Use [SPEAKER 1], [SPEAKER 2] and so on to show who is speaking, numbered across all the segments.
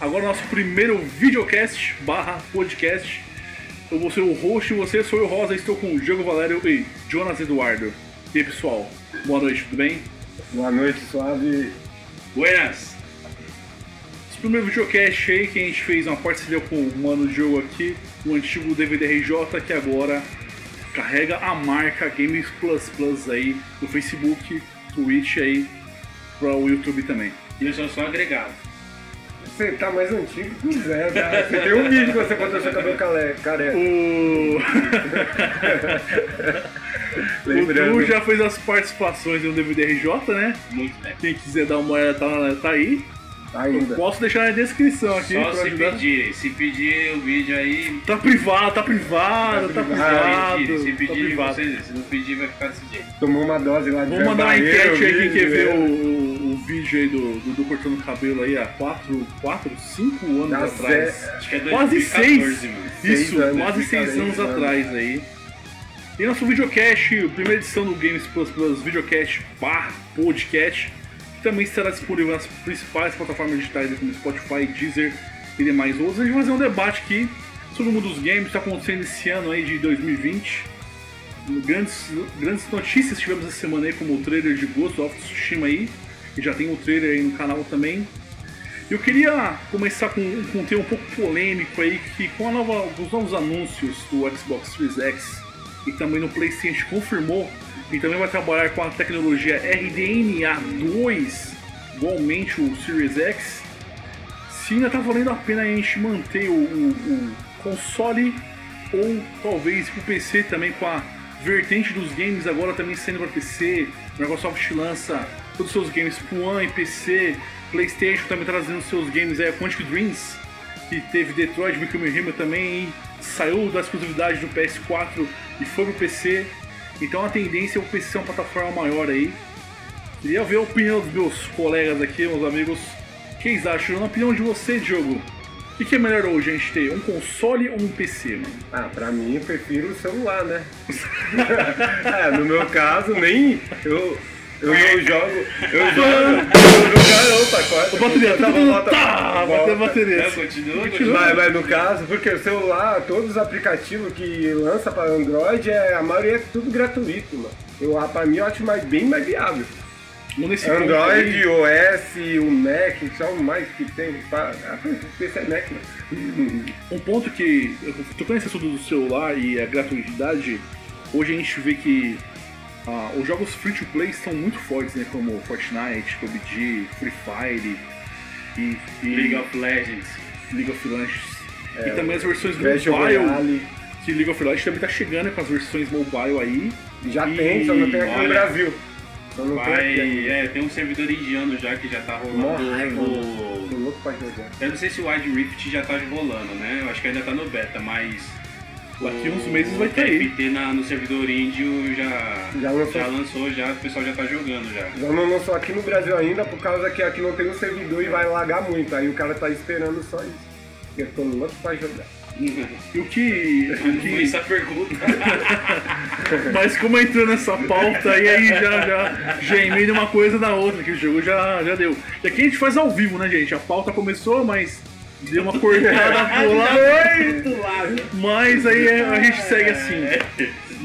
[SPEAKER 1] agora nosso primeiro videocast barra podcast. Eu vou ser o host e você sou eu, Rosa, estou com o Diogo Valério e Jonas Eduardo. E aí, pessoal, boa noite, tudo bem?
[SPEAKER 2] Boa noite, suave.
[SPEAKER 1] Buenas! Esse primeiro videocast aí que a gente fez uma parceria com o Mano Diogo aqui, o antigo DVD-RJ que agora carrega a marca Games Plus Plus aí no Facebook, Twitch aí, para o YouTube também.
[SPEAKER 3] E eu sou só agregado.
[SPEAKER 2] Você tá mais antigo que o Zé, tá? Você tem um vídeo que você cortou seu cabelo cale- careca.
[SPEAKER 1] O, o
[SPEAKER 2] Lembrando.
[SPEAKER 1] Du já fez as participações no DVD-RJ, né?
[SPEAKER 3] Muito bem.
[SPEAKER 1] Quem quiser dar uma olhada tá, tá aí.
[SPEAKER 2] Ainda.
[SPEAKER 1] Posso deixar na descrição aqui
[SPEAKER 3] Só
[SPEAKER 1] pra
[SPEAKER 3] se
[SPEAKER 1] ajudar.
[SPEAKER 3] pedirem. Se pedir o vídeo aí,
[SPEAKER 1] Tá privado, tá privado, tá
[SPEAKER 2] Tá
[SPEAKER 1] privado.
[SPEAKER 3] se pedirem. Se
[SPEAKER 1] tá
[SPEAKER 3] pedirem,
[SPEAKER 1] privado.
[SPEAKER 3] vocês. Se não pedir, vai ficar desse jeito.
[SPEAKER 2] Tomou uma dose lá de
[SPEAKER 1] Vou mandar uma
[SPEAKER 2] barreira,
[SPEAKER 1] enquete aí, quem
[SPEAKER 2] vídeo,
[SPEAKER 1] quer ver
[SPEAKER 2] né?
[SPEAKER 1] o, o- o vídeo aí do Dudu cortando cabelo aí há 4, 4, 5 anos
[SPEAKER 2] Dá
[SPEAKER 1] atrás.
[SPEAKER 2] Zé-
[SPEAKER 3] Acho que é
[SPEAKER 1] Quase
[SPEAKER 3] 2014,
[SPEAKER 1] seis.
[SPEAKER 3] mano.
[SPEAKER 1] Isso,
[SPEAKER 2] Seis
[SPEAKER 1] quase
[SPEAKER 2] anos, cara,
[SPEAKER 1] seis
[SPEAKER 2] seis
[SPEAKER 1] anos
[SPEAKER 2] anos.
[SPEAKER 1] atrás aí. E nosso videocast, primeira edição do Games Plus Plus Videocast barra podcast, que também estará disponível nas principais plataformas digitais como Spotify, Deezer e demais outras. A gente vai fazer um debate aqui sobre o mundo dos games, está acontecendo esse ano aí de 2020. Grandes, grandes notícias tivemos essa semana aí, como o trailer de Ghost of Tsushima aí, e já tem o trailer aí no canal também. Eu queria começar com um conteúdo um pouco polêmico aí, que com a nova, os novos anúncios do Xbox Series X e também no PlayStation confirmou que também vai trabalhar com a tecnologia RDNA2, igualmente o Series X. Se ainda tá valendo a pena a gente manter o, o- o console ou talvez pro PC também com a vertente dos games agora também saindo para PC, a Microsoft lança todos os seus games pro One e PC, Playstation também tá trazendo seus games aí, a Quantic Dreams, que teve Detroit Become Human também, e saiu da exclusividade do PS4 e foi pro PC, então a tendência é o PC ser uma plataforma maior aí, Queria ver a opinião dos meus colegas aqui, meus amigos. O que eles acham? Na opinião de você, Diogo, o que, que é melhor hoje a gente ter? Um console ou um PC, mano?
[SPEAKER 2] Ah, pra mim eu prefiro o celular, né? é, no meu caso, nem. Eu, eu não jogo. Eu jogo. no caso, opa, corta.
[SPEAKER 1] Bateria, tá,
[SPEAKER 2] volta, volta,
[SPEAKER 1] tá,
[SPEAKER 2] volta.
[SPEAKER 1] bateu a bateria.
[SPEAKER 3] Não, continua, continua.
[SPEAKER 2] Mas, mas no caso, porque o celular, todos os aplicativos que lança para Android, é, a maioria é tudo gratuito, mano. Eu, ah, pra mim eu acho mais, bem mais viável. Tipo,
[SPEAKER 1] Mas nesse ponto
[SPEAKER 2] Android,
[SPEAKER 1] aí,
[SPEAKER 2] iOS, o Mac, só o mais que tem. Pra, ah, esse é Mac, mano.
[SPEAKER 1] um ponto que, tocando esse assunto do celular e a gratuidade, hoje a gente vê que ah, os jogos free to play são muito fortes, né? Como Fortnite, PUBG, Free Fire e, e
[SPEAKER 3] League of Legends.
[SPEAKER 1] League of Legends. e também as versões
[SPEAKER 2] Crash
[SPEAKER 1] mobile
[SPEAKER 2] Royale.
[SPEAKER 1] que League of Legends também tá chegando com as versões mobile aí.
[SPEAKER 2] Já
[SPEAKER 1] E
[SPEAKER 2] tem, só não tem aqui
[SPEAKER 3] olha.
[SPEAKER 2] no Brasil. Só não tem
[SPEAKER 3] Vai,
[SPEAKER 2] aqui.
[SPEAKER 3] é, tem um servidor indiano já que já tá rolando.
[SPEAKER 2] Morra,
[SPEAKER 3] o-
[SPEAKER 2] Tô louco pra jogar.
[SPEAKER 3] Eu não sei se o Wide Rift já tá rolando, né? Eu acho que ainda tá no beta, mas.
[SPEAKER 1] Daqui
[SPEAKER 3] o-
[SPEAKER 1] uns meses vai
[SPEAKER 3] o
[SPEAKER 1] ter aí.
[SPEAKER 3] TFT na, no servidor índio já,
[SPEAKER 2] Já lançou.
[SPEAKER 3] já lançou, já, o pessoal já tá jogando já.
[SPEAKER 2] Já não lançou aqui no Brasil ainda por causa que aqui não tem um servidor e vai lagar muito. Aí o cara tá esperando só isso. Eu tô louco pra jogar.
[SPEAKER 1] E o que. o
[SPEAKER 3] Não
[SPEAKER 1] que
[SPEAKER 3] Essa pergunta.
[SPEAKER 1] mas como entrou nessa pauta e aí já, já, já emenda uma coisa na outra, que o jogo já, já deu. E aqui a gente faz ao vivo, né, gente? A pauta começou, mas deu uma cortada pro lado.
[SPEAKER 3] Do lado.
[SPEAKER 1] Mas aí é- a gente segue assim.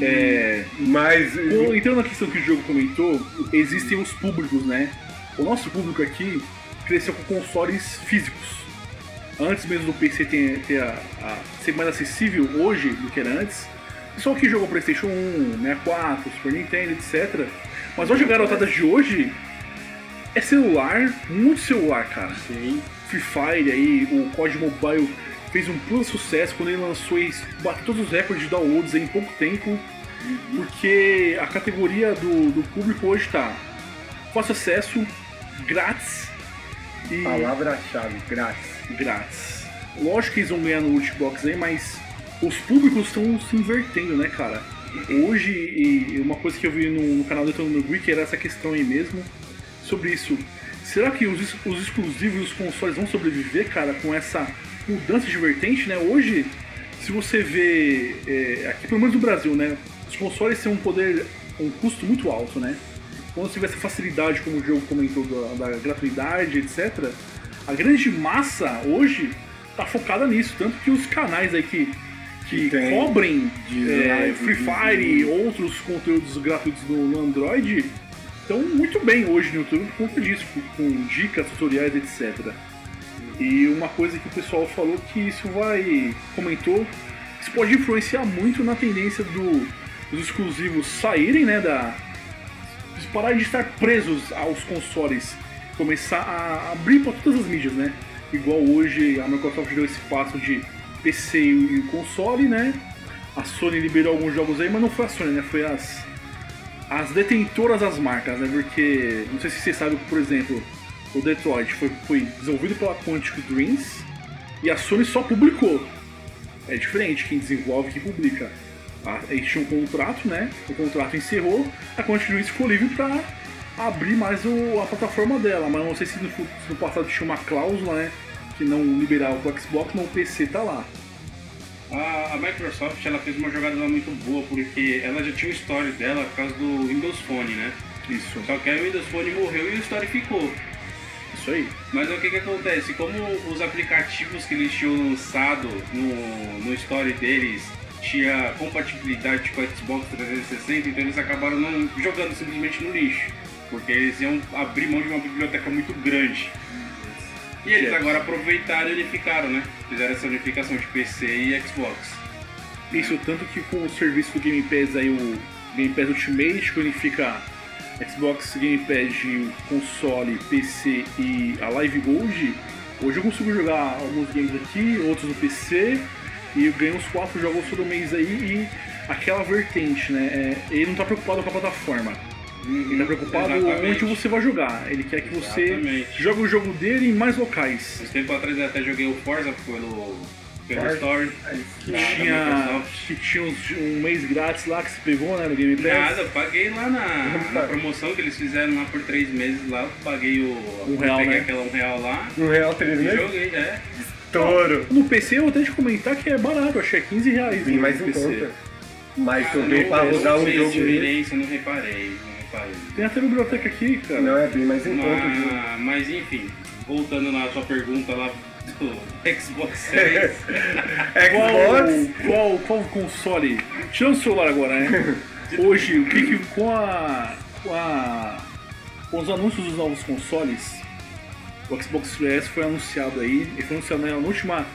[SPEAKER 1] É.
[SPEAKER 2] Mas.
[SPEAKER 1] Bom, entrando na questão que o Diogo comentou, existem os públicos, né? O nosso público aqui cresceu com consoles físicos. Antes mesmo do PC ter, ter a, a- ser mais acessível hoje do que era antes, só que jogou PlayStation 1, 64, Super Nintendo, etc. Mas hoje a garotada de hoje é celular, muito celular, cara.
[SPEAKER 3] Sim.
[SPEAKER 1] Free Fire aí, o COD Mobile fez um pulo sucesso quando ele lançou e bateu todos os recordes de downloads em pouco tempo, porque a categoria do, do público hoje tá fácil acesso, grátis e
[SPEAKER 2] Ah, Palavra-chave, graça.
[SPEAKER 1] grátis. Lógico que eles vão ganhar no loot box aí, mas os públicos estão se invertendo, né, cara? Hoje, e uma coisa que eu vi no, no canal do Tony Geek era essa questão aí mesmo, sobre isso. Será que os, ex- os exclusivos e os consoles vão sobreviver, cara, com essa mudança de vertente, né? Hoje, se você vê, é, aqui pelo menos no Brasil, né, os consoles têm um poder, um custo muito alto, né? Quando você tiver essa facilidade, como o jogo comentou, da, da gratuidade, etc., a grande massa hoje tá focada nisso. Tanto que os canais aí que, que
[SPEAKER 2] Que tem
[SPEAKER 1] cobrem
[SPEAKER 2] de
[SPEAKER 1] é,
[SPEAKER 2] live,
[SPEAKER 1] Free
[SPEAKER 2] de-
[SPEAKER 1] Fire e outros conteúdos gratuitos no, no Android estão muito bem hoje no YouTube por conta disso, com- com dicas, tutoriais, etc. E uma coisa que o pessoal falou que isso vai. comentou, isso pode influenciar muito na tendência do- dos exclusivos saírem, né? Da, de parar de estar presos aos consoles, começar a abrir para todas as mídias, né? Igual hoje a Microsoft deu esse passo de PC e console, né? A Sony liberou alguns jogos aí, mas não foi a Sony, né? Foi as as detentoras das marcas, né? Porque, não sei se vocês sabem, por exemplo, o Detroit foi, foi desenvolvido pela Quantic Dreams e a Sony só publicou. É diferente quem desenvolve que publica. A- Eles tinham um contrato, né? O contrato encerrou, a Quantic Dreams ficou livre para abrir mais o- a plataforma dela. Mas não sei se no, fu- se no passado tinha uma cláusula, né? Que não liberava o Xbox, mas o PC tá lá.
[SPEAKER 3] A, a Microsoft ela fez uma jogada lá muito boa, porque ela já tinha o story dela por causa do Windows Phone, né?
[SPEAKER 1] Isso.
[SPEAKER 3] Só que aí o Windows Phone morreu e o story ficou.
[SPEAKER 1] Isso aí.
[SPEAKER 3] Mas o que que acontece? Como os aplicativos que eles tinham lançado no, no Store deles tinha compatibilidade com o Xbox 360, então eles acabaram não jogando simplesmente no lixo, porque eles iam abrir mão de uma biblioteca muito grande. E eles agora aproveitaram e unificaram, né? Fizeram essa unificação de PC e Xbox.
[SPEAKER 1] Isso, tanto que com o serviço do Game Pass aí, o Game Pass Ultimate, que unifica Xbox, Game Pass, de console, PC e a Live Gold, hoje eu consigo jogar alguns games aqui, outros no PC, e eu ganho uns 4 jogos todo mês aí, e aquela vertente, né? é, ele não tá preocupado com a plataforma, ele tá preocupado
[SPEAKER 3] Uhum, Exatamente.
[SPEAKER 1] onde você vai jogar, ele quer que você
[SPEAKER 3] Exatamente.
[SPEAKER 1] jogue o jogo dele em mais locais.
[SPEAKER 3] Uns tempos atrás eu até joguei o Forza pelo, pelo
[SPEAKER 2] Forza?
[SPEAKER 3] Store.
[SPEAKER 2] Aí,
[SPEAKER 1] Que
[SPEAKER 3] Nada,
[SPEAKER 1] tinha,
[SPEAKER 3] Microsoft.
[SPEAKER 1] que tinha uns- um mês grátis lá que você pegou, né, no Game Pass.
[SPEAKER 3] Nada, eu paguei lá na, na promoção que eles fizeram lá por três meses lá, eu paguei o.
[SPEAKER 1] Um real,
[SPEAKER 3] peguei
[SPEAKER 1] né?
[SPEAKER 3] aquela um real lá
[SPEAKER 2] Um real três
[SPEAKER 3] e
[SPEAKER 2] meses?
[SPEAKER 3] joguei, é.
[SPEAKER 2] Touro.
[SPEAKER 1] No PC eu vou até te comentar que é barato, eu achei 15 reais.
[SPEAKER 2] Sim,
[SPEAKER 1] no
[SPEAKER 2] mais em
[SPEAKER 1] PC.
[SPEAKER 2] conta. Mas
[SPEAKER 3] eu
[SPEAKER 2] também pra rodar um jogo dele.
[SPEAKER 3] diferença, eu não reparei, não reparei.
[SPEAKER 1] Tem até biblioteca aqui, cara.
[SPEAKER 2] Não, é bem mais em conta o jogo.
[SPEAKER 3] Mas, mas, enfim, voltando na sua pergunta lá do Xbox Series.
[SPEAKER 2] Xbox?
[SPEAKER 1] Qual, qual, qual console? Tirando o celular agora, né? Hoje, o que que- com a. com a- com os anúncios dos novos consoles, o Xbox Series S foi anunciado aí, ele foi anunciado né, na última.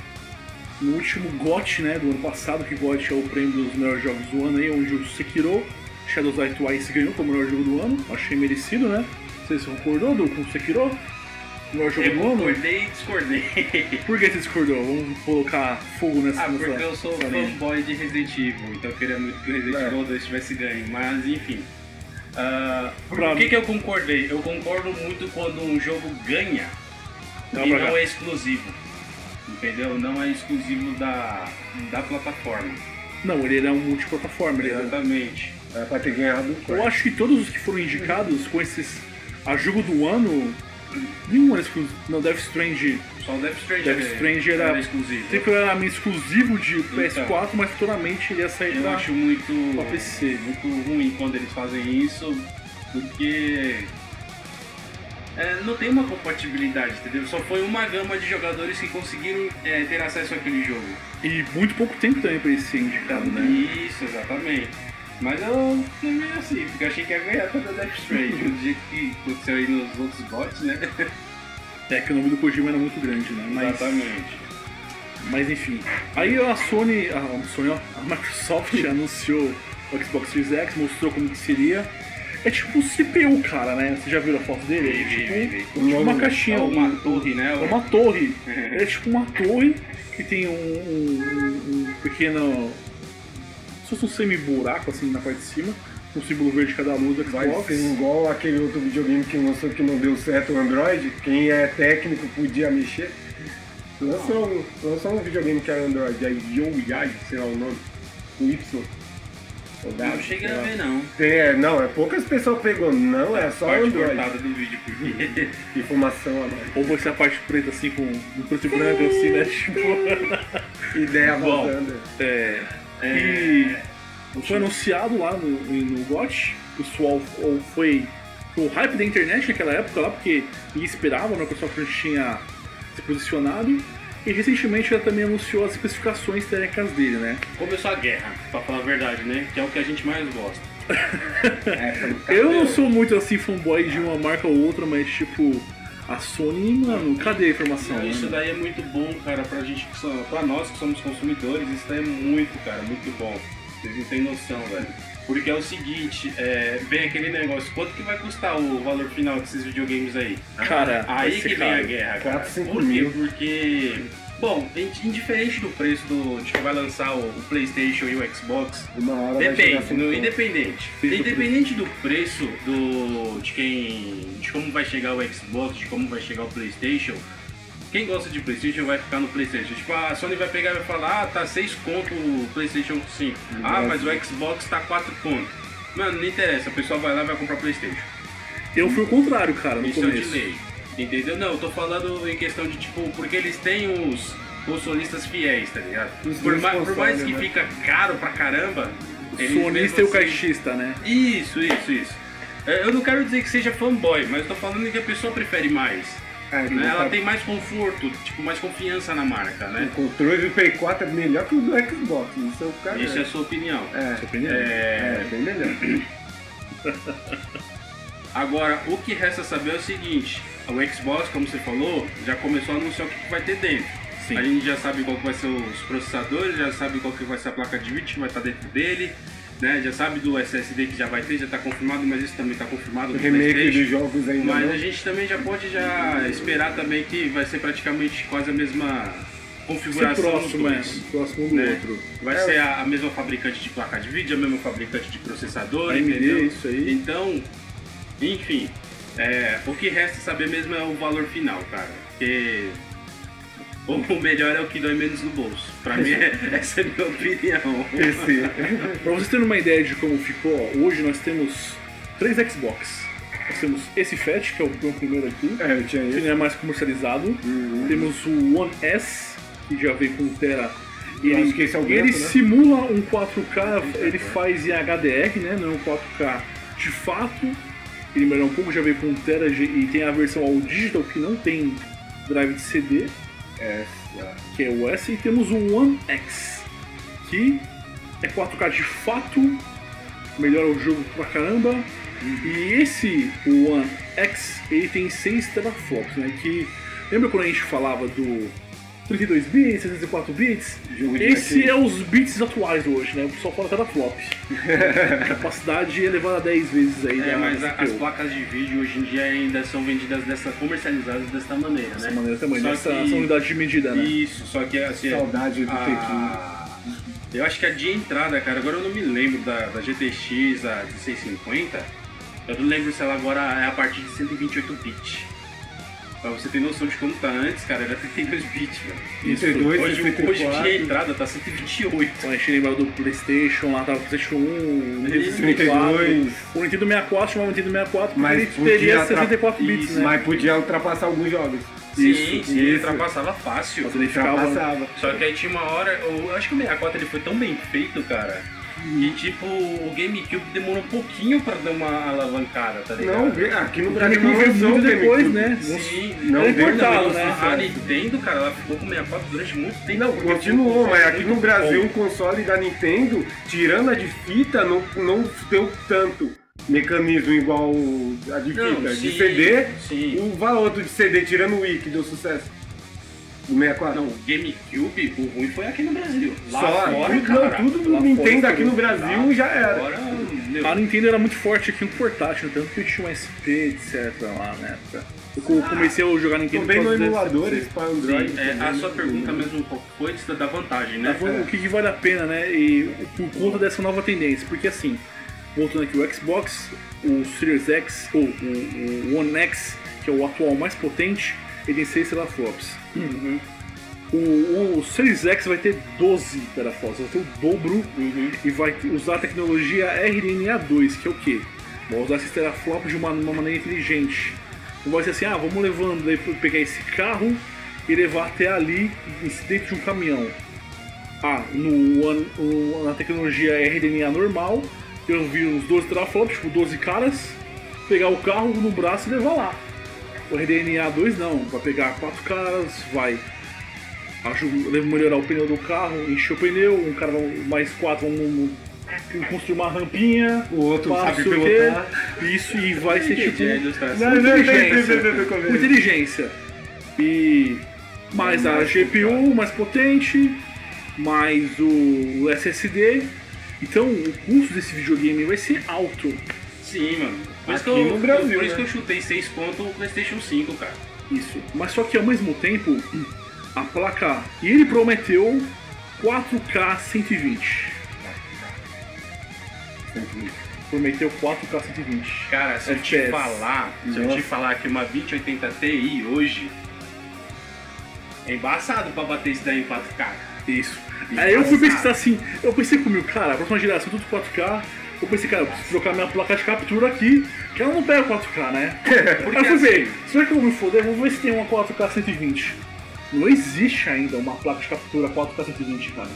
[SPEAKER 1] No último GOT, né, do ano passado, que GOT é o prêmio dos melhores jogos do ano aí, onde o Sekiro, Shadows Die Twice ganhou como melhor jogo do ano, achei merecido, né? Você se concordou do, com o Sekiro? Melhor jogo
[SPEAKER 3] eu
[SPEAKER 1] do ano?
[SPEAKER 3] concordei e discordei.
[SPEAKER 1] Por que você discordou? Vamos colocar fogo nessa
[SPEAKER 3] Ah, porque
[SPEAKER 1] nessa-
[SPEAKER 3] eu sou
[SPEAKER 1] nessa linha.
[SPEAKER 3] fanboy de Resident Evil, então eu queria muito que o Resident
[SPEAKER 2] É.
[SPEAKER 3] Evil 2 tivesse ganho, mas enfim. Ah, por
[SPEAKER 1] Pra
[SPEAKER 3] que,
[SPEAKER 1] mim-
[SPEAKER 3] que eu concordei? Eu concordo muito quando um jogo ganha
[SPEAKER 1] Não,
[SPEAKER 3] e
[SPEAKER 1] pra
[SPEAKER 3] não
[SPEAKER 1] cá.
[SPEAKER 3] é exclusivo. Entendeu? Não é exclusivo da, da plataforma.
[SPEAKER 1] Não, ele era um multiplataforma. Ele era...
[SPEAKER 3] Exatamente.
[SPEAKER 2] Era É, pra ter ganhado um o
[SPEAKER 1] Eu
[SPEAKER 2] corte.
[SPEAKER 1] acho que todos os que foram indicados com esses. A jogo do ano. Nenhum era exclusivo. Não, Death Strange.
[SPEAKER 3] Só o Death Strange,
[SPEAKER 1] Death é Strange era-
[SPEAKER 3] exclusivo.
[SPEAKER 1] Sempre era meio exclusivo de PS4, mas futuramente ele ia sair
[SPEAKER 3] Então. Eu
[SPEAKER 1] pra-
[SPEAKER 3] acho muito,
[SPEAKER 1] pra PC.
[SPEAKER 3] muito ruim quando eles fazem isso, porque é, não tem uma compatibilidade, entendeu? Só foi uma gama de jogadores que conseguiram é, ter acesso àquele jogo.
[SPEAKER 1] E muito pouco tempo também pra ele ser indicado, né?
[SPEAKER 3] Isso, exatamente. Mas eu não meio assim, porque eu achei que ia ganhar toda a Death Strange, do jeito que aconteceu aí nos outros bots, né?
[SPEAKER 1] É que o nome do Kojima era muito grande, né? Mas,
[SPEAKER 3] Exatamente.
[SPEAKER 1] mas enfim. Aí a Sony. A Sony, ó, a Microsoft anunciou o Xbox Series X, mostrou como que seria. É tipo um CPU, cara, né? Você já viu a foto dele? É
[SPEAKER 3] Vi, vi,
[SPEAKER 1] tipo-
[SPEAKER 3] vi, vi.
[SPEAKER 1] tipo uma
[SPEAKER 2] Logo,
[SPEAKER 1] caixinha.
[SPEAKER 3] É uma torre, né?
[SPEAKER 1] É uma torre. É tipo uma torre que tem um, um- um pequeno. Só um semi-buraco assim na parte de cima, com o símbolo verde de cada luz do
[SPEAKER 2] Vai
[SPEAKER 1] Xbox.
[SPEAKER 2] ser
[SPEAKER 3] um-
[SPEAKER 2] igual aquele outro videogame que lançou que não deu certo o Android. Quem é técnico podia mexer. Lançou, um- lançou um videogame que era Android, aí Yoyai, sei lá o nome, com Y. Ou
[SPEAKER 1] tá,
[SPEAKER 2] W,
[SPEAKER 3] Não cheguei
[SPEAKER 2] sei
[SPEAKER 3] a
[SPEAKER 2] lá.
[SPEAKER 3] ver, não.
[SPEAKER 2] É, não, é poucas pessoas pegou, não, é só
[SPEAKER 3] Parte
[SPEAKER 2] Android.
[SPEAKER 3] cortada do vídeo, porque...
[SPEAKER 2] Informação a mais.
[SPEAKER 1] Ou vai ser a parte preta assim, com um preto e branco assim, né? Tipo.
[SPEAKER 2] Ideia
[SPEAKER 1] Bom.
[SPEAKER 2] vazando.
[SPEAKER 1] É, E foi anunciado lá no, no GOT, o pessoal ou foi o hype da internet naquela época lá, porque ninguém esperava, a Microsoft não tinha se posicionado. E recentemente ela também anunciou as especificações técnicas dele, né?
[SPEAKER 3] Começou a guerra, pra falar a verdade, né? Que é o que a gente mais gosta. Tá
[SPEAKER 1] Eu não sou muito assim fanboy de uma marca ou outra, mas tipo, a Sony, mano, cadê a informação?
[SPEAKER 3] Então,
[SPEAKER 1] né,
[SPEAKER 3] Isso
[SPEAKER 1] mano?
[SPEAKER 3] daí é muito bom, cara, pra gente que são, pra nós que somos consumidores, isso daí é muito, cara, muito bom. Vocês não têm noção, velho. Porque é o seguinte, é, vem aquele negócio, quanto que vai custar o valor final desses videogames aí?
[SPEAKER 1] Cara, vai
[SPEAKER 3] Aí
[SPEAKER 1] ser
[SPEAKER 3] que vem
[SPEAKER 1] caro.
[SPEAKER 3] a guerra, cara.
[SPEAKER 2] Quatro, cinco
[SPEAKER 3] Por quê?
[SPEAKER 2] mil.
[SPEAKER 3] Porque. Bom, indiferente do preço do, de que vai lançar o, o Playstation e o Xbox,
[SPEAKER 2] Uma hora vai chegar
[SPEAKER 3] Depende,
[SPEAKER 2] assim,
[SPEAKER 3] no-
[SPEAKER 2] então.
[SPEAKER 3] independente.
[SPEAKER 1] Sim,
[SPEAKER 3] Independente do preço do de quem, de como vai chegar o Xbox, de como vai chegar o PlayStation. Quem gosta de PlayStation vai ficar no PlayStation. Tipo, a Sony vai pegar e vai falar: "Ah, tá 6 conto o PlayStation 5. Ah, mas o Xbox tá 4 conto". Mano, não interessa, a pessoa vai lá e vai comprar PlayStation.
[SPEAKER 1] Eu fui o contrário, cara, Tá no
[SPEAKER 3] Isso é de
[SPEAKER 1] começo.
[SPEAKER 3] lei. Entendeu? Não, eu tô falando em questão de tipo, porque eles têm os consolistas fiéis, tá ligado?
[SPEAKER 2] Os
[SPEAKER 3] Por,
[SPEAKER 2] dois
[SPEAKER 3] ma- por mais
[SPEAKER 2] consoles,
[SPEAKER 3] que
[SPEAKER 2] né?
[SPEAKER 3] fica caro pra caramba, eles
[SPEAKER 1] Sonista e
[SPEAKER 3] mesmo
[SPEAKER 1] o
[SPEAKER 3] assim-
[SPEAKER 1] caixista, né?
[SPEAKER 3] isso, isso, isso. É, Eu não quero dizer que seja fanboy, mas eu tô falando que a pessoa prefere mais.
[SPEAKER 2] Ah, que
[SPEAKER 3] né? Ela
[SPEAKER 2] tá-
[SPEAKER 3] tem mais conforto, tipo, mais confiança na marca,
[SPEAKER 2] O
[SPEAKER 3] né?
[SPEAKER 2] controle do Play 4 é melhor que o do Xbox. Isso é o cara.
[SPEAKER 3] Isso é a sua opinião.
[SPEAKER 1] Sua
[SPEAKER 2] é,
[SPEAKER 1] opinião.
[SPEAKER 2] é, bem melhor.
[SPEAKER 3] Agora, o que resta saber é o seguinte, o Xbox, como você falou, já começou a anunciar o que que vai ter dentro.
[SPEAKER 1] Sim.
[SPEAKER 3] A gente já sabe qual que vai ser os processadores, já sabe qual que vai ser a placa de vídeo que vai estar dentro dele, né? Já sabe do SSD que já vai ter, já tá confirmado, mas isso também tá confirmado.
[SPEAKER 2] O
[SPEAKER 3] do
[SPEAKER 2] remake
[SPEAKER 3] PlayStation.
[SPEAKER 2] dos jogos ainda.
[SPEAKER 3] Mas
[SPEAKER 2] não.
[SPEAKER 3] a gente também já pode já esperar também que vai ser praticamente quase a mesma
[SPEAKER 1] Ser
[SPEAKER 3] configuração dos
[SPEAKER 1] próximo, é.
[SPEAKER 3] dois.
[SPEAKER 1] Próximo um do
[SPEAKER 3] né?
[SPEAKER 1] outro.
[SPEAKER 3] Vai
[SPEAKER 2] É,
[SPEAKER 3] ser a, a mesma fabricante de placa de vídeo, a mesma fabricante de processador,
[SPEAKER 1] AMD,
[SPEAKER 3] entendeu?
[SPEAKER 1] isso aí.
[SPEAKER 3] Então, enfim, é, o que resta saber mesmo é o valor final, cara. Porque o, o melhor é o que dói menos no bolso. Pra mim, é- essa é a minha opinião.
[SPEAKER 1] É,
[SPEAKER 2] PC.
[SPEAKER 1] Pra vocês terem uma ideia de como ficou, ó, hoje nós temos três Xbox. Nós temos esse Fat, que é o meu primeiro aqui,
[SPEAKER 2] É, eu tinha
[SPEAKER 1] que
[SPEAKER 2] isso.
[SPEAKER 1] não é mais comercializado.
[SPEAKER 2] Uhum.
[SPEAKER 1] Temos o One S, que já vem com Tera. E
[SPEAKER 2] Eu
[SPEAKER 1] ele,
[SPEAKER 2] acho que esse é o
[SPEAKER 1] ele
[SPEAKER 2] Bento, né?
[SPEAKER 1] simula um 4K, ele faz em HDR, né? Não é um 4K de fato. Ele melhora um pouco, já veio com Tera G- e tem a versão ao digital que não tem drive de CD,
[SPEAKER 2] É,
[SPEAKER 1] que é o S, e temos o One X, que é 4K de fato, melhora o jogo pra caramba. E esse o One X, ele tem 6 teraflops, né? Que lembra quando a gente falava do 32 bits, 64 bits?
[SPEAKER 2] jogo de
[SPEAKER 1] Esse
[SPEAKER 2] gatinho.
[SPEAKER 1] é os bits atuais hoje, né? Só fala teraflop. Capacidade elevada a 10 vezes aí. né?
[SPEAKER 3] É,
[SPEAKER 1] da-
[SPEAKER 3] mas a-
[SPEAKER 1] dessa
[SPEAKER 3] as
[SPEAKER 1] teu-
[SPEAKER 3] placas de vídeo hoje em dia ainda são vendidas dessa, comercializadas dessa maneira,
[SPEAKER 1] dessa
[SPEAKER 3] né?
[SPEAKER 1] maneira também,
[SPEAKER 3] Só
[SPEAKER 1] dessa
[SPEAKER 3] que-
[SPEAKER 1] essa é unidade de medida, né?
[SPEAKER 3] Isso, só que assim.
[SPEAKER 2] Saudade do Tequinho.
[SPEAKER 3] a- Eu acho que a de entrada, cara, agora eu não me lembro da, da GTX, a de 650. Eu não lembro se ela agora é a partir de 128 bits. Pra você ter noção de como tá antes, cara, era 32 bits, velho.
[SPEAKER 1] Isso.
[SPEAKER 2] 32,
[SPEAKER 3] Hoje, hoje em
[SPEAKER 2] 64.
[SPEAKER 3] dia a entrada tá 128.
[SPEAKER 1] Quando a gente lembrava do Playstation, lá tava o Playstation 1, o Nintendo 64.
[SPEAKER 2] 32.
[SPEAKER 1] O Nintendo 64 chamava Nintendo 64 porque
[SPEAKER 2] Mas
[SPEAKER 1] ele
[SPEAKER 2] podia
[SPEAKER 1] teria
[SPEAKER 2] atra-
[SPEAKER 1] 64 bits,
[SPEAKER 2] Isso,
[SPEAKER 1] né?
[SPEAKER 2] Mas podia ultrapassar alguns jogos.
[SPEAKER 3] sim, sim, ele ultrapassava fácil.
[SPEAKER 1] Mas ele ficava...
[SPEAKER 2] Ultrapassava.
[SPEAKER 3] Só que aí tinha uma hora, eu acho que o 64 ele foi tão bem feito, cara,
[SPEAKER 2] Uhum.
[SPEAKER 3] que tipo, o GameCube demorou um pouquinho pra dar uma alavancada, tá
[SPEAKER 2] Não,
[SPEAKER 3] ligado?
[SPEAKER 2] vê- aqui no
[SPEAKER 1] O
[SPEAKER 2] Brasil não
[SPEAKER 1] GameCube veio
[SPEAKER 2] lançou
[SPEAKER 1] muito
[SPEAKER 2] o
[SPEAKER 1] depois,
[SPEAKER 2] GameCube.
[SPEAKER 1] né?
[SPEAKER 3] Sim,
[SPEAKER 2] Não,
[SPEAKER 3] ele
[SPEAKER 2] desde
[SPEAKER 3] cortava,
[SPEAKER 1] a
[SPEAKER 3] né?
[SPEAKER 1] revolução.
[SPEAKER 3] A Nintendo, cara, ela ficou com o 64 durante muito tempo.
[SPEAKER 2] Não,
[SPEAKER 3] porque foi
[SPEAKER 2] continuou,
[SPEAKER 3] um
[SPEAKER 2] mas
[SPEAKER 3] console
[SPEAKER 2] aqui
[SPEAKER 3] muito
[SPEAKER 2] no Brasil
[SPEAKER 3] bom.
[SPEAKER 2] um console da Nintendo, tirando a de fita, não, não deu tanto mecanismo igual a de fita.
[SPEAKER 3] Não,
[SPEAKER 2] de
[SPEAKER 3] sim,
[SPEAKER 2] CD,
[SPEAKER 3] sim.
[SPEAKER 2] o valor do de CD, tirando o Wii, que deu sucesso. O 64.
[SPEAKER 3] Não, o GameCube, o ruim foi aqui no Brasil. Lá
[SPEAKER 2] Só,
[SPEAKER 3] fora,
[SPEAKER 2] tudo,
[SPEAKER 3] cara.
[SPEAKER 2] não, tudo
[SPEAKER 1] lá
[SPEAKER 2] Nintendo
[SPEAKER 1] fora
[SPEAKER 2] aqui no
[SPEAKER 1] foi
[SPEAKER 2] Brasil já era.
[SPEAKER 3] Agora, meu,
[SPEAKER 2] Tá
[SPEAKER 1] A Nintendo era muito forte aqui no portátil, tanto que eu tinha um SP, etc. lá na época. Eu co- comecei a jogar Nintendo
[SPEAKER 2] Também
[SPEAKER 1] por
[SPEAKER 2] Ah. no
[SPEAKER 1] causa desse-
[SPEAKER 2] emuladores para Android.
[SPEAKER 3] sim, é, a
[SPEAKER 2] também,
[SPEAKER 3] sua
[SPEAKER 2] né?
[SPEAKER 3] pergunta mesmo qual foi da- da vantagem, né?
[SPEAKER 1] Tá falando o que, que vale a pena, né? E por conta dessa nova tendência. Porque assim, voltando aqui, o Xbox, o Series X, ou o, o One X, que é o atual mais potente, ele tem 6 teraflops. O, o Series X vai ter 12 teraflops, vai ter o dobro e vai usar a tecnologia RDNA2, que é o quê? Vai usar esses teraflops de uma, uma maneira inteligente. Não vai ser assim, ah, vamos levando, daí pegar esse carro e levar até ali dentro de um caminhão. Ah, no, One- o- na tecnologia RDNA normal, eu vi uns 12 teraflops, tipo 12 caras, pegar o carro no braço e levar lá. O RDNA 2 não, vai pegar quatro caras, vai aju- melhorar o pneu do carro, encher o pneu, um cara vai- mais quatro vão vão construir uma rampinha,
[SPEAKER 2] O outro
[SPEAKER 1] pá,
[SPEAKER 2] sabe
[SPEAKER 1] não sei o
[SPEAKER 2] pilotar. é,
[SPEAKER 1] quê, Isso e vai ser tipo
[SPEAKER 3] Entendi é, a ilustração.
[SPEAKER 2] Não, não, não, não, não, não, não,
[SPEAKER 1] inteligência.
[SPEAKER 2] não.
[SPEAKER 1] Inteligência. E mais a
[SPEAKER 3] Mais
[SPEAKER 1] GPU mais potente, mais o SSD. Então o custo desse videogame vai ser alto.
[SPEAKER 3] Sim, mano. Por isso, que
[SPEAKER 2] Aqui
[SPEAKER 3] eu,
[SPEAKER 2] no Brasil,
[SPEAKER 3] por isso
[SPEAKER 2] né?
[SPEAKER 3] que eu chutei 6 conto o PlayStation 5, cara.
[SPEAKER 1] Isso. Mas só que ao mesmo tempo, a placa. E ele prometeu 4K 120. Prometeu 4K 120.
[SPEAKER 3] Cara, se eu te
[SPEAKER 1] FPS.
[SPEAKER 3] falar, se eu
[SPEAKER 2] Nossa.
[SPEAKER 3] te falar que uma 2080 Ti hoje é embaçado pra bater isso daí em 4K.
[SPEAKER 1] Isso. Aí
[SPEAKER 3] é um
[SPEAKER 1] eu fui pensar assim, eu pensei comigo, cara, a próxima geração tudo 4K. Eu pensei, cara, eu preciso trocar minha placa de captura aqui, que ela não pega 4K, né?
[SPEAKER 3] Porque
[SPEAKER 1] Aí eu fui ver,
[SPEAKER 3] assim,
[SPEAKER 1] será que eu vou me foder? Vou ver se tem uma 4K 120. Não existe ainda uma placa de captura 4K 120, cara.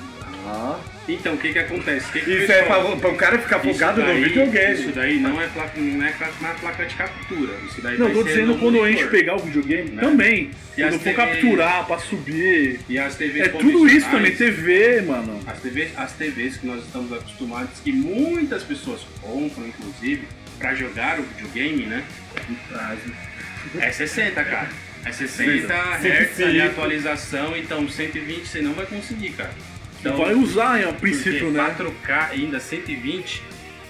[SPEAKER 2] Ah.
[SPEAKER 3] Então, o que que acontece? O que que o
[SPEAKER 2] Isso é
[SPEAKER 3] pessoal-
[SPEAKER 2] pra, pra o cara ficar
[SPEAKER 3] Isso
[SPEAKER 2] folgado no
[SPEAKER 3] daí-
[SPEAKER 2] videogame.
[SPEAKER 3] Isso daí não é placa, não é ca- na placa de captura. Isso daí
[SPEAKER 1] Não,
[SPEAKER 3] vai
[SPEAKER 1] tô
[SPEAKER 3] ser
[SPEAKER 1] dizendo
[SPEAKER 3] no
[SPEAKER 1] quando a gente
[SPEAKER 3] monitor.
[SPEAKER 1] pegar o videogame
[SPEAKER 3] Né?
[SPEAKER 1] também.
[SPEAKER 3] E
[SPEAKER 1] quando
[SPEAKER 3] as
[SPEAKER 1] eu for
[SPEAKER 3] TVs?
[SPEAKER 1] capturar pra subir.
[SPEAKER 3] E as TVs
[SPEAKER 1] É tudo isso
[SPEAKER 3] convencionais-
[SPEAKER 1] também, TV, mano.
[SPEAKER 3] As TVs, as TVs que nós estamos acostumados, que muitas pessoas compram, inclusive, pra jogar o videogame, né? É 60, cara. É 60 Hz ali a atualização, então 120 você não vai conseguir, cara. Então,
[SPEAKER 1] Vai usar a
[SPEAKER 3] porque
[SPEAKER 1] princípio, né?
[SPEAKER 3] 4K ainda 120.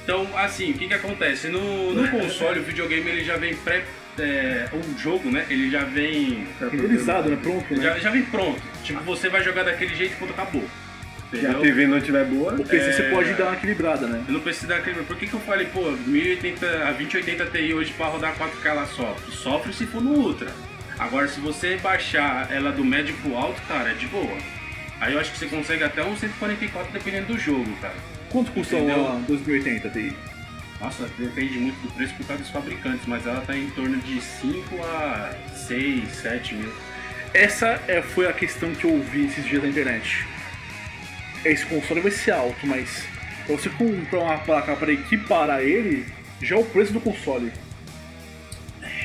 [SPEAKER 3] Então, assim, o que que acontece? No, no console, o videogame ele já vem pré... é, o jogo, né? Ele já vem...
[SPEAKER 2] Tá
[SPEAKER 1] Renderizado, né? Pronto, né?
[SPEAKER 3] é Já, já vem pronto. Tipo, você vai jogar daquele jeito e ponto acabou.
[SPEAKER 2] Se a
[SPEAKER 3] Entendeu?
[SPEAKER 2] TV não estiver boa,
[SPEAKER 1] O PC você
[SPEAKER 3] É.
[SPEAKER 1] pode dar uma equilibrada, né?
[SPEAKER 3] Eu não preciso dar câmera. Por que, que eu falei, pô, 1080, a 2080 Ti hoje pra rodar 4K ela sofre? Sofre se for no Ultra. Agora, se você baixar ela do médio pro alto, cara, é de boa. Aí eu acho que você consegue até um 144 dependendo do jogo, cara.
[SPEAKER 1] Quanto custa
[SPEAKER 3] Entendeu?
[SPEAKER 1] a 2080 Ti?
[SPEAKER 3] Nossa, depende muito do preço por causa dos fabricantes, mas ela tá em torno de 5 a 6, 7 mil.
[SPEAKER 1] Essa é, foi a questão que eu ouvi esses dias na internet. Esse console vai ser alto, mas pra você comprar uma placa para equiparar ele, já é o preço do console.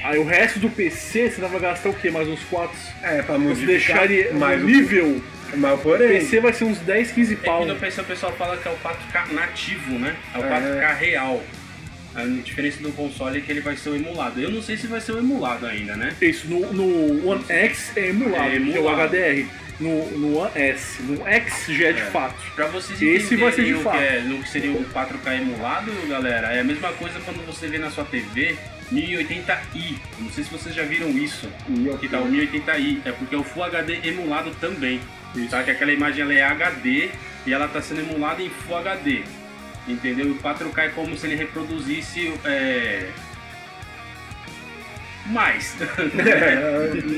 [SPEAKER 1] Aí o resto do PC você vai gastar o quê? Mais uns 4?
[SPEAKER 2] é pra
[SPEAKER 1] Você
[SPEAKER 2] modificar
[SPEAKER 1] deixar ele
[SPEAKER 2] mais
[SPEAKER 1] no
[SPEAKER 2] o-
[SPEAKER 1] um nível.
[SPEAKER 2] Mas
[SPEAKER 1] O
[SPEAKER 2] porém,
[SPEAKER 1] PC vai ser uns 10, 15
[SPEAKER 3] É
[SPEAKER 1] pau.
[SPEAKER 3] que no PC o pessoal fala que é o 4K nativo, né? É o
[SPEAKER 2] É.
[SPEAKER 3] 4K real. A diferença do console é que ele vai ser o emulado. Eu não sei se vai ser o emulado ainda, né?
[SPEAKER 1] Isso, no, no One X é emulado,
[SPEAKER 3] É
[SPEAKER 1] que é o
[SPEAKER 3] emulado.
[SPEAKER 1] HDR. No, no One S, no X já é de
[SPEAKER 3] É.
[SPEAKER 1] fato.
[SPEAKER 3] Pra vocês
[SPEAKER 1] Esse vai ser de
[SPEAKER 3] entenderem o
[SPEAKER 1] fato.
[SPEAKER 3] que, é, no que seria o 4K emulado, galera, é a mesma coisa quando você vê na sua TV 1080i. Não sei se vocês já viram isso.
[SPEAKER 2] E
[SPEAKER 1] é
[SPEAKER 2] eu-
[SPEAKER 3] Que tá o 1080i. É porque é o Full HD emulado também. Tá? Que aquela imagem ela é HD e ela tá sendo emulada em Full HD. Entendeu? O 4K é como se ele reproduzisse. É... Mais.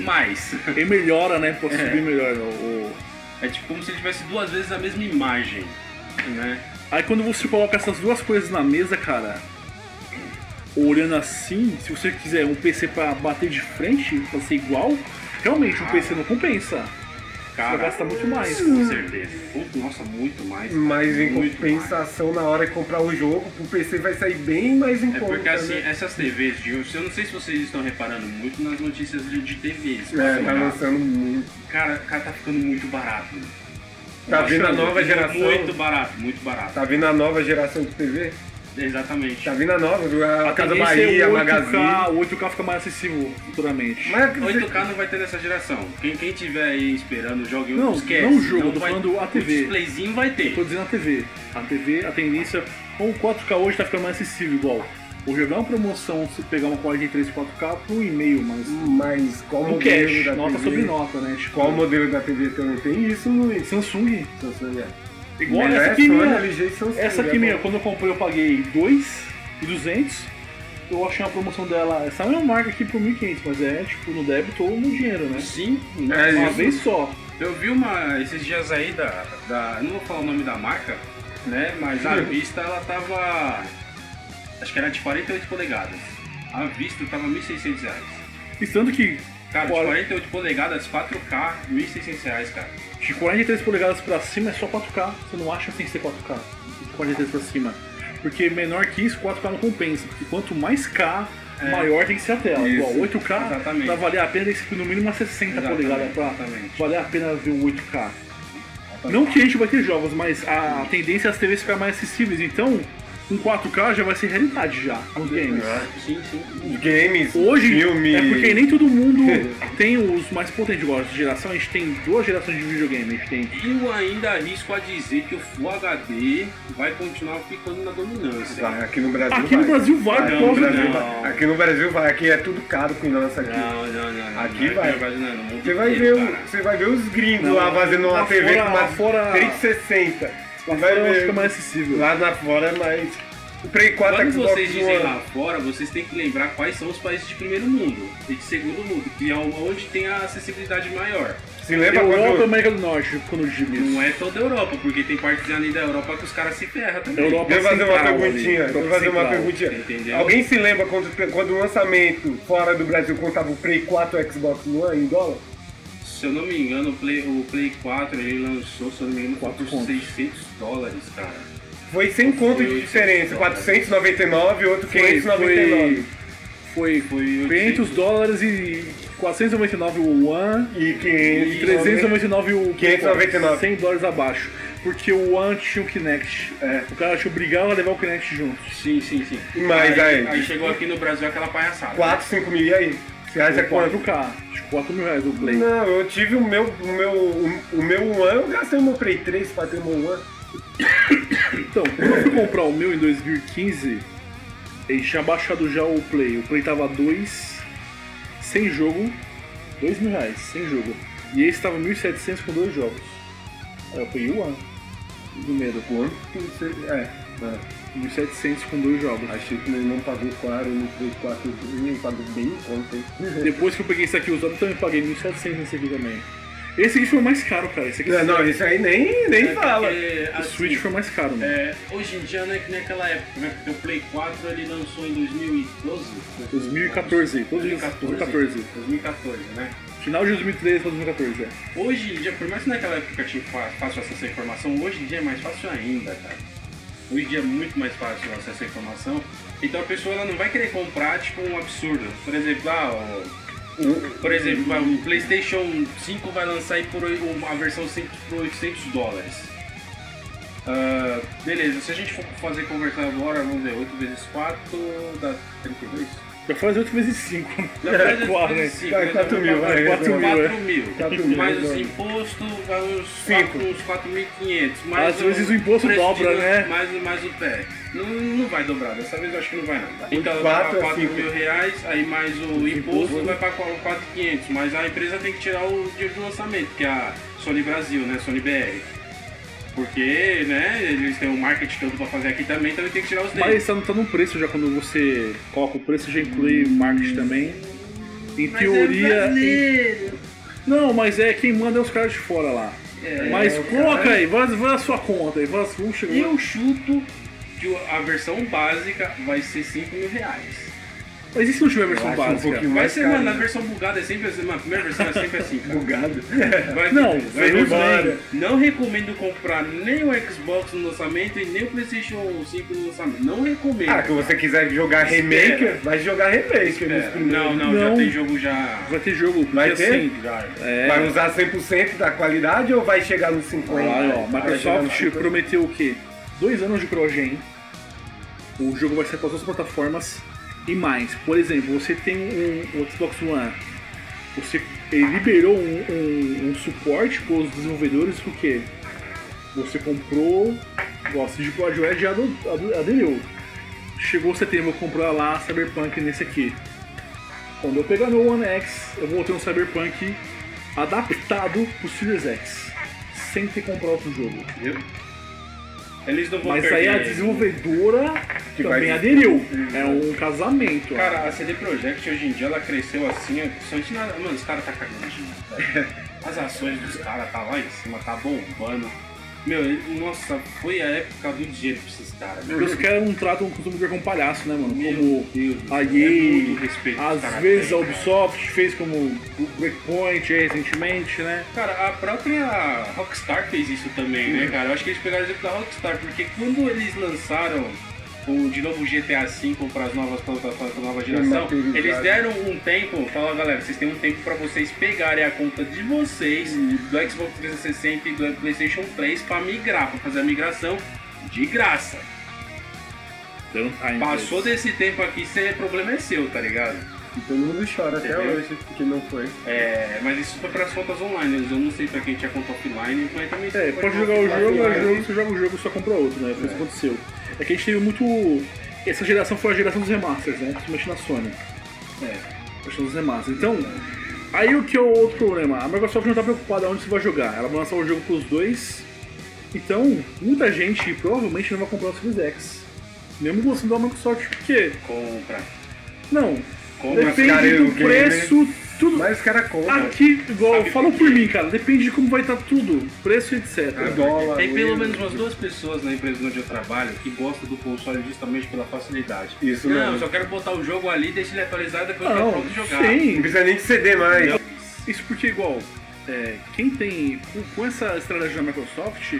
[SPEAKER 3] Mais.
[SPEAKER 1] Ele melhora, né?
[SPEAKER 2] É.
[SPEAKER 1] Pode subir melhor. o- o-
[SPEAKER 3] É tipo como se ele tivesse duas vezes a mesma imagem. Né?
[SPEAKER 1] Aí quando você coloca essas duas coisas na mesa, cara, olhando assim, se você quiser um PC pra bater de frente, pra ser igual, realmente o PC não compensa.
[SPEAKER 3] Cara,
[SPEAKER 1] gasta muito mais.
[SPEAKER 3] Com certeza. Pô, Nossa, muito mais.
[SPEAKER 1] um-
[SPEAKER 2] Mas em
[SPEAKER 3] Muito
[SPEAKER 2] compensação, na hora que comprar o jogo, o PC vai sair bem mais em
[SPEAKER 3] É
[SPEAKER 2] conta.
[SPEAKER 3] porque assim,
[SPEAKER 2] né?
[SPEAKER 3] essas TVs de hoje, eu não sei se vocês estão reparando muito nas notícias de, de TVs.
[SPEAKER 1] assim,
[SPEAKER 2] É, tá
[SPEAKER 3] cara,
[SPEAKER 2] lançando muito.
[SPEAKER 3] cara, cara, tá ficando muito barato.
[SPEAKER 2] Tá
[SPEAKER 3] Eu
[SPEAKER 2] vindo a
[SPEAKER 3] acho
[SPEAKER 2] nova
[SPEAKER 3] muito
[SPEAKER 2] geração.
[SPEAKER 3] Muito barato, muito barato.
[SPEAKER 2] Tá vindo a nova geração de TV?
[SPEAKER 3] Exatamente.
[SPEAKER 2] Tá vindo a nova, a, Casa
[SPEAKER 1] tendência é
[SPEAKER 2] Bahia, a
[SPEAKER 1] o 8K,
[SPEAKER 2] Magazine.
[SPEAKER 1] O 8K fica mais acessível futuramente.
[SPEAKER 2] Mas
[SPEAKER 3] 8K não vai ter nessa geração. Quem, quem tiver aí esperando, jogue um,
[SPEAKER 1] Não,
[SPEAKER 3] esquece.
[SPEAKER 1] não jogo, tô
[SPEAKER 3] vai-
[SPEAKER 1] falando a TV.
[SPEAKER 3] O displayzinho vai ter.
[SPEAKER 2] Tipo,
[SPEAKER 1] Tô dizendo a TV. A TV, a tendência, com o 4K hoje tá ficando mais acessível, igual. Hoje é uma promoção se pegar uma 43 4K por um e-mail, mas.
[SPEAKER 2] Mas qual
[SPEAKER 1] Um
[SPEAKER 2] modelo
[SPEAKER 1] cash,
[SPEAKER 2] da
[SPEAKER 1] nota
[SPEAKER 2] TV?
[SPEAKER 1] sobre nota, né? Tipo,
[SPEAKER 2] Qual modelo da TV também tem isso, Luiz?
[SPEAKER 1] Samsung.
[SPEAKER 2] Samsung é.
[SPEAKER 1] Igual
[SPEAKER 2] Melhor
[SPEAKER 1] essa
[SPEAKER 2] é
[SPEAKER 1] aqui,
[SPEAKER 2] Sony,
[SPEAKER 1] minha.
[SPEAKER 2] LG e Samsung,
[SPEAKER 1] Essa
[SPEAKER 2] é
[SPEAKER 1] aqui, minha,
[SPEAKER 2] bom.
[SPEAKER 1] quando eu comprei, eu paguei 2,200. Eu achei uma promoção dela, essa mesma marca aqui por 1.500, mas é tipo no débito ou no dinheiro, né?
[SPEAKER 3] Sim,
[SPEAKER 2] É
[SPEAKER 1] uma
[SPEAKER 2] isso.
[SPEAKER 1] vez só.
[SPEAKER 3] Eu vi uma esses dias aí da, da não vou falar o nome da marca, né? Mas a vista ela tava acho que era de 48 polegadas. A vista tava 1.600 reais.
[SPEAKER 1] E tanto que
[SPEAKER 3] Cara, de
[SPEAKER 2] tipo,
[SPEAKER 1] Olha.
[SPEAKER 3] 48 polegadas, 4K, 1.600 reais, cara.
[SPEAKER 1] de 43 polegadas pra cima é só 4K. Você não acha sem ser 4K. De 43 pra cima. Porque menor que isso, 4K não compensa. Porque quanto mais K, maior tem que ser a tela.
[SPEAKER 3] É. Isso.
[SPEAKER 1] Igual 8K,
[SPEAKER 3] Exatamente.
[SPEAKER 1] pra valer a pena tem que ser no mínimo uma 60
[SPEAKER 3] Exatamente,
[SPEAKER 1] polegadas pra
[SPEAKER 3] exatamente.
[SPEAKER 1] valer a pena ver um 8K. Não que a gente vai ter jogos, mas a tendência é as TVs ficar mais acessíveis, então um 4K já vai ser realidade já nos games.
[SPEAKER 3] Sim, sim.
[SPEAKER 2] Games,
[SPEAKER 1] Hoje
[SPEAKER 2] filme.
[SPEAKER 1] é porque nem todo mundo tem os mais potentes igual essa geração, a gente tem duas gerações de videogame, a gente tem
[SPEAKER 3] Eu ainda arrisco a dizer que o Full HD vai continuar ficando na dominância.
[SPEAKER 2] Tá, aqui no Brasil
[SPEAKER 1] Aqui no
[SPEAKER 2] vai.
[SPEAKER 1] Brasil vai, né?
[SPEAKER 2] Aqui
[SPEAKER 1] não,
[SPEAKER 2] no Brasil
[SPEAKER 3] não.
[SPEAKER 2] vai. Aqui no Brasil vai. Aqui é tudo caro que lança aqui.
[SPEAKER 3] Não, não, não. não.
[SPEAKER 2] Aqui
[SPEAKER 3] Não,
[SPEAKER 2] vai.
[SPEAKER 3] não, não, não. é
[SPEAKER 2] Você vai, ver, o- você vai ver os gringos
[SPEAKER 1] Não,
[SPEAKER 2] lá fazendo uma
[SPEAKER 1] lá
[SPEAKER 2] TV
[SPEAKER 1] fora-
[SPEAKER 2] com uma
[SPEAKER 1] lá fora-
[SPEAKER 2] 360. Você
[SPEAKER 1] Lá
[SPEAKER 2] vai
[SPEAKER 1] fora eu acho
[SPEAKER 2] ver.
[SPEAKER 1] que é mais acessível.
[SPEAKER 2] Lá na fora é mais. O Play 4
[SPEAKER 3] Quando
[SPEAKER 2] Xbox
[SPEAKER 3] vocês dizem
[SPEAKER 2] One.
[SPEAKER 3] lá fora, vocês têm que lembrar quais são os países de primeiro mundo e de segundo mundo, que é onde tem a acessibilidade maior.
[SPEAKER 2] Se lembra
[SPEAKER 1] Europa é e
[SPEAKER 2] é quando.
[SPEAKER 1] América do Norte, quando eu digo isso.
[SPEAKER 3] Não é toda a Europa, porque tem partes ali da Europa que os caras se ferram também.
[SPEAKER 1] Europa
[SPEAKER 2] Deixa eu fazer uma
[SPEAKER 1] central ali,
[SPEAKER 2] perguntinha. Deixa eu fazer uma
[SPEAKER 1] central,
[SPEAKER 2] perguntinha.
[SPEAKER 3] entendeu?
[SPEAKER 2] Alguém se lembra quando, quando o lançamento fora do Brasil contava o Play 4 e o Xbox One em dólar?
[SPEAKER 3] Se eu não me engano, o Play, o Play 4 ele lançou, se eu não me engano, por
[SPEAKER 1] Quanto?
[SPEAKER 3] 600 dólares, cara.
[SPEAKER 2] Foi 100 conto
[SPEAKER 3] Foi
[SPEAKER 2] de diferença.
[SPEAKER 3] 899.
[SPEAKER 2] 499 e outro
[SPEAKER 1] Foi,
[SPEAKER 2] 599.
[SPEAKER 1] foi, foi
[SPEAKER 3] Foi
[SPEAKER 1] 500 dólares e 499 o One
[SPEAKER 2] E
[SPEAKER 1] e
[SPEAKER 2] 599.
[SPEAKER 1] 399 o
[SPEAKER 2] 599.
[SPEAKER 1] 100 dólares abaixo. Porque o One tinha o Kinect.
[SPEAKER 2] É.
[SPEAKER 1] O cara te obrigava a levar o Kinect junto.
[SPEAKER 3] Sim, sim, sim.
[SPEAKER 2] Mas aí-
[SPEAKER 3] aí chegou aqui no Brasil aquela palhaçada.
[SPEAKER 2] 4, 5 mil. E aí? Você acha
[SPEAKER 1] Foi
[SPEAKER 2] é quanto?
[SPEAKER 1] 4K, tipo 4 mil reais o Play.
[SPEAKER 2] Não, eu tive o meu, o meu, o meu One, eu gastei o meu Play 3 pra ter o meu um One.
[SPEAKER 1] Então, quando eu fui comprar o meu em 2015, ele tinha baixado já o Play. O Play tava 2, sem jogo, 2 mil reais, sem jogo. E esse tava 1.700 com dois jogos. Aí eu peguei o One, do medo.
[SPEAKER 2] Quanto? que você- É, é,
[SPEAKER 1] 1.700 com dois jogos.
[SPEAKER 2] achei que ele não pagou caro no Play 4, ele pagou bem em conta. hein?
[SPEAKER 1] Depois que eu peguei esse aqui usado, eu também paguei 1.700 nesse aqui também. Esse aqui foi o mais caro, cara. Esse aqui
[SPEAKER 2] Não, É, não, isso aí nem, nem
[SPEAKER 3] É,
[SPEAKER 2] fala.
[SPEAKER 3] porque,
[SPEAKER 1] o
[SPEAKER 3] assim,
[SPEAKER 1] Switch foi mais caro, né?
[SPEAKER 3] é, hoje em dia não é que naquela época, né? Porque o Play 4 ele lançou em 2012.
[SPEAKER 1] 2014, todo dia-
[SPEAKER 3] 2014. 2014, né?
[SPEAKER 1] Final de 2013 pra 2014, é.
[SPEAKER 3] Hoje em dia, por mais que naquela época tinha fa- fácil acesso à informação, hoje em dia é mais fácil ainda, cara. Hoje em dia é muito mais fácil o acesso à informação. Então a pessoa ela não vai querer comprar, tipo, um absurdo. Por exemplo, ah, o- por exemplo, vai, o PlayStation 5 vai lançar aí por oi- uma- a versão 100 por 800 dólares. Ah, beleza, se a gente for fazer conversar agora, vamos ver, 8 vezes 4 dá 32?
[SPEAKER 1] Já faz 8 vezes 5.
[SPEAKER 3] Na verdade,
[SPEAKER 1] Quatro, né?
[SPEAKER 3] vezes cinco,
[SPEAKER 2] Vai,
[SPEAKER 3] né?
[SPEAKER 2] quatro mil, vai,
[SPEAKER 1] quatro mil, né? é.
[SPEAKER 3] 4 mil. né?
[SPEAKER 2] Quatro mil,
[SPEAKER 3] Mais os
[SPEAKER 2] vai.
[SPEAKER 3] impostos, vai uns
[SPEAKER 2] Cinco.
[SPEAKER 3] 4, uns 4.500. mais
[SPEAKER 1] Às vezes o imposto
[SPEAKER 3] preço
[SPEAKER 1] dobra,
[SPEAKER 3] de-
[SPEAKER 1] né?
[SPEAKER 3] Mais, mais o pé. Não, não vai dobrar, dessa vez eu acho que não vai não. Então
[SPEAKER 2] quatro
[SPEAKER 3] dá
[SPEAKER 2] é
[SPEAKER 3] 4
[SPEAKER 2] cinco.
[SPEAKER 3] mil reais, aí mais o imposto
[SPEAKER 1] imposto.
[SPEAKER 3] vai para 4.500. Mas a empresa tem que tirar o dinheiro do lançamento, que é a Sony Brasil, né? Sony BR. Porque, né, eles têm um marketing todo pra fazer aqui também, então ele tem que tirar os deles.
[SPEAKER 1] Mas tá, tá no preço já quando você coloca o preço, já inclui marketing também. Em
[SPEAKER 3] Mas é
[SPEAKER 1] teoria. em-
[SPEAKER 3] brasileiro.
[SPEAKER 1] Não, mas é quem manda é os caras de fora lá.
[SPEAKER 3] É,
[SPEAKER 1] mas
[SPEAKER 2] o
[SPEAKER 1] coloca
[SPEAKER 2] cara-
[SPEAKER 1] aí, vai, vai a sua conta aí, vai, vamos chegar.
[SPEAKER 3] Eu chuto que a versão básica vai ser 5 mil reais.
[SPEAKER 1] Mas e se não tiver versão
[SPEAKER 2] acho um
[SPEAKER 1] básica?
[SPEAKER 2] pouquinho
[SPEAKER 3] Vai
[SPEAKER 2] mais
[SPEAKER 3] ser,
[SPEAKER 2] caro,
[SPEAKER 3] mano, a
[SPEAKER 2] né?
[SPEAKER 3] versão bugada é sempre assim, mano, a primeira versão é sempre assim, cara.
[SPEAKER 2] Bugado.
[SPEAKER 3] Vai
[SPEAKER 1] Não,
[SPEAKER 3] ter-
[SPEAKER 1] vai embora.
[SPEAKER 2] embora.
[SPEAKER 3] Não recomendo comprar nem o Xbox no lançamento e nem o Playstation 5 no lançamento. Não recomendo.
[SPEAKER 2] Ah, que você quiser jogar
[SPEAKER 3] Espera.
[SPEAKER 2] remake, vai jogar remake. nos
[SPEAKER 3] É,
[SPEAKER 2] primeiros.
[SPEAKER 3] não, não, já
[SPEAKER 1] Não.
[SPEAKER 3] tem jogo já.
[SPEAKER 1] Vai ter jogo, porque
[SPEAKER 2] Vai ter?
[SPEAKER 1] assim. É.
[SPEAKER 2] Vai usar 100% da qualidade ou vai chegar nos 50%?
[SPEAKER 1] Olha, ó,
[SPEAKER 2] Vai chegar nos
[SPEAKER 1] Microsoft
[SPEAKER 2] 50%.
[SPEAKER 1] prometeu o quê? Dois anos de Progen. O jogo vai ser para todas as plataformas e mais. Por exemplo, você tem um, um Xbox One. Você ele liberou um, um- um suporte para os desenvolvedores porque você comprou, ó, CD Projekt Red já ado- ado- aderiu. Chegou setembro, eu vou comprar lá Cyberpunk nesse aqui. Quando eu pegar meu One X, eu vou ter um Cyberpunk adaptado pro Series X, sem ter que comprar outro jogo.
[SPEAKER 3] Entendeu? Eles não vão
[SPEAKER 1] Mas aí
[SPEAKER 3] perder.
[SPEAKER 1] a desenvolvedora
[SPEAKER 2] Que vai
[SPEAKER 1] também
[SPEAKER 2] dizer-
[SPEAKER 1] aderiu. É um casamento. ó.
[SPEAKER 3] Cara, a CD Projekt hoje em dia ela cresceu assim, ó, principalmente na. Mano, os caras tá cagando de mim, velho. As ações dos caras tá lá em cima, tá bombando. Meu, ele- nossa, foi a época do dinheiro pra esses caras.
[SPEAKER 1] Porque os caras não tratam o consumidor como palhaço, né, mano?
[SPEAKER 3] Meu
[SPEAKER 1] como
[SPEAKER 3] Deus do céu,
[SPEAKER 1] a
[SPEAKER 3] é
[SPEAKER 1] EA,
[SPEAKER 3] muito respeito que os
[SPEAKER 1] às
[SPEAKER 3] caras
[SPEAKER 1] vezes a
[SPEAKER 3] têm,
[SPEAKER 1] Ubisoft fez como o Breakpoint aí recentemente, né?
[SPEAKER 3] Cara, a própria Rockstar fez isso também, né, cara? Eu acho que eles pegaram o exemplo da Rockstar, porque quando eles lançaram o, de novo GTA V para as novas plataformas, para a nova geração,
[SPEAKER 2] maturidade.
[SPEAKER 3] eles deram um tempo, falaram, galera, vocês têm um tempo para vocês pegarem a conta de vocês, do Xbox 360 e do PlayStation 3, para migrar, para fazer a migração de graça.
[SPEAKER 1] Deu um
[SPEAKER 3] Então,
[SPEAKER 1] time pra
[SPEAKER 3] Passou
[SPEAKER 1] eles.
[SPEAKER 3] desse tempo aqui, o problema é seu, tá ligado?
[SPEAKER 2] E todo mundo chora até
[SPEAKER 3] Entendeu?
[SPEAKER 2] hoje que não foi.
[SPEAKER 3] É, mas isso foi para as contas online, eu não sei para quem tinha conta offline, mas também...
[SPEAKER 1] É,
[SPEAKER 3] você
[SPEAKER 1] pode jogar o jogo, mas
[SPEAKER 2] é.
[SPEAKER 1] o jogo, você joga o jogo e só compra outro, né? Foi isso que aconteceu. É que a gente teve muito. Essa geração foi a geração dos remasters, né? Principalmente na Sony.
[SPEAKER 3] É.
[SPEAKER 1] A geração dos remasters. Então, aí o que é o outro problema? A Microsoft não tá preocupada onde você vai jogar. Ela vai lançar o jogo pros dois. Então, muita gente provavelmente não vai comprar o Series X. Mesmo gostando da Microsoft, porque.
[SPEAKER 3] Compra.
[SPEAKER 1] Não.
[SPEAKER 3] Compra,
[SPEAKER 1] depende
[SPEAKER 2] cara, eu
[SPEAKER 1] do
[SPEAKER 2] quero,
[SPEAKER 1] preço, tudo.
[SPEAKER 2] Mas os caras compram.
[SPEAKER 1] Aqui, igual,
[SPEAKER 3] Sabe
[SPEAKER 1] falam
[SPEAKER 3] por
[SPEAKER 1] por
[SPEAKER 3] quê?
[SPEAKER 1] mim, cara. Depende de como vai estar tudo. Preço, etc.
[SPEAKER 2] É dólar.
[SPEAKER 3] Tem pelo
[SPEAKER 2] euro.
[SPEAKER 3] menos umas duas pessoas na empresa onde eu trabalho que gostam do console justamente pela facilidade.
[SPEAKER 2] Isso
[SPEAKER 3] não, eu
[SPEAKER 2] mesmo.
[SPEAKER 3] só quero botar o jogo ali, deixa ele atualizado depois eu tô
[SPEAKER 1] Não,
[SPEAKER 3] pronto de jogar.
[SPEAKER 2] Não
[SPEAKER 1] sim.
[SPEAKER 2] precisa nem de CD mais.
[SPEAKER 3] Entendeu?
[SPEAKER 1] Isso porque, igual, é, quem tem. Com, com essa estratégia da Microsoft,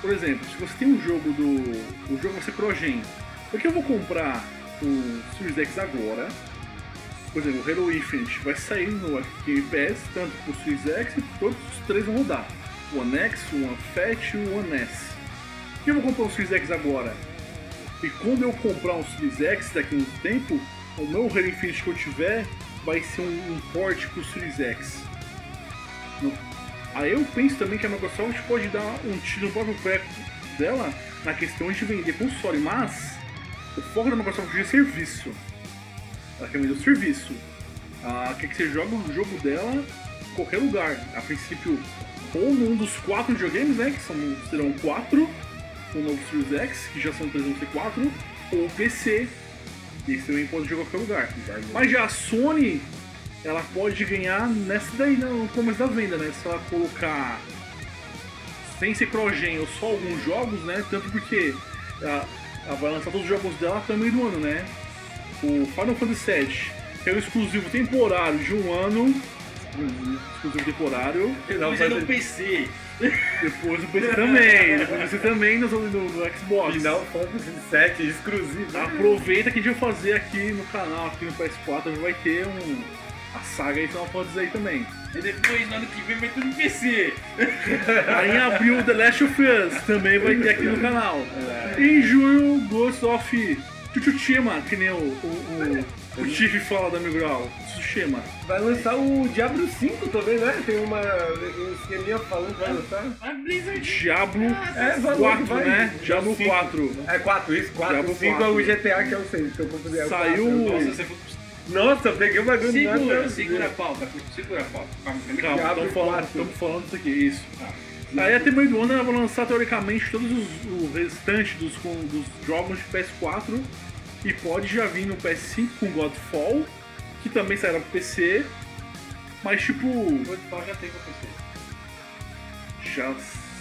[SPEAKER 1] por exemplo, se você tem um jogo do. O jogo vai ser Progen. Por que eu vou comprar o Series X agora? Por exemplo, o Halo Infinite vai sair no Game Pass, tanto pro Series X e todos os três vão rodar: o One X, o One Fat e o One S. Por que eu vou comprar o Series X agora? E quando eu comprar um Series X daqui a um tempo, o meu Halo Infinite que eu tiver vai ser um, um port pro Series X. Não. Aí eu penso também que a Microsoft pode dar um tiro no próprio pé dela na questão de vender console, mas o foco da Microsoft hoje é serviço. Ela quer vender o serviço. Ela quer que você jogue o jogo dela em qualquer lugar. A princípio, ou num dos quatro videogames, né? Que são, serão quatro, o novo Series X, que já são 304, ou PC, e você também pode jogar em qualquer lugar. Mas já a Sony, ela pode ganhar nessa daí, né, no começo da venda, né? Se ela colocar sem ser crogen ou só alguns jogos, né? Tanto porque ela, ela vai lançar todos os jogos dela até o meio do ano, né? O Final Fantasy VII, que é um exclusivo temporário de um ano. Hum, Exclusivo temporário.
[SPEAKER 3] Depois
[SPEAKER 1] Ela
[SPEAKER 3] é
[SPEAKER 1] vai-
[SPEAKER 3] no PC.
[SPEAKER 1] depois o PC também. Depois o PC também no, no, no Xbox.
[SPEAKER 2] Final Fantasy 7 exclusivo.
[SPEAKER 1] Aproveita que a gente vai fazer aqui no canal, aqui no PS4, vai ter um, a saga aí Final Fantasy aí também.
[SPEAKER 3] E depois, no ano que vem, vai tudo no PC.
[SPEAKER 1] Aí em abril, The Last of Us também vai ter aqui no canal. Em junho, Ghost of Tsushima, que nem o, o, o, o Tiff fala da Migral. Tsushima.
[SPEAKER 2] Vai lançar o Diablo 5 também, né? Tem uma um esqueminha falando tá? que vai lançar.
[SPEAKER 3] A Blizzard.
[SPEAKER 1] Diablo
[SPEAKER 2] É, vai,
[SPEAKER 1] 4,
[SPEAKER 2] vai.
[SPEAKER 1] né? Diablo 4.
[SPEAKER 2] É 4, isso, 4.
[SPEAKER 1] Diablo
[SPEAKER 2] 5 é o GTA que é o 6, então eu confundi. É o
[SPEAKER 1] Saiu-
[SPEAKER 2] quatro, é o
[SPEAKER 3] Nossa,
[SPEAKER 2] seis.
[SPEAKER 3] você
[SPEAKER 2] Nossa, eu peguei o bagulho do nada,
[SPEAKER 3] Segura,
[SPEAKER 1] né?
[SPEAKER 2] meu
[SPEAKER 3] segura a
[SPEAKER 2] Deus.
[SPEAKER 3] pauta, segura a pauta. Calma, calma.
[SPEAKER 1] Calma,
[SPEAKER 2] Diablo
[SPEAKER 1] estamos falando,
[SPEAKER 2] 4.
[SPEAKER 1] estamos falando isso aqui, isso. Aí até meio do ano ela vai lançar teoricamente todos os o restante dos, com- dos jogos de PS4 e pode já vir no PS5 com Godfall, que também sairá pro PC, mas tipo,
[SPEAKER 3] O Godfall já tem pra PC.
[SPEAKER 1] já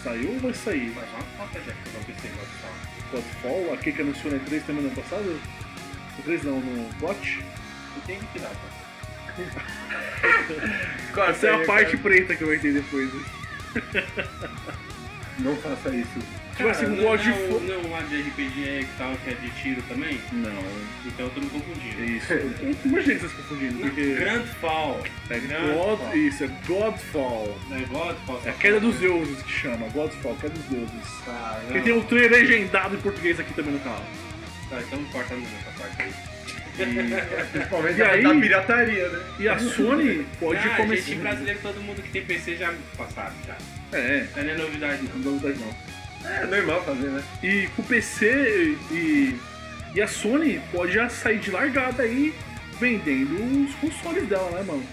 [SPEAKER 1] saiu ou vai sair?
[SPEAKER 3] Mas uma conta já que tem pra PC, Godfall.
[SPEAKER 1] Godfall, aquele que anunciou na E3 também no ano passado? No 3 não, no Watch?
[SPEAKER 3] Não tem que tirar, tá?
[SPEAKER 1] Essa é a parte preta que vai ter depois. né?
[SPEAKER 2] Não faça isso.
[SPEAKER 1] Tipo assim,
[SPEAKER 3] Ah, Não,
[SPEAKER 1] o
[SPEAKER 3] não,
[SPEAKER 1] Godfall...
[SPEAKER 3] não, não há de RPG aí que tal, que é de tiro também?
[SPEAKER 1] Não,
[SPEAKER 3] Então eu tô me confundindo.
[SPEAKER 1] é isso. Imagina vocês confundindo, porque...
[SPEAKER 3] Grand Fall.
[SPEAKER 1] É
[SPEAKER 3] Grand
[SPEAKER 1] God,
[SPEAKER 3] Fall.
[SPEAKER 1] isso, é Godfall.
[SPEAKER 3] É Godfall.
[SPEAKER 1] É a queda dos deuses que chama, Godfall, queda dos deuses.
[SPEAKER 3] Ah, não.
[SPEAKER 1] Que tem um trailer legendado em português aqui também no canal.
[SPEAKER 3] Tá, então corta mesmo essa parte aí.
[SPEAKER 2] Principalmente
[SPEAKER 1] E
[SPEAKER 2] a-
[SPEAKER 1] aí?
[SPEAKER 2] da pirataria, né?
[SPEAKER 1] E a Sony pode
[SPEAKER 3] Tá ah,
[SPEAKER 1] começar.
[SPEAKER 3] gente brasileiro, todo mundo que tem PC já passaram, já.
[SPEAKER 1] É,
[SPEAKER 3] Não é novidade, não.
[SPEAKER 1] não dá vontade não.
[SPEAKER 2] É normal fazer, né?
[SPEAKER 1] E com o PC e, e a Sony pode já sair de largada aí vendendo os consoles dela, né, mano?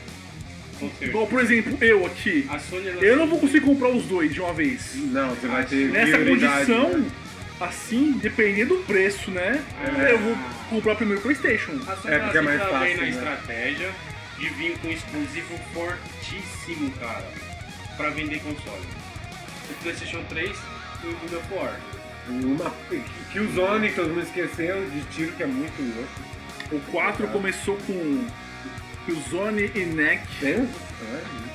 [SPEAKER 3] Ou seja,
[SPEAKER 1] Igual, por exemplo, eu aqui.
[SPEAKER 3] a Sony... ela-
[SPEAKER 1] Eu não vou conseguir comprar os dois de uma vez.
[SPEAKER 2] Não, você vai ter
[SPEAKER 1] Nessa
[SPEAKER 2] prioridade,
[SPEAKER 1] condição,
[SPEAKER 2] né?
[SPEAKER 1] assim, dependendo do preço, né?
[SPEAKER 3] É.
[SPEAKER 1] Eu vou comprar primeiro o PlayStation.
[SPEAKER 3] A Sony
[SPEAKER 2] É,
[SPEAKER 3] ela
[SPEAKER 2] porque é mais
[SPEAKER 3] se dá bem
[SPEAKER 2] fácil,
[SPEAKER 3] na
[SPEAKER 2] né?
[SPEAKER 3] estratégia de vir com um exclusivo fortíssimo, cara, pra vender console. O PlayStation 3 e o God of War.
[SPEAKER 2] Uma... Que o Zone, que todo mundo esqueceu, de tiro que é muito louco.
[SPEAKER 1] O 4
[SPEAKER 2] É.
[SPEAKER 1] começou com Killzone e Neck,
[SPEAKER 2] Tem? É,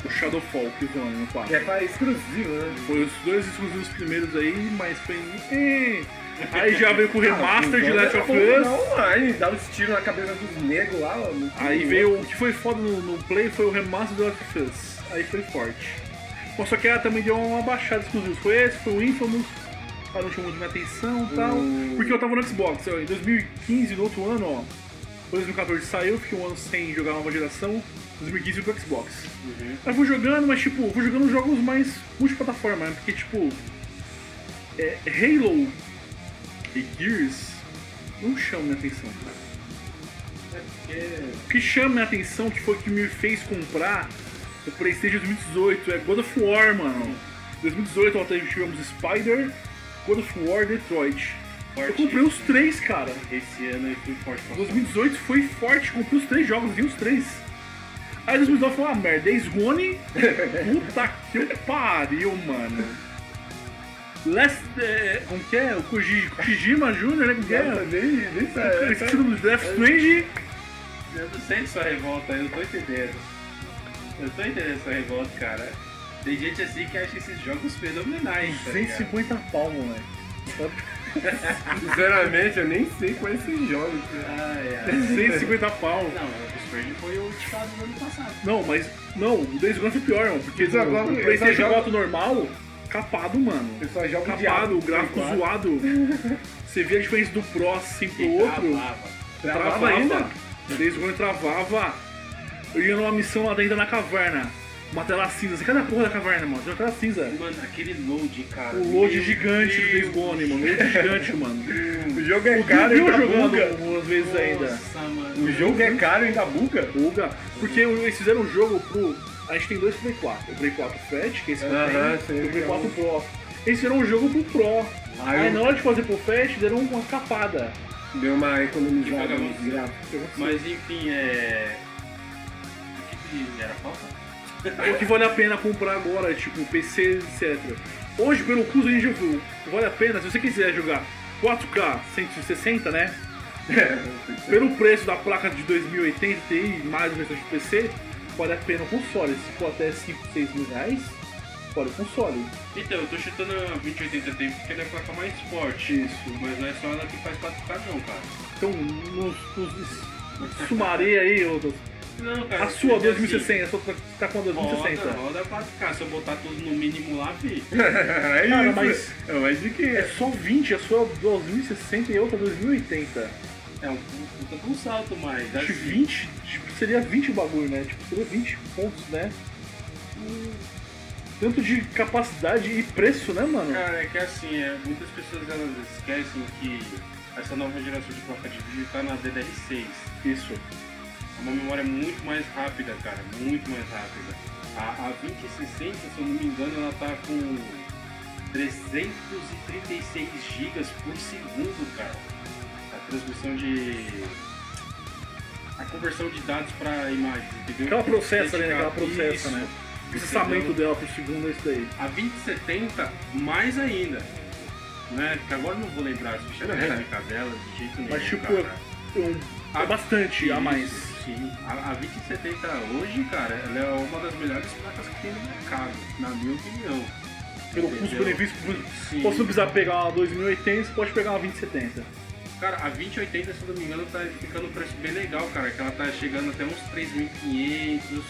[SPEAKER 1] o Shadowfall, Killzone no 4.
[SPEAKER 2] que é pra exclusivo, né?
[SPEAKER 1] Foi os dois exclusivos primeiros aí, mas foi. eh, Aí já veio com o
[SPEAKER 2] Ah,
[SPEAKER 1] remaster de Last of Us.
[SPEAKER 2] é Não, online, dava os tiros na cabeça dos negros lá, mano.
[SPEAKER 1] Aí veio o que foi foda no, no Play foi o remaster de Last of Us. Aí foi forte. Bom, só que ela também deu uma baixada exclusiva. Foi esse, foi o Infamous. Ela não chamou de minha atenção e tal.
[SPEAKER 2] Hum.
[SPEAKER 1] Porque eu tava no Xbox. ó, Em 2015, no outro ano, ó. 2014 saiu, fiquei um ano sem jogar nova geração. 2015 fui pro Xbox. Aí fui jogando, mas tipo, fui jogando jogos mais multiplataforma, né? Porque tipo. é, Halo e Gears não chamam minha atenção, cara. O que chama minha atenção, que foi o que me fez comprar o Playstation 2018, é God of War, mano. 2018 nós tivemos tá Spider, God of War, Detroit. Eu
[SPEAKER 3] Forte.
[SPEAKER 1] comprei os três, cara.
[SPEAKER 3] Esse ano eu fui forte pra
[SPEAKER 1] 2018 foi forte, comprei os três jogos, vi os três. Aí 2019 foi uma merda, Days Gone, puta que eu pariu, mano. Last, é, como que é? O Koji- Kojima Jr., né? Como que
[SPEAKER 2] Nossa,
[SPEAKER 1] é?
[SPEAKER 2] nem, nem
[SPEAKER 1] Eu
[SPEAKER 2] sabe.
[SPEAKER 1] Esqueci o nome do Death Strange.
[SPEAKER 3] Eu não sei sua revolta, eu tô entendendo. Eu tô entendendo sua revolta, cara. Tem gente assim que acha esses jogos fenomenais, tá ligado?
[SPEAKER 1] 150 pau, moleque.
[SPEAKER 2] Sinceramente, eu nem sei é quais esses jogos.
[SPEAKER 3] Ai, ai.
[SPEAKER 1] 150 pau.
[SPEAKER 3] Não, o Spurge foi o ditado do ano passado.
[SPEAKER 1] Não, mas. Não, o Days Gone foi pior, mano. Porque
[SPEAKER 2] Eles agora-
[SPEAKER 1] no, no
[SPEAKER 2] eles
[SPEAKER 1] PlayStation
[SPEAKER 2] agora-
[SPEAKER 1] 4 normal, capado, mano.
[SPEAKER 2] Eu só jogo tá
[SPEAKER 1] Capado, Tá o gráfico zoado. Você via a diferença do Pro assim pro outro.
[SPEAKER 3] ah,
[SPEAKER 1] Travava ainda. Desde quando travava, eu ia numa missão lá dentro na caverna. Uma tela cinza. Cadê a porra da caverna, mano? Tem uma tela cinza.
[SPEAKER 3] Mano, aquele load, cara.
[SPEAKER 1] O load
[SPEAKER 3] Meu
[SPEAKER 1] gigante do Days
[SPEAKER 3] Deus.
[SPEAKER 1] Gone, mano. O load gigante, mano.
[SPEAKER 2] O jogo é
[SPEAKER 1] O
[SPEAKER 2] caro e
[SPEAKER 1] Dudu
[SPEAKER 2] ainda
[SPEAKER 1] jogando
[SPEAKER 2] buga.
[SPEAKER 1] algumas vezes ainda.
[SPEAKER 3] Nossa, mano.
[SPEAKER 2] O jogo é caro e ainda buga.
[SPEAKER 1] Buga. Porque eles fizeram um jogo pro. A gente tem dois Play 4. O Play 4 Fat, que é esse que eu
[SPEAKER 2] Aham,
[SPEAKER 1] tenho,
[SPEAKER 2] sim,
[SPEAKER 1] e o Play
[SPEAKER 2] é
[SPEAKER 1] 4
[SPEAKER 2] um.
[SPEAKER 1] Pro. Eles fizeram um jogo pro Pro.
[SPEAKER 2] Aí
[SPEAKER 1] Aí
[SPEAKER 2] eu-
[SPEAKER 1] na hora de fazer pro Fat, deram uma capada.
[SPEAKER 2] Deu uma
[SPEAKER 3] Que
[SPEAKER 2] economizada
[SPEAKER 3] vagabundo.
[SPEAKER 2] no gráfico.
[SPEAKER 3] Mas enfim, é. O que que era falta?
[SPEAKER 1] O que vale a pena comprar agora, tipo, PC, etc. Hoje, pelo custo de jogo, vale a pena, se você quiser jogar 4K 160, né?
[SPEAKER 2] É,
[SPEAKER 1] Pelo preço da placa de 2080 Ti, mais o restante do PC, vale a pena o console. Se for até 5, 6 mil reais, vale o console.
[SPEAKER 3] Então, eu tô chutando a 2080 Ti porque ela é a placa mais forte. Isso. Mas não é só ela que faz 4K não, cara.
[SPEAKER 1] Então, nos, nos sumarei aí, outros.
[SPEAKER 3] Não, cara.
[SPEAKER 1] A sua
[SPEAKER 3] porque, assim,
[SPEAKER 1] 2060, a sua tá- tá com a 2060.
[SPEAKER 3] Roda, roda 4K. Se eu botar tudo no mínimo lá, fi.
[SPEAKER 2] é
[SPEAKER 1] Cara,
[SPEAKER 2] isso.
[SPEAKER 1] mas-
[SPEAKER 2] É mais de
[SPEAKER 1] É
[SPEAKER 2] que?
[SPEAKER 1] só 20, a sua 2060 e a outra 2080.
[SPEAKER 3] É um puta de um salto, mas.
[SPEAKER 1] Acho que
[SPEAKER 3] assim,
[SPEAKER 1] 20, tipo, seria 20 o bagulho, né? Tipo, seria 20 pontos, né? Hum, Tanto de capacidade e preço, né, mano?
[SPEAKER 3] Cara, é que assim, é, muitas pessoas elas esquecem que essa nova geração de placa de vídeo tá na DDR6.
[SPEAKER 1] Isso.
[SPEAKER 3] É uma memória muito mais rápida, cara, muito mais rápida. A, a 2060, se eu não me engano, ela tá com 336 GB por segundo, cara. A transmissão de. A conversão de dados para imagens, entendeu?
[SPEAKER 1] Que ela processa, né? Que ela
[SPEAKER 3] Dedicar-
[SPEAKER 1] processa,
[SPEAKER 3] Isso.
[SPEAKER 1] né? O processamento
[SPEAKER 3] Entendeu?
[SPEAKER 1] dela por segundo é isso daí.
[SPEAKER 3] A 2070, mais ainda. Né? Porque agora eu não vou lembrar as fichas técnicas dela de jeito nenhum.
[SPEAKER 1] É. Mas, tipo,
[SPEAKER 3] cara.
[SPEAKER 1] Um,
[SPEAKER 3] Ah,
[SPEAKER 1] é bastante a
[SPEAKER 3] Isso,
[SPEAKER 1] mais.
[SPEAKER 3] Sim. A, a 2070 hoje, cara, ela é uma das melhores placas que tem no mercado, na minha opinião.
[SPEAKER 1] Pelo
[SPEAKER 3] Entendeu?
[SPEAKER 1] custo-benefício.
[SPEAKER 3] Sim.
[SPEAKER 1] Ou se não precisar pegar uma 2080, você pode pegar uma 2070.
[SPEAKER 3] Cara, a 2080, se eu não me engano, tá ficando um preço bem legal, cara. Que ela tá chegando até uns 3.500, Um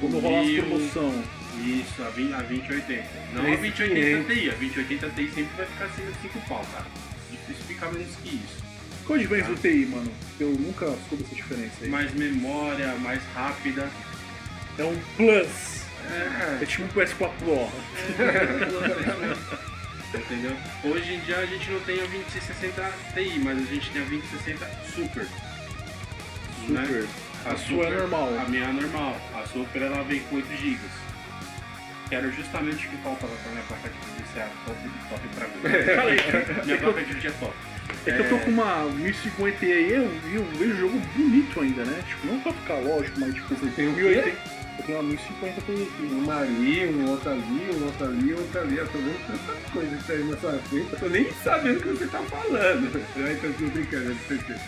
[SPEAKER 1] Quando rolar as
[SPEAKER 3] 4.000.
[SPEAKER 1] promoção.
[SPEAKER 3] Isso, a, 20, a 2080. Não a
[SPEAKER 2] 3.500.
[SPEAKER 3] 2080 Ti. A 2080 Ti sempre vai ficar acima de 5 pau, cara. Difícil ficar menos que isso.
[SPEAKER 1] Qual a
[SPEAKER 3] Ah.
[SPEAKER 1] diferença do TI, mano? Eu nunca soube essa diferença aí.
[SPEAKER 3] Mais memória, mais rápida.
[SPEAKER 1] É um plus.
[SPEAKER 3] É,
[SPEAKER 1] É tipo um PS4 Pro.
[SPEAKER 3] Entendeu? Hoje em dia a gente não tem a 2060 Ti, mas a gente tem a 2060 Super. né?
[SPEAKER 1] Super. A sua é normal.
[SPEAKER 3] A minha é normal. A Super ela vem com 8 GB. Que era justamente o que faltava pra minha placa de vídeo ser a top, top pra mim.
[SPEAKER 1] Cara, é-
[SPEAKER 3] minha placa de vídeo é top.
[SPEAKER 1] É que eu tô com uma 1050 aí, eu, eu vejo o jogo bonito ainda, né? Tipo, não pra ficar lógico, mas tipo, você
[SPEAKER 2] tem um o quê?
[SPEAKER 1] Eu
[SPEAKER 2] um
[SPEAKER 1] tenho uma 1050 por aqui.
[SPEAKER 2] Uma ali, um outro ali, um outro ali, um outro ali. Eu tô vendo tanta coisa que tá aí na sua frente. Eu tô nem sabendo o que você tá falando. Ai, tô aqui brincando, é eu tô brincando.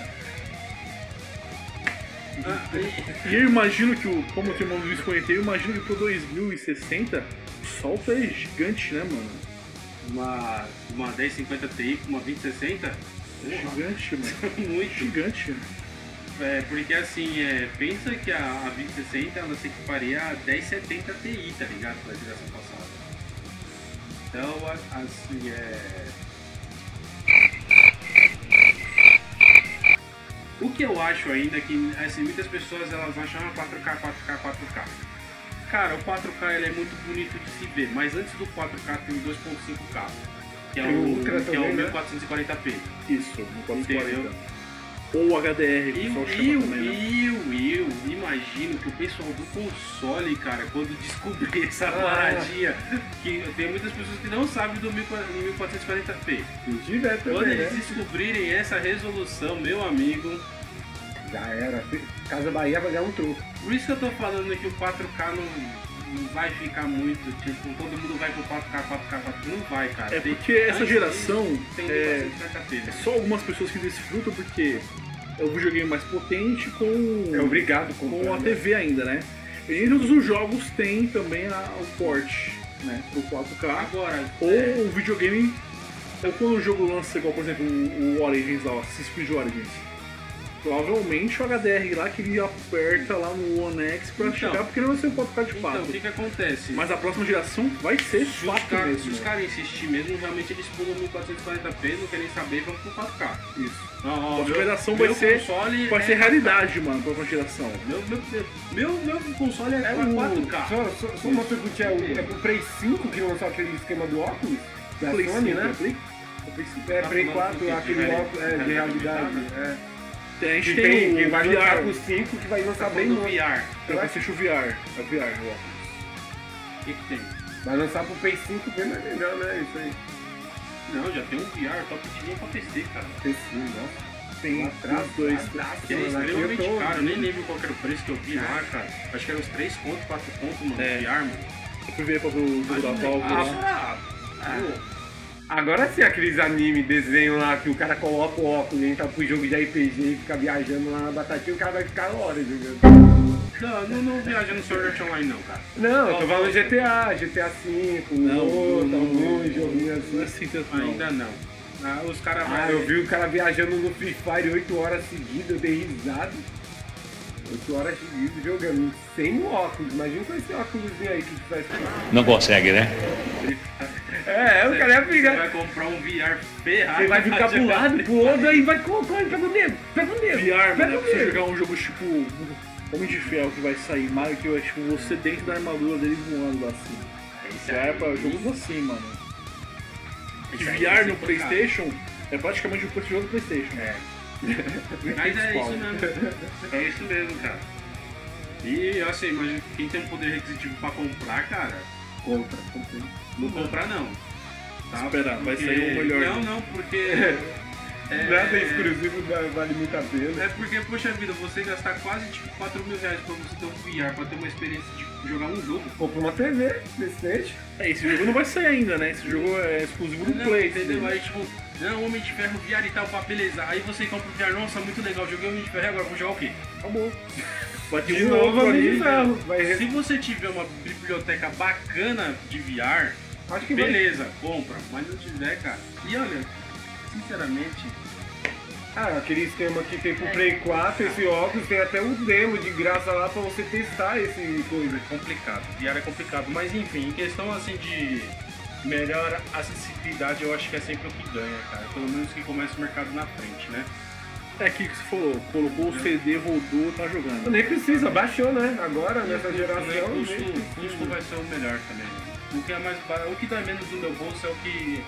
[SPEAKER 3] Ah, e-
[SPEAKER 1] E eu imagino que, o, como eu tenho uma 1050, eu imagino que pro 2060 solta é gigante, tá né, mano?
[SPEAKER 3] uma, uma 1050 Ti com uma 2060, porra, é
[SPEAKER 1] Gigante, mano.
[SPEAKER 3] muito.
[SPEAKER 1] Gigante.
[SPEAKER 3] É, porque assim, é, pensa que a, a 2060 ela se equiparia a 1070 Ti, tá ligado? Da geração passada. Então, a- assim, é. O que eu acho ainda é que assim, muitas pessoas elas acham ah, 4K, 4K, 4K. Cara, o 4K ele é muito bonito de se ver, mas antes do 4K tem o 2.5K, que é
[SPEAKER 2] Tem o
[SPEAKER 3] o,
[SPEAKER 2] Ultra
[SPEAKER 3] que é
[SPEAKER 2] também,
[SPEAKER 3] o
[SPEAKER 2] né?
[SPEAKER 3] 1440p.
[SPEAKER 1] Isso, no 440.
[SPEAKER 3] Entendeu?
[SPEAKER 1] Ou HDR, que o
[SPEAKER 3] E
[SPEAKER 1] pessoal
[SPEAKER 3] eu,
[SPEAKER 1] chama também, né?
[SPEAKER 3] eu, eu imagino que o pessoal do console, cara, quando descobrir essa
[SPEAKER 2] Ah.
[SPEAKER 3] paradinha, que tem muitas pessoas que não sabem do 1440p.
[SPEAKER 2] Direto
[SPEAKER 3] Quando
[SPEAKER 2] também,
[SPEAKER 3] eles
[SPEAKER 2] né?
[SPEAKER 3] descobrirem essa resolução, meu amigo,
[SPEAKER 2] Já era. Casa Bahia vai ganhar um troco.
[SPEAKER 3] por isso que eu tô falando que o 4K não, não vai ficar muito, tipo, todo mundo vai pro 4K, 4K, 4K, não vai, cara.
[SPEAKER 1] É
[SPEAKER 3] Tem-
[SPEAKER 1] porque essa
[SPEAKER 3] antes
[SPEAKER 1] geração
[SPEAKER 3] disso, tem
[SPEAKER 1] é,
[SPEAKER 3] 1440p.
[SPEAKER 1] é só algumas pessoas que desfrutam porque é o videogame mais potente com,
[SPEAKER 2] É obrigado a comprar,
[SPEAKER 1] com a
[SPEAKER 2] né?
[SPEAKER 1] TV ainda, né? E entre os jogos tem também a- o port, né? Pro 4K.
[SPEAKER 3] Agora,
[SPEAKER 1] Ou
[SPEAKER 3] é,
[SPEAKER 1] o videogame, ou quando o jogo lança, igual por exemplo o, o Origins lá, o Assassin's Creed Origins. Provavelmente o HDR lá que ele aperta lá no One X pra
[SPEAKER 3] Então.
[SPEAKER 1] chegar, porque não vai ser um 4K de
[SPEAKER 3] então, o
[SPEAKER 1] fato.
[SPEAKER 3] que que acontece?
[SPEAKER 1] Mas a próxima geração vai ser
[SPEAKER 3] Se os,
[SPEAKER 1] 4
[SPEAKER 3] caras, se
[SPEAKER 1] mesmo.
[SPEAKER 2] né?
[SPEAKER 3] os caras insistirem mesmo, realmente eles pulam 1440p, não querem saber, vão pro 4K.
[SPEAKER 1] Isso.
[SPEAKER 3] Não,
[SPEAKER 1] A superação vai ser-
[SPEAKER 3] console
[SPEAKER 1] Vai
[SPEAKER 3] é-
[SPEAKER 1] ser realidade, mano, a próxima geração.
[SPEAKER 3] Meu, meu, meu, meu console é,
[SPEAKER 2] É o
[SPEAKER 3] 4K.
[SPEAKER 2] Só, só, só uma perguntinha, é o, é o Play 5 que lançou aquele esquema do óculos? Da
[SPEAKER 1] Play
[SPEAKER 2] Sony,
[SPEAKER 1] 5,
[SPEAKER 2] né?
[SPEAKER 1] Play-
[SPEAKER 2] É,
[SPEAKER 3] Tá
[SPEAKER 2] Play
[SPEAKER 3] falando
[SPEAKER 2] 4,
[SPEAKER 3] do quê?
[SPEAKER 2] aquele
[SPEAKER 3] De
[SPEAKER 2] óculos é, de
[SPEAKER 3] realidade
[SPEAKER 2] realidade.
[SPEAKER 3] aumentada?
[SPEAKER 2] É.
[SPEAKER 1] Tem, a gente
[SPEAKER 2] Que
[SPEAKER 1] tem,
[SPEAKER 2] tem, que
[SPEAKER 1] o
[SPEAKER 2] vai lançar o
[SPEAKER 1] VR,
[SPEAKER 2] 5 que vai lançar
[SPEAKER 3] Tá
[SPEAKER 2] bem
[SPEAKER 3] bem no
[SPEAKER 2] longe.
[SPEAKER 3] VR.
[SPEAKER 1] eu PlayStation VR, é VR, ó.
[SPEAKER 3] O que, que tem?
[SPEAKER 2] Vai lançar pro Play 5 bem mais legal, né? Isso aí.
[SPEAKER 3] Não, já tem um VR top de linha pra PC, cara.
[SPEAKER 2] Play 5, nossa.
[SPEAKER 1] Tem
[SPEAKER 2] Lá atrás,
[SPEAKER 1] os dois.
[SPEAKER 2] lá atrás,
[SPEAKER 3] Que é
[SPEAKER 2] mano, aqui eu
[SPEAKER 3] extremamente
[SPEAKER 2] tô-
[SPEAKER 3] caro, eu nem lembro qual que era o preço que eu vi lá, cara. Acho que era uns 3 pontos, 4 pontos, mano,
[SPEAKER 1] É.
[SPEAKER 3] VR, mano.
[SPEAKER 1] Eu fui ver pra ver o jogo da
[SPEAKER 2] um
[SPEAKER 1] Valve né?
[SPEAKER 3] Ah,
[SPEAKER 1] lá.
[SPEAKER 3] fora- ah,
[SPEAKER 2] Agora sim, aqueles anime, desenho lá, que o cara coloca o óculos, entra pro jogo de RPG e fica viajando lá na batatinha, o cara vai ficar horas jogando. É.
[SPEAKER 3] Não, não, não viaja no Sword Art Online, não, cara.
[SPEAKER 2] Não, eu tô falando GTA, GTA V,
[SPEAKER 1] Não,
[SPEAKER 2] não, outra,
[SPEAKER 1] não,
[SPEAKER 2] um joguinho
[SPEAKER 1] Não é
[SPEAKER 2] assim.
[SPEAKER 1] assim tanto não.
[SPEAKER 3] Ainda não. Ah, os caras
[SPEAKER 2] Ah, eu vi o cara viajando no Free Fire 8 horas seguidas, eu dei risada. 8 horas seguidas jogando, sem o óculos, imagina com esse óculos aí que faz.
[SPEAKER 4] Não consegue, né?
[SPEAKER 2] É, o cara ia
[SPEAKER 3] Você
[SPEAKER 2] brigar.
[SPEAKER 3] vai comprar um VR ferrado.
[SPEAKER 2] Ele vai ficar pro
[SPEAKER 3] jogar.
[SPEAKER 2] lado, pro outro, aí vai colocar, pega o dedo, pega o dedo.
[SPEAKER 1] VR, mano, é
[SPEAKER 2] pega
[SPEAKER 1] pra
[SPEAKER 2] o
[SPEAKER 1] você
[SPEAKER 2] dedo.
[SPEAKER 1] jogar um jogo tipo Homem de Ferro que vai sair, Mario que vai, tipo, você dentro da armadura dele voando lá assim.
[SPEAKER 3] Isso
[SPEAKER 1] VR é pra jogos assim, mano. Que VR no Playstation é praticamente o preço do jogo do Playstation. É.
[SPEAKER 3] Mas é isso mesmo. É isso mesmo, cara. E assim, imagina quem tem um poder requisitivo pra comprar, cara,
[SPEAKER 2] Compra, compra.
[SPEAKER 3] não comprar não. Tá?
[SPEAKER 1] Espera, vai
[SPEAKER 3] Porque-
[SPEAKER 1] sair o melhor.
[SPEAKER 3] Não, não, porque. É,
[SPEAKER 2] Nada exclusivo da- vale muito a pena.
[SPEAKER 3] É porque, poxa vida, você gastar quase tipo 4 mil reais pra você ter um VR, pra ter uma experiência de jogar um jogo.
[SPEAKER 2] Compra uma TV, decente.
[SPEAKER 1] É, esse jogo não vai sair ainda, né? Esse jogo é exclusivo do
[SPEAKER 3] Não,
[SPEAKER 1] Play.
[SPEAKER 3] entendeu?
[SPEAKER 1] sim.
[SPEAKER 3] Aí tipo, não, Homem de Ferro, VR e tal, pra beleza. Aí você compra o VR, nossa, muito legal, joguei Homem de Ferro, e agora vou jogar o quê?
[SPEAKER 1] Acabou. Vai ter
[SPEAKER 2] De
[SPEAKER 1] um
[SPEAKER 2] novo, né?
[SPEAKER 1] outro
[SPEAKER 2] Homem de
[SPEAKER 1] ali.
[SPEAKER 2] Ferro. Vai re-
[SPEAKER 3] Se você tiver uma biblioteca bacana de VR,
[SPEAKER 2] Acho que vai.
[SPEAKER 3] beleza, compra. Mas não tiver, cara. E olha, sinceramente,
[SPEAKER 2] Ah, aquele esquema que tem pro Play 4, esse óculos, tem até um demo de graça lá pra você testar esse coisa.
[SPEAKER 3] é complicado. VR é complicado. Mas enfim, em questão assim de melhor acessibilidade, eu acho que é sempre o que ganha, cara. Pelo menos que começa o mercado na frente, né?
[SPEAKER 1] É aqui que você falou, colocou o CD, rodou, tá jogando.
[SPEAKER 2] Nem precisa, baixou, né? Agora, nessa
[SPEAKER 3] Né,
[SPEAKER 2] geração.
[SPEAKER 3] o custo,
[SPEAKER 2] nem-
[SPEAKER 3] o custo vai ser o melhor também. O que, é mais, ba- o que dá menos do meu bolso é o que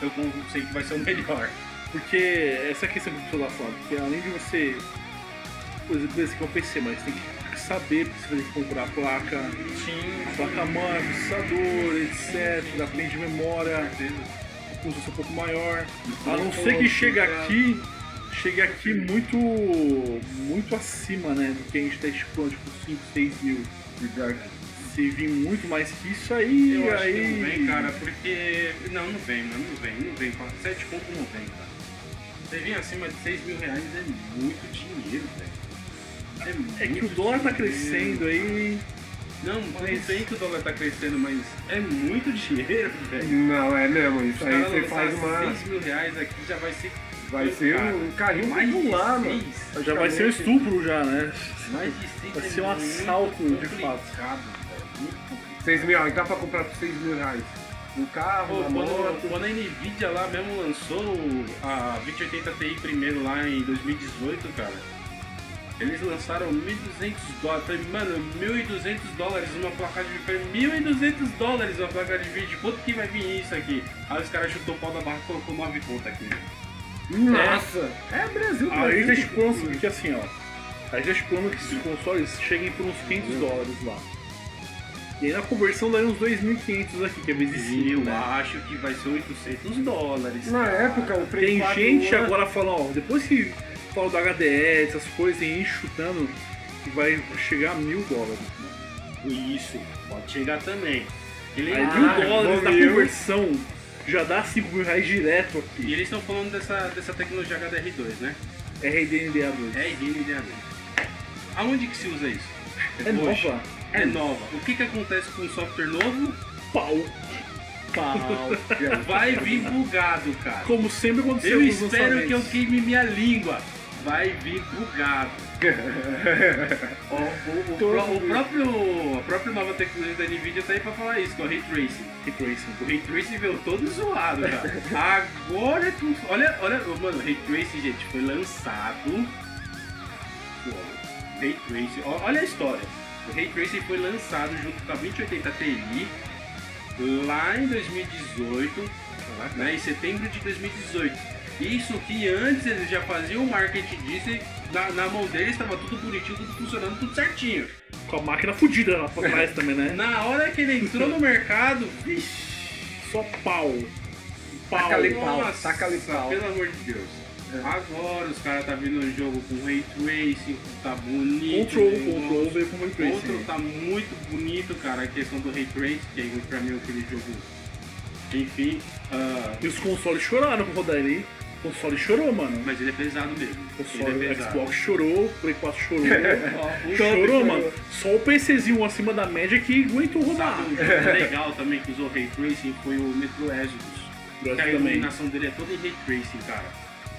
[SPEAKER 3] eu con- sei que vai ser o melhor.
[SPEAKER 1] Porque essa é a questão que o pessoal tá falando. Porque além de você. Por exemplo, esse que é um PC, mas tem que saber se você tem que comprar a placa,
[SPEAKER 3] Sim,
[SPEAKER 1] placa-mãe, processador, etc. A frente de memória,
[SPEAKER 3] certeza.
[SPEAKER 1] o custo é um pouco maior. A não ser
[SPEAKER 3] assim,
[SPEAKER 1] que chegue
[SPEAKER 3] né?
[SPEAKER 1] aqui, chegue aqui muito muito acima, né? Do que a gente tá estipulando, tipo 5, 6 mil. Se vir muito mais que isso aí,
[SPEAKER 3] Eu acho
[SPEAKER 1] aí.
[SPEAKER 3] que não vem, cara, porque. Não, não vem, mano, não vem, não vem. Pra- Sete pontos não vem, cara. Você vir acima de 6 mil reais é muito dinheiro, velho.
[SPEAKER 1] É que o
[SPEAKER 3] muito
[SPEAKER 1] dólar tá
[SPEAKER 3] dinheiro.
[SPEAKER 1] crescendo aí.
[SPEAKER 3] Não, eu sei que o dólar tá crescendo, mas é muito dinheiro, velho.
[SPEAKER 2] Não, é mesmo. Isso aí
[SPEAKER 3] cara
[SPEAKER 2] você
[SPEAKER 3] lançar
[SPEAKER 2] faz uma.
[SPEAKER 3] 6 mil reais aqui já vai ser.
[SPEAKER 2] Vai ser um carrinho
[SPEAKER 3] mais de
[SPEAKER 2] popular,
[SPEAKER 3] seis.
[SPEAKER 2] mano.
[SPEAKER 1] Já vai
[SPEAKER 3] é
[SPEAKER 1] ser um estupro já, né?
[SPEAKER 3] Mais de é 6
[SPEAKER 1] Vai ser um assalto, de fato.
[SPEAKER 2] 6 mil reais, dá pra comprar por 6 mil reais. Um carro,
[SPEAKER 3] Pô,
[SPEAKER 2] uma
[SPEAKER 3] quando,
[SPEAKER 2] moto.
[SPEAKER 3] quando a Nvidia lá mesmo lançou a 2080 Ti primeiro lá em 2018, cara, eles lançaram 1.200 dólares, mano, 1.200 dólares uma placa de vídeo, 1.200 dólares uma placa de vídeo, quanto que vai vir isso aqui? Aí os caras chutou o pau da barra e colocou 9 conto aqui. né?
[SPEAKER 2] Nossa! É, Brasil,
[SPEAKER 1] Ah, Aí
[SPEAKER 2] Brasil.
[SPEAKER 1] eles explanam porque assim, ó. Aí eles explanam que esses consoles cheguem por uns 500 dólares lá. E aí na conversão daria uns 2.500 aqui, que é vezes 5,
[SPEAKER 3] Eu
[SPEAKER 1] né?
[SPEAKER 3] acho que vai ser 800 dólares.
[SPEAKER 2] Na época, o Play um-
[SPEAKER 1] Tem
[SPEAKER 2] 4
[SPEAKER 1] gente
[SPEAKER 2] não era-
[SPEAKER 1] agora falando, ó, depois que fala do HDR, essas coisas, tem gente chutando que vai chegar a mil dólares.
[SPEAKER 3] Isso, pode chegar também. Ele é
[SPEAKER 1] Aí
[SPEAKER 2] Ah,
[SPEAKER 1] mil
[SPEAKER 3] tá
[SPEAKER 1] dólares na
[SPEAKER 2] mil.
[SPEAKER 1] conversão já dá 5 mil reais direto
[SPEAKER 3] E
[SPEAKER 1] aqui.
[SPEAKER 3] eles estão falando dessa, dessa tecnologia HDR2, né?
[SPEAKER 1] RDNDA2.
[SPEAKER 3] É RDNA. Aonde que se usa isso?
[SPEAKER 1] É
[SPEAKER 3] Hoje.
[SPEAKER 1] nova.
[SPEAKER 3] É nova. O que que acontece com um software novo?
[SPEAKER 1] Pau.
[SPEAKER 3] Vai vir bugado, cara.
[SPEAKER 1] Como sempre aconteceu
[SPEAKER 3] Eu
[SPEAKER 1] nos
[SPEAKER 3] espero que eu
[SPEAKER 1] lançamentos.
[SPEAKER 3] queime minha língua. Vai vir bugado. Ó, o, o,
[SPEAKER 2] Todo
[SPEAKER 3] pró- o
[SPEAKER 2] mundo.
[SPEAKER 3] próprio, a própria nova tecnologia da Nvidia tá aí pra falar isso, que é o Ray Tracing.
[SPEAKER 1] Que tracing.
[SPEAKER 3] O Ray Tracing veio todo zoado, cara. Agora tu. Olha, olha, ô, mano, o Ray Tracing, gente, foi lançado. Pô, Ray Tracing, ó, olha a história. O Ray Tracing foi lançado junto com a 2080 Ti lá em 2018, né, em setembro de 2018. Isso que antes eles já faziam o marketing disso e na, na mão deles estava tudo bonitinho, tudo funcionando, tudo certinho.
[SPEAKER 1] Com a máquina fudida lá pra trás também, né?
[SPEAKER 3] Na hora que ele entrou no mercado, vixi.
[SPEAKER 1] Só pau. Pau.
[SPEAKER 2] Taca-lhe pau,
[SPEAKER 3] Nossa,
[SPEAKER 1] Tá
[SPEAKER 2] taca-lhe pau.
[SPEAKER 3] Pelo amor de Deus.
[SPEAKER 1] É.
[SPEAKER 3] Agora os caras tá vindo um jogo com ray tracing, tá bonito.
[SPEAKER 1] Control,
[SPEAKER 3] né?
[SPEAKER 1] control, veio com o
[SPEAKER 3] Control
[SPEAKER 1] tracing.
[SPEAKER 3] tá muito bonito, cara. A questão do ray tracing, que aí pra mim é aquele jogo. Enfim, ah,
[SPEAKER 1] E os consoles choraram pra rodar ele. hein? O console chorou, mano.
[SPEAKER 3] mas ele é pesado mesmo.
[SPEAKER 1] O
[SPEAKER 3] Ele
[SPEAKER 1] console
[SPEAKER 3] é
[SPEAKER 1] o
[SPEAKER 3] pesado.
[SPEAKER 1] Xbox chorou, o Play 4 chorou.
[SPEAKER 3] Ó, o jogo
[SPEAKER 1] chorou, mano. Só o PCzinho acima da média que aguentou rodar.
[SPEAKER 3] sabe, um jogo legal também que usou ray tracing foi o Metro Exodus. Que a
[SPEAKER 1] Gosto também.
[SPEAKER 3] iluminação dele é toda em ray tracing, cara.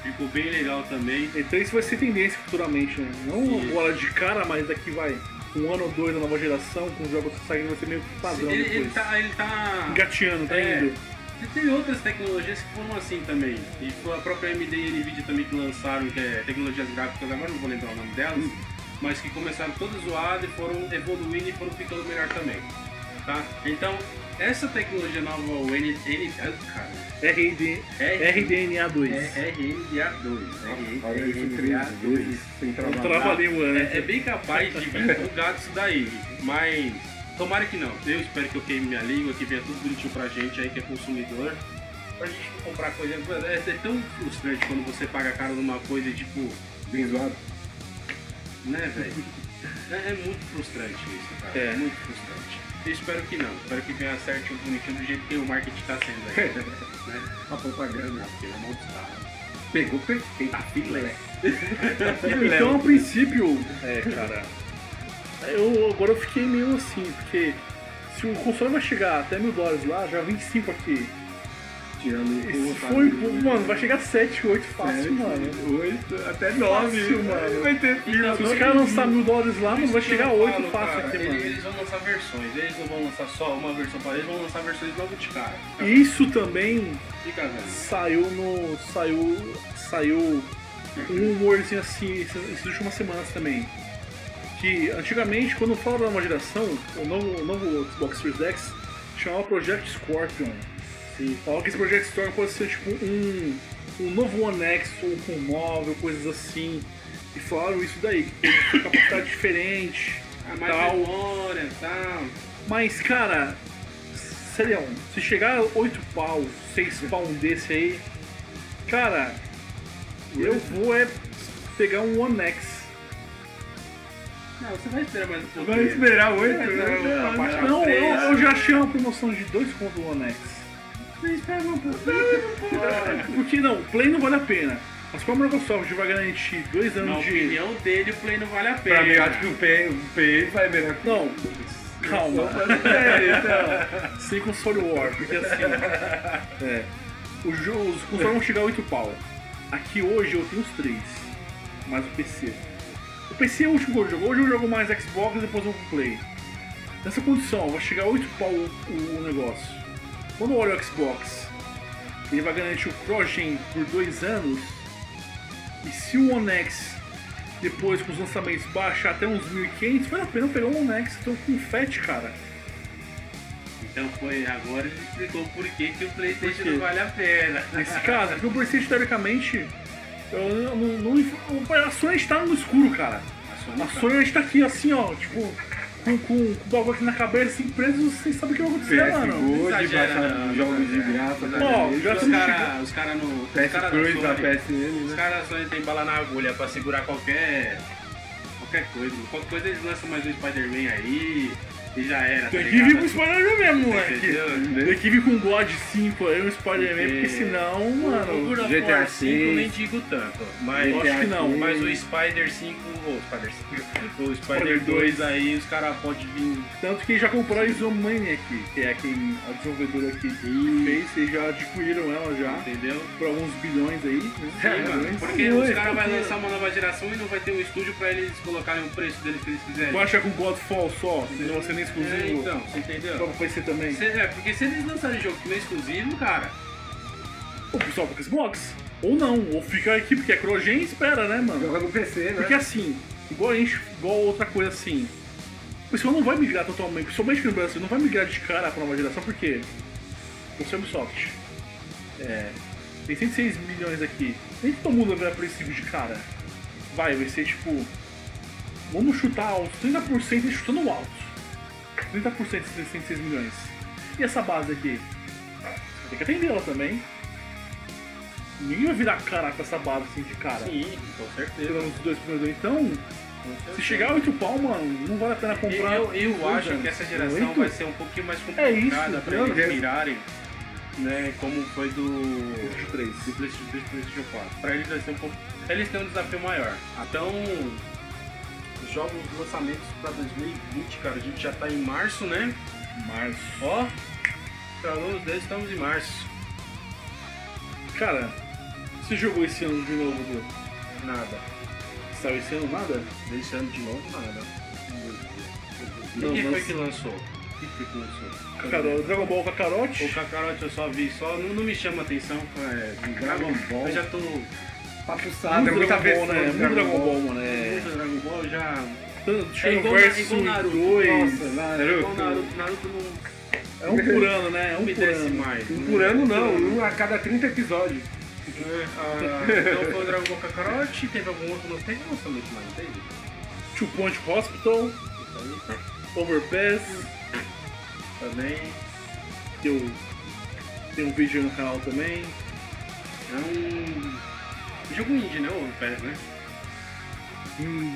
[SPEAKER 3] Ficou bem legal também.
[SPEAKER 1] Então isso vai ser tendência futuramente, né? Não
[SPEAKER 3] Isso.
[SPEAKER 1] agora de cara, mas daqui vai um ano ou dois da nova geração, com os jogos saindo, vai ser meio que padrão
[SPEAKER 3] ele, ele
[SPEAKER 1] depois.
[SPEAKER 3] tá. Ele tá...
[SPEAKER 1] Engateando, tá
[SPEAKER 3] É.
[SPEAKER 1] indo.
[SPEAKER 3] E tem outras tecnologias que foram assim também. E foi a própria AMD e Nvidia também que lançaram que é, tecnologias gráficas, agora não vou lembrar o nome delas,
[SPEAKER 1] Hum.
[SPEAKER 3] mas que começaram todas zoadas e foram evoluindo e foram ficando melhor também. Tá? Então, essa tecnologia nova, o N, N, ah, cara,
[SPEAKER 1] RD,
[SPEAKER 3] R,
[SPEAKER 1] RDNA2.
[SPEAKER 3] é RNDA2.
[SPEAKER 2] Olha isso, 13 vezes sem
[SPEAKER 1] Eu
[SPEAKER 2] trabalhar.
[SPEAKER 1] trabalhei um ano, né?
[SPEAKER 3] É, é bem capaz de vir bugado isso daí, mas tomara que não. Eu espero que eu queime minha língua, que venha tudo bonitinho pra gente aí que é consumidor. Pra gente não comprar coisa. É, é tão frustrante quando você paga caro numa coisa e tipo,
[SPEAKER 2] Bem zoado.
[SPEAKER 3] né, velho? É, é muito frustrante isso, cara.
[SPEAKER 1] É.
[SPEAKER 3] É muito frustrante. Eu espero que não. Espero que venha certo e bonitinho do jeito que o marketing tá sendo aí. né?
[SPEAKER 2] A propaganda. é.
[SPEAKER 3] Porque é maldição.
[SPEAKER 2] Pegou perfeito. é um.
[SPEAKER 3] Tá filé.
[SPEAKER 1] Então, a princípio, é, cara, eu agora eu fiquei meio assim, porque se o console vai chegar até mil dólares lá, já 25 aqui.
[SPEAKER 2] Tirando
[SPEAKER 1] E
[SPEAKER 2] o
[SPEAKER 1] se
[SPEAKER 2] colocado
[SPEAKER 1] for um
[SPEAKER 2] no-
[SPEAKER 1] pouco, mano, vai chegar 7, 8 fácil,
[SPEAKER 2] Sete,
[SPEAKER 1] mano.
[SPEAKER 2] Oito, até nove.
[SPEAKER 1] Fácil, mano.
[SPEAKER 2] Vai ter filho.
[SPEAKER 1] Se os caras lançarem mil dólares lá, mano, vai
[SPEAKER 3] Isso que
[SPEAKER 1] chegar
[SPEAKER 3] eu
[SPEAKER 1] 8
[SPEAKER 3] falo,
[SPEAKER 1] fácil
[SPEAKER 3] cara.
[SPEAKER 1] aqui,
[SPEAKER 3] Eles,
[SPEAKER 1] mano.
[SPEAKER 3] eles vão lançar versões, eles não vão lançar só uma versão para eles, vão lançar versões logo de cara.
[SPEAKER 1] Isso também
[SPEAKER 3] Fica vendo.
[SPEAKER 1] saiu no. saiu. saiu um humorzinho assim essas, essas últimas semanas também. Que antigamente, quando falava da nova geração, o novo, o novo Xbox Series X chamava Project Scorpion. E falava que esse Project Scorpion pode ser tipo um, um novo One X ou com móvel, coisas assim. E falaram isso daí, que capacidade diferente.
[SPEAKER 3] Ah, mais
[SPEAKER 1] Tal.
[SPEAKER 3] memória, tal.
[SPEAKER 1] Mas, cara, serião, se chegar a 8 pau, 6 pau um desse aí, cara, eu vou é pegar um One X.
[SPEAKER 3] Não, você vai esperar mais um pouco.
[SPEAKER 2] Vai esperar oito,
[SPEAKER 3] Não,
[SPEAKER 2] né?
[SPEAKER 3] não,
[SPEAKER 2] Abaixar
[SPEAKER 1] Não, eu,
[SPEAKER 2] três.
[SPEAKER 1] eu já achei uma promoção de 2 contra o One X.
[SPEAKER 3] Você espera um pouco.
[SPEAKER 1] Porque não, Play não vale a pena. Mas como a Microsoft vai garantir 2
[SPEAKER 3] Na
[SPEAKER 1] anos de.
[SPEAKER 3] opinião dele, o play não vale a pena.
[SPEAKER 2] Pra mim, eu acho que o P, o P vai melhor que
[SPEAKER 1] Não, Calma. É, então, sem console war, porque assim. É, o jogo, os consoles vão chegar a 8 pau. Aqui hoje eu tenho os 3, mais o PC. O PC é o último que eu jogo. Hoje eu jogo mais Xbox e depois eu vou pro Play. Nessa condição, vai chegar a 8 pau o, o negócio. Quando eu olho o Xbox, ele vai garantir o Progen por 2 anos. E se o One X depois com os lançamentos baixar até uns 1.500, vale a pena pegar um One X, então com fat, cara.
[SPEAKER 3] Então foi agora ele explicou por que, que o Playstation
[SPEAKER 1] Por quê?
[SPEAKER 3] não vale a pena.
[SPEAKER 1] Nesse caso, porque o Playstation, teoricamente, eu não, não- não- a Sony está no escuro, cara. A Sony está aqui assim, ó, tipo, com, com, com o bagulho aqui na cabeça, assim, preso, sem saber o que vai acontecer, mano.
[SPEAKER 2] CSGO, de
[SPEAKER 3] Exagera,
[SPEAKER 2] baixar
[SPEAKER 3] não,
[SPEAKER 2] jogos de
[SPEAKER 3] exagera.
[SPEAKER 2] graça.
[SPEAKER 3] Exagera.
[SPEAKER 2] pra
[SPEAKER 1] Ó,
[SPEAKER 2] gente.
[SPEAKER 1] já
[SPEAKER 3] Os
[SPEAKER 1] se
[SPEAKER 3] caras os cara no. Os
[SPEAKER 2] PS
[SPEAKER 3] cara da
[SPEAKER 2] Plus da
[SPEAKER 3] Sony-
[SPEAKER 2] PSN,
[SPEAKER 3] Os
[SPEAKER 2] né?
[SPEAKER 3] caras da Sony tem bala na agulha pra segurar qualquer. qualquer coisa. Qualquer coisa eles lançam mais um Spider-Man aí e já era.
[SPEAKER 1] Tem
[SPEAKER 3] tá
[SPEAKER 1] que vir
[SPEAKER 3] ligado?
[SPEAKER 1] com o Spider-Man mesmo, moleque.
[SPEAKER 3] Entendeu?
[SPEAKER 1] Tem que vir com o God 5 aí, um Spider-Man, porque senão,
[SPEAKER 3] O
[SPEAKER 1] mano.
[SPEAKER 3] God of
[SPEAKER 2] GTA
[SPEAKER 3] War 5 nem
[SPEAKER 2] seis.
[SPEAKER 3] digo tanto, mas
[SPEAKER 1] Eu acho que não,
[SPEAKER 3] Mas o Spider 5, ou Spider 5, o Spider
[SPEAKER 1] Spider
[SPEAKER 3] 2
[SPEAKER 1] dois.
[SPEAKER 3] aí, os caras podem vir.
[SPEAKER 1] Tanto que já comprou a Isomania aqui, que é quem, a desenvolvedora aqui que fez, e já adquiriram ela já.
[SPEAKER 3] Entendeu?
[SPEAKER 1] Por alguns bilhões aí. né?
[SPEAKER 3] Sim, É, mano,
[SPEAKER 1] Bilhões.
[SPEAKER 3] porque
[SPEAKER 1] Bilhões,
[SPEAKER 3] os caras vão
[SPEAKER 1] porque-
[SPEAKER 3] lançar uma nova geração e não vai ter um estúdio pra eles colocarem o preço deles que eles quiserem.
[SPEAKER 1] Baixa com Godfall só, não vai ser nem exclusivo.
[SPEAKER 3] um- É, então, você entendeu?
[SPEAKER 1] Só pra PC também.
[SPEAKER 3] Se- é, porque se eles lançarem jogo que não é exclusivo, cara,
[SPEAKER 1] Ou só pro Xbox. Ou não, ou fica aqui, porque é crogen e espera, né, mano?
[SPEAKER 2] Joga no PC, né?
[SPEAKER 1] Porque assim, igual a gente, igual outra coisa assim. O pessoal não vai migrar totalmente, principalmente aqui no Brasil, não vai migrar de cara pra nova geração, por quê? Você é Ubisoft. É. Tem 106 milhões aqui. Nem todo mundo vai virar princípio de cara. Vai, vai ser tipo. Vamos chutar alto, 30% e chutando alto. 30% desses 106 milhões. E essa base aqui? Você tem que atender ela também. Ninguém vai virar cara com essa base assim de cara
[SPEAKER 3] sim, com certeza.
[SPEAKER 1] pegamos os dois primeiros. Então, se chegar a 8 pau, mano, não vale a pena
[SPEAKER 3] E
[SPEAKER 1] comprar.
[SPEAKER 3] eu, eu
[SPEAKER 1] dois
[SPEAKER 3] acho
[SPEAKER 1] anos.
[SPEAKER 3] que essa geração
[SPEAKER 1] Oito?
[SPEAKER 3] vai ser um pouquinho mais
[SPEAKER 1] né? É isso,
[SPEAKER 3] complicada pra
[SPEAKER 1] entendeu?
[SPEAKER 3] eles virarem, né? Como foi do.
[SPEAKER 1] Os três.
[SPEAKER 3] do PlayStation, do PlayStation 4. Pra eles vai ser um pouco. Eles têm um desafio maior. Então, os jogos os lançamentos pra 2020, cara, a gente já tá em março, né?
[SPEAKER 1] Março.
[SPEAKER 3] Ó, falamos deles, estamos em março.
[SPEAKER 1] Cara, você jogou esse ano de novo, Dudu?
[SPEAKER 3] Nada.
[SPEAKER 1] Saiu esse ano nada?
[SPEAKER 3] Desse ano de novo, nada. E
[SPEAKER 1] Não,
[SPEAKER 3] quem foi
[SPEAKER 1] mas-
[SPEAKER 3] que lançou? Quem foi que lançou?
[SPEAKER 1] Cacaro- Dragon Ball Cacarote?
[SPEAKER 3] O Kakarote eu só vi, só não, não me chama atenção. É,
[SPEAKER 2] Dragon Ball.
[SPEAKER 3] Eu já tô.
[SPEAKER 2] Papo
[SPEAKER 1] Muito
[SPEAKER 3] é
[SPEAKER 2] sábio, muita
[SPEAKER 1] Dragon
[SPEAKER 2] vez.
[SPEAKER 1] Ball, né? Muito Dragon Ball, mano. É.
[SPEAKER 3] Muito Dragon Ball, eu já.
[SPEAKER 1] Tanto
[SPEAKER 3] É
[SPEAKER 1] Shadow
[SPEAKER 3] igual, é
[SPEAKER 1] Versus
[SPEAKER 3] igual Naruto.
[SPEAKER 1] 2.
[SPEAKER 2] Nossa,
[SPEAKER 3] Igual
[SPEAKER 2] Naruto.
[SPEAKER 3] Ah, Naruto, Naruto não.
[SPEAKER 1] né? É um por ano, né? É um
[SPEAKER 3] Me
[SPEAKER 1] por
[SPEAKER 3] desce
[SPEAKER 1] ano.
[SPEAKER 3] mais.
[SPEAKER 2] Um por ano não, um a cada 30 episódios.
[SPEAKER 3] Ah, então foi o Dragon Ball Kakarot, teve algum outro não teve lançamento mais, não teve?
[SPEAKER 1] Two Point Hospital,
[SPEAKER 3] Isso aí
[SPEAKER 1] Overpass,
[SPEAKER 3] também
[SPEAKER 1] que eu tenho um vídeo no canal também.
[SPEAKER 3] é um jogo indie, né? O Pérez, né?
[SPEAKER 1] Hum.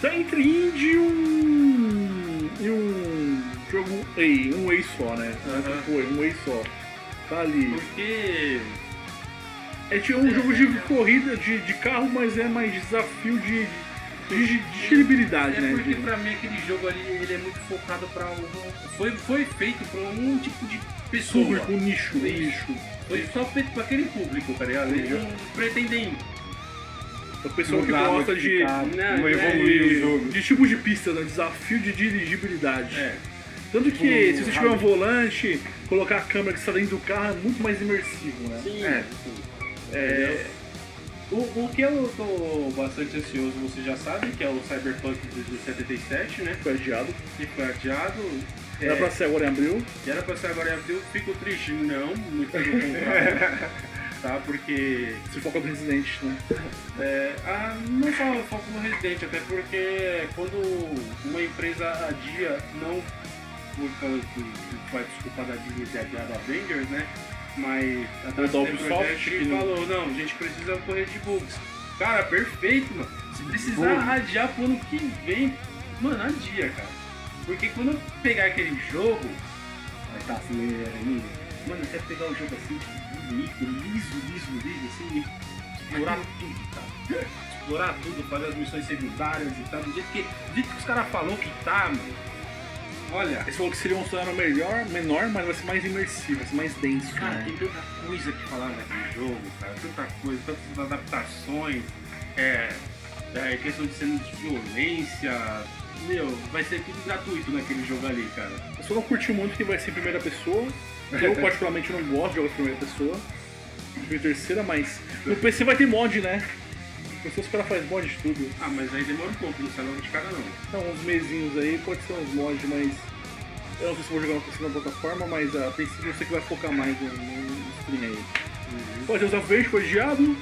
[SPEAKER 1] Tá entre indie e um. e um. jogo EI, um EI só, né?
[SPEAKER 3] Aham.
[SPEAKER 1] Foi, um EI só. Tá ali.
[SPEAKER 3] Porque
[SPEAKER 1] É tipo um jogo de corrida de, de carro, mas é mais desafio de. de, de, de credibilidade,
[SPEAKER 3] é
[SPEAKER 1] né?
[SPEAKER 3] porque
[SPEAKER 1] De-
[SPEAKER 3] pra mim aquele jogo ali ele é muito focado pra um. Foi, foi feito pra um tipo de pessoa.
[SPEAKER 1] público, nicho,
[SPEAKER 3] Isso.
[SPEAKER 1] nicho.
[SPEAKER 3] Foi só feito pra aquele público, tá ligado? Eles não pretendem.
[SPEAKER 1] A pessoa que
[SPEAKER 2] Mudar,
[SPEAKER 1] gosta de.
[SPEAKER 2] modificar,
[SPEAKER 3] Não,
[SPEAKER 2] evoluir o
[SPEAKER 1] de,
[SPEAKER 2] jogo.
[SPEAKER 1] de tipo de pista, né? Desafio de dirigibilidade.
[SPEAKER 3] É.
[SPEAKER 1] Tanto que
[SPEAKER 2] Tipo,
[SPEAKER 1] se você tiver um
[SPEAKER 2] rally.
[SPEAKER 1] volante, colocar a câmera que está dentro do carro é muito mais imersivo, né?
[SPEAKER 3] Sim.
[SPEAKER 2] É.
[SPEAKER 3] É, o, o que eu tô bastante ansioso, você já sabe, que é o Cyberpunk de 2077, né?
[SPEAKER 1] Foi adiado.
[SPEAKER 3] Que foi adiado. É,
[SPEAKER 1] Era pra ser agora em abril.
[SPEAKER 3] e era pra ser agora em abril, fico triste, não, muito pelo contrário. tá? Porque.
[SPEAKER 1] Se foca no Resident, né?
[SPEAKER 3] É, ah, não só o foco no Resident, até porque quando uma empresa adia, não por causa que que vai desculpar da Disney ter adiado Avengers, né? Mas a
[SPEAKER 1] Ou da Ubisoft, que não-
[SPEAKER 3] falou, não, a gente precisa correr de bugs. Cara, perfeito, mano. Se precisar
[SPEAKER 2] Bug.
[SPEAKER 3] adiar pro ano que vem, mano, adia, cara. Porque quando eu pegar aquele jogo,
[SPEAKER 2] Vai tá assim,
[SPEAKER 3] é, mano, eu quero pegar o jogo assim, tipo, bonito, liso, liso, liso, assim, e explorar tudo, cara explorar tudo, fazer as missões secundárias e tal, do jeito que, do jeito que os caras falaram que tá, mano. Olha,
[SPEAKER 1] Eles falaram que seria um cenário melhor, menor, mas vai ser mais imersivo, vai ser mais denso.
[SPEAKER 3] Cara,
[SPEAKER 1] né?
[SPEAKER 3] tem tanta coisa que falar naquele jogo, cara. Tanta coisa, tantas adaptações, é, é, questão de cenas de violência. Meu, vai ser tudo gratuito naquele jogo ali, cara.
[SPEAKER 1] Eu só não curti muito que vai ser em primeira pessoa. Eu particularmente não gosto de jogos em primeira pessoa. Em terceira, mas. No PC vai ter mod, né? Pessoas os caras fazem mod de tudo.
[SPEAKER 3] Ah, mas aí demora um pouco, não sai logo de cara não.
[SPEAKER 1] Então, uns mesinhos aí, pode ser uns mods, mas. Eu não sei se vou jogar no PC na plataforma, mas ah, a princípio eu sei que vai focar mais no, no stream aí. Pô, Deus of Verde foi adiado.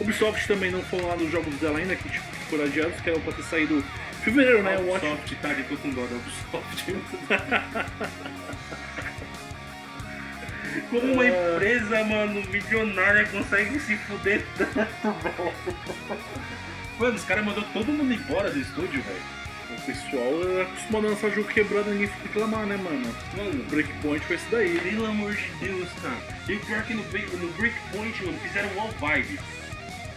[SPEAKER 1] Ubisoft também não falou lá dos jogos dela ainda, que tipo, foram adiados, que eram pra ter saído em fevereiro, né?
[SPEAKER 3] A
[SPEAKER 1] O Watch
[SPEAKER 3] Ubisoft, tá, eu tô com dó da Ubisoft. Como uma
[SPEAKER 1] É.
[SPEAKER 3] empresa, mano, milionária consegue se fuder tanto, velho. Mano, os caras mandou todo mundo embora do estúdio, velho.
[SPEAKER 1] O pessoal é acostumado a lançar jogo quebrado e ninguém fica reclamar, né, mano?
[SPEAKER 3] Mano,
[SPEAKER 1] O Breakpoint foi isso daí.
[SPEAKER 3] Pelo amor de Deus, cara. E o pior é que no, Break- no Breakpoint, mano, fizeram uma vibe.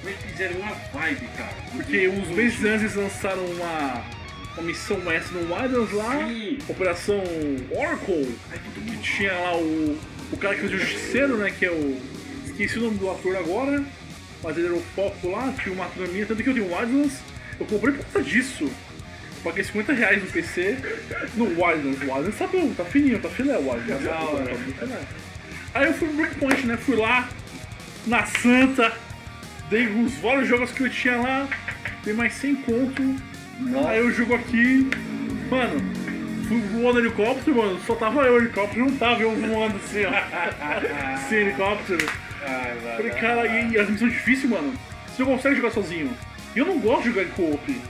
[SPEAKER 3] Eles fizeram uma vibe, cara.
[SPEAKER 1] Porque uns meses antes eles lançaram uma, uma missão S no Wildlands lá,
[SPEAKER 3] Sim.
[SPEAKER 1] Operação Oracle, que tinha lá o, o cara que fez o Justiceiro, né, que é o... esqueci o nome do ator agora, mas ele era o foco lá, tinha uma traminha, tanto que eu tenho o Wildlands, eu comprei por conta disso. Paguei 50 reais no PC, no Wildlands, o Wildlands tá bom, tá fininho, tá filé o Wildlands.
[SPEAKER 3] Da hora.
[SPEAKER 1] Tá bom, tá bom. Aí eu fui no Breakpoint, né, fui lá, na Santa, dei uns vários jogos que eu tinha lá, dei mais 100 conto.
[SPEAKER 2] Nossa.
[SPEAKER 1] Aí eu jogo aqui, mano, fui voando helicóptero, mano, só tava eu helicóptero, não tava eu voando assim, ó. Sem helicóptero.
[SPEAKER 3] Ai, vai,
[SPEAKER 1] Falei,
[SPEAKER 3] vai.
[SPEAKER 1] cara, e, e as missões difíceis, é mano, você não consegue jogar sozinho. E eu não gosto de jogar em co-op.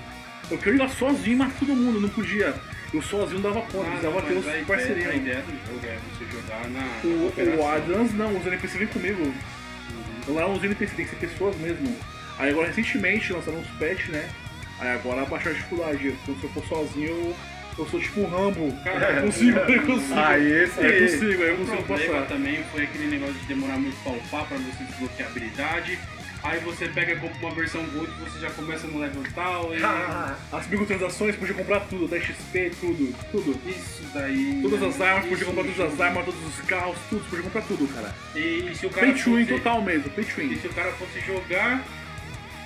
[SPEAKER 1] Eu quero jogar sozinho e matar todo mundo, eu não podia. Eu sozinho dava conta,
[SPEAKER 3] Ah,
[SPEAKER 1] precisava
[SPEAKER 3] mas
[SPEAKER 1] ter
[SPEAKER 3] a ideia-
[SPEAKER 1] os parceiros. né?
[SPEAKER 3] A ideia do jogo é você jogar na. na
[SPEAKER 1] O, o
[SPEAKER 3] operação.
[SPEAKER 1] Adams não, os NPC vêm comigo. é Lá os NPC tem que ser pessoas mesmo. Aí agora recentemente lançaram uns patch, né? Aí agora abaixaram a dificuldade. Então se eu for sozinho, eu, eu sou tipo o Rambo.
[SPEAKER 3] Cara,
[SPEAKER 1] eu consigo, eu consigo.
[SPEAKER 2] Ah, esse
[SPEAKER 1] Aí eu
[SPEAKER 2] aí.
[SPEAKER 1] consigo, aí eu
[SPEAKER 3] O
[SPEAKER 1] consigo
[SPEAKER 3] problema
[SPEAKER 1] passar.
[SPEAKER 3] também foi aquele negócio de demorar muito pra upar pra você desbloquear a habilidade. Aí você pega e compra uma versão gold e você já começa no level tal. E...
[SPEAKER 1] As microtransações, podia comprar tudo, 10 XP, tudo, tudo.
[SPEAKER 3] Isso daí. né?
[SPEAKER 1] Todas as armas,
[SPEAKER 3] Isso,
[SPEAKER 1] podia comprar todas as
[SPEAKER 3] isso.
[SPEAKER 1] armas, todos os carros, tudo, podia comprar tudo, cara.
[SPEAKER 3] E, e se o cara.
[SPEAKER 1] Pay to win
[SPEAKER 3] fosse-
[SPEAKER 1] total mesmo, pay to
[SPEAKER 3] E
[SPEAKER 1] win.
[SPEAKER 3] se o cara fosse jogar,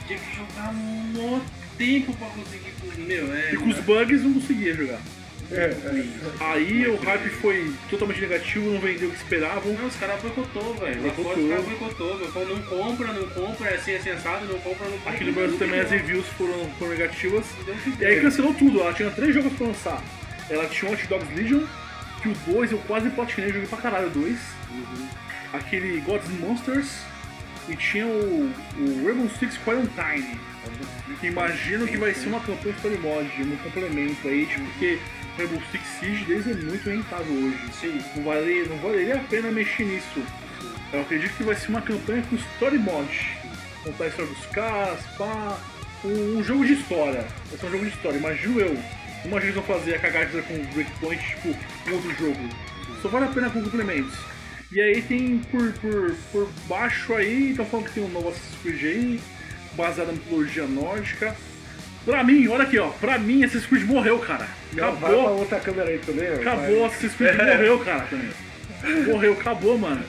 [SPEAKER 3] tinha que jogar mó tempo pra conseguir. Meu, é.
[SPEAKER 1] E com os bugs não conseguia jogar.
[SPEAKER 2] É,
[SPEAKER 1] Aí o hype foi totalmente negativo, não vendeu o que esperavam.
[SPEAKER 3] Não, os caras boicotou, velho. Lá fora os
[SPEAKER 1] Boicotou.
[SPEAKER 3] caras boicotou, meu. Falou, não compra, não compra, é assim, é sensado, não compra, não compra.
[SPEAKER 1] Aqui no Brasil também as reviews foram, foram negativas.
[SPEAKER 3] Deu o que
[SPEAKER 1] E aí
[SPEAKER 3] deu.
[SPEAKER 1] cancelou tudo, ela tinha três jogos pra lançar. Ela tinha Watch Dogs Legion, que o 2 eu quase platinei, joguei pra caralho o 2. Aquele Gods and Monsters. E tinha o, o Rainbow Six Quarantine. Que imagino que vai ser uma campanha story mod, um complemento aí, tipo, porque Rainbow Six Siege deles é muito rentável hoje.
[SPEAKER 3] Sim.
[SPEAKER 1] Não, vale, não valeria a pena mexer nisso. Eu acredito que vai ser uma campanha com story mod. Contar a história dos caras, pá. Um, um jogo de história. Vai ser um jogo de história, imagino eu. Não imagino que eles vão fazer a cagada com o Breakpoint, tipo, um outro jogo. Só vale a pena com complementos. E aí tem por, por, por baixo aí, estão falando que tem um novo Assassin's Creed aí, baseado na mitologia nórdica. Pra mim, olha aqui ó, pra mim Assassin's Creed morreu, cara.
[SPEAKER 2] Não, vai pra
[SPEAKER 1] Acabou,
[SPEAKER 2] outra câmera aí também. ó.
[SPEAKER 1] acabou, Assassin's Creed
[SPEAKER 2] É.
[SPEAKER 1] morreu, cara. também. Morreu, acabou, mano.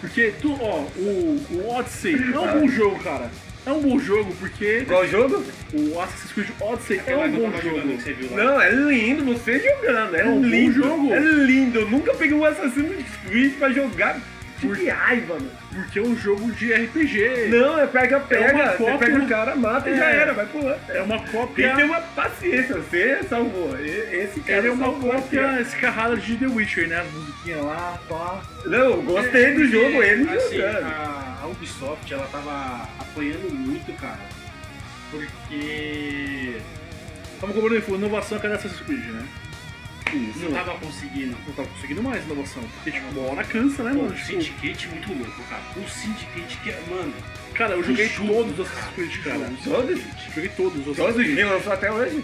[SPEAKER 1] Porque tu, ó, o, o Odyssey é um bom jogo, cara. É um bom jogo, porque
[SPEAKER 2] Qual jogo?
[SPEAKER 1] o Assassin's Creed Odyssey é
[SPEAKER 3] Ela
[SPEAKER 1] um
[SPEAKER 3] não
[SPEAKER 1] bom
[SPEAKER 3] tava jogando,
[SPEAKER 1] jogo.
[SPEAKER 3] que você viu lá.
[SPEAKER 2] Não, é lindo você jogando. É
[SPEAKER 1] É um bom
[SPEAKER 2] lindo.
[SPEAKER 1] jogo.
[SPEAKER 2] É lindo. Eu nunca peguei um Assassin's Creed pra jogar. Que raiva, mano.
[SPEAKER 1] Porque é um jogo de RPG.
[SPEAKER 2] Não, é pega, pega.
[SPEAKER 1] uma
[SPEAKER 2] você
[SPEAKER 1] cópia.
[SPEAKER 2] pega o cara, mata e
[SPEAKER 1] É.
[SPEAKER 2] já era, vai pulando.
[SPEAKER 1] É uma
[SPEAKER 2] Tem que ter
[SPEAKER 1] cópia.
[SPEAKER 2] uma paciência. Você salvou. E- Esse cara
[SPEAKER 1] Ele é uma
[SPEAKER 2] salvou aqui,
[SPEAKER 1] cópia escarrada de The Witcher, né? As musiquinhas lá, pá.
[SPEAKER 2] ó. Não, eu gostei do
[SPEAKER 3] Porque,
[SPEAKER 2] jogo, ele
[SPEAKER 3] assim,
[SPEAKER 2] jogando.
[SPEAKER 3] a, a Ubisoft, ela tava apanhando muito, cara. Porque.
[SPEAKER 1] Tava cobrando info, inovação cadê Assassin's Creed, né?
[SPEAKER 2] assim,
[SPEAKER 3] Não
[SPEAKER 2] tá-
[SPEAKER 3] tava conseguindo.
[SPEAKER 1] Não tava conseguindo mais inovação. Porque, tipo, uma hora cansa, né,
[SPEAKER 3] Pô,
[SPEAKER 1] mano?
[SPEAKER 3] o
[SPEAKER 1] Tipo,
[SPEAKER 3] Syndicate muito louco, cara. O Syndicate que é. Mano,
[SPEAKER 1] Tipo, cara, eu joguei
[SPEAKER 3] Jogo.
[SPEAKER 1] todos os Assassin's Creed, cara.
[SPEAKER 2] Todos?
[SPEAKER 1] Joguei todos os
[SPEAKER 2] Todos os
[SPEAKER 1] Assassin's Creed.
[SPEAKER 2] dias, lançou até hoje.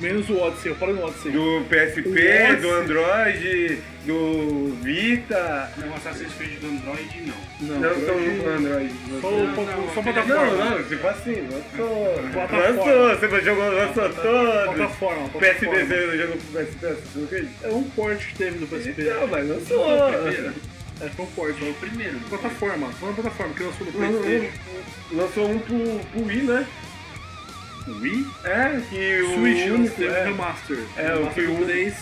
[SPEAKER 1] Menos o Odyssey, eu falei no Odyssey.
[SPEAKER 2] Do PSP,
[SPEAKER 1] Nossa.
[SPEAKER 2] do Android, do Vita.
[SPEAKER 3] O Assassin's Creed do Android, não.
[SPEAKER 1] Não,
[SPEAKER 2] Não, são
[SPEAKER 1] Android-
[SPEAKER 2] Android.
[SPEAKER 1] Só,
[SPEAKER 2] Não,
[SPEAKER 1] não, só, só
[SPEAKER 2] não,
[SPEAKER 1] plataforma.
[SPEAKER 2] não, tipo assim, lançou.
[SPEAKER 1] Plataforma.
[SPEAKER 2] Lançou, você jogou, lançou todo.
[SPEAKER 1] Plataforma,
[SPEAKER 2] PSP,
[SPEAKER 1] plataforma.
[SPEAKER 2] você não jogou pro PSP, você não acredita?
[SPEAKER 1] É um port que teve do PSP.
[SPEAKER 2] Não, mas lançou.
[SPEAKER 3] Primeiro.
[SPEAKER 1] É, foi um port.
[SPEAKER 3] Foi o primeiro. né?
[SPEAKER 1] Plataforma, foi uma plataforma que lançou no PlayStation.
[SPEAKER 2] Lançou um- Lançou um pro, pro Wii, né?
[SPEAKER 1] Wii?
[SPEAKER 2] É, que o
[SPEAKER 1] Switch, não
[SPEAKER 2] único,
[SPEAKER 1] teve
[SPEAKER 2] é.
[SPEAKER 1] remaster.
[SPEAKER 2] É, o
[SPEAKER 1] remaster
[SPEAKER 2] que o-
[SPEAKER 1] 3,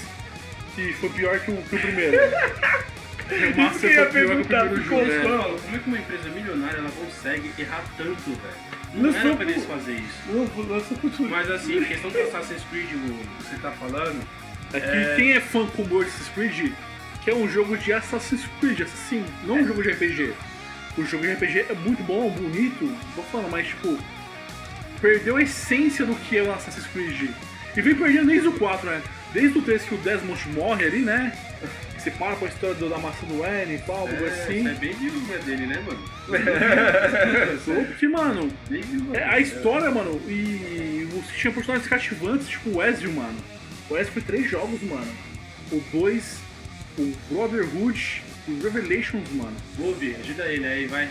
[SPEAKER 1] que foi pior que o, que o primeiro.
[SPEAKER 2] Isso que eu
[SPEAKER 1] remaster foi pior
[SPEAKER 2] ia
[SPEAKER 1] que o
[SPEAKER 2] perguntar,
[SPEAKER 1] primeiro
[SPEAKER 2] ficou
[SPEAKER 1] jogo. é.
[SPEAKER 3] Pessoal, como é que uma empresa milionária ela consegue errar tanto, velho? Não
[SPEAKER 2] Não
[SPEAKER 3] era
[SPEAKER 2] sou-
[SPEAKER 3] pra eles fazer isso.
[SPEAKER 2] Lançou- Lançou pro Switch.
[SPEAKER 3] Mas assim, questão do Assassin's Creed, o que você tá falando,
[SPEAKER 1] É que quem é fã como eu de Assassin's Creed, que é um jogo de Assassin's Creed, assim, não um jogo de RPG. O jogo de RPG é muito bom, bonito, vou falando, mas tipo, perdeu a essência do que é o Assassin's Creed. E vem perdendo desde o 4, né? Desde o 3 que o Desmond morre ali, né? Você para com a história do- da maçã do N e tal, algo
[SPEAKER 3] é,
[SPEAKER 1] assim.
[SPEAKER 3] é bem viúva dele, né, mano?
[SPEAKER 1] Porque, mano,
[SPEAKER 3] Bem viúva.
[SPEAKER 1] é, a história, mano, e você tinha personagens cativantes, tipo o Ezio, mano. O Ezio foi três jogos, mano. O 2, o Brotherhood e o Revelations, mano.
[SPEAKER 3] Bob, ajuda ele aí, vai.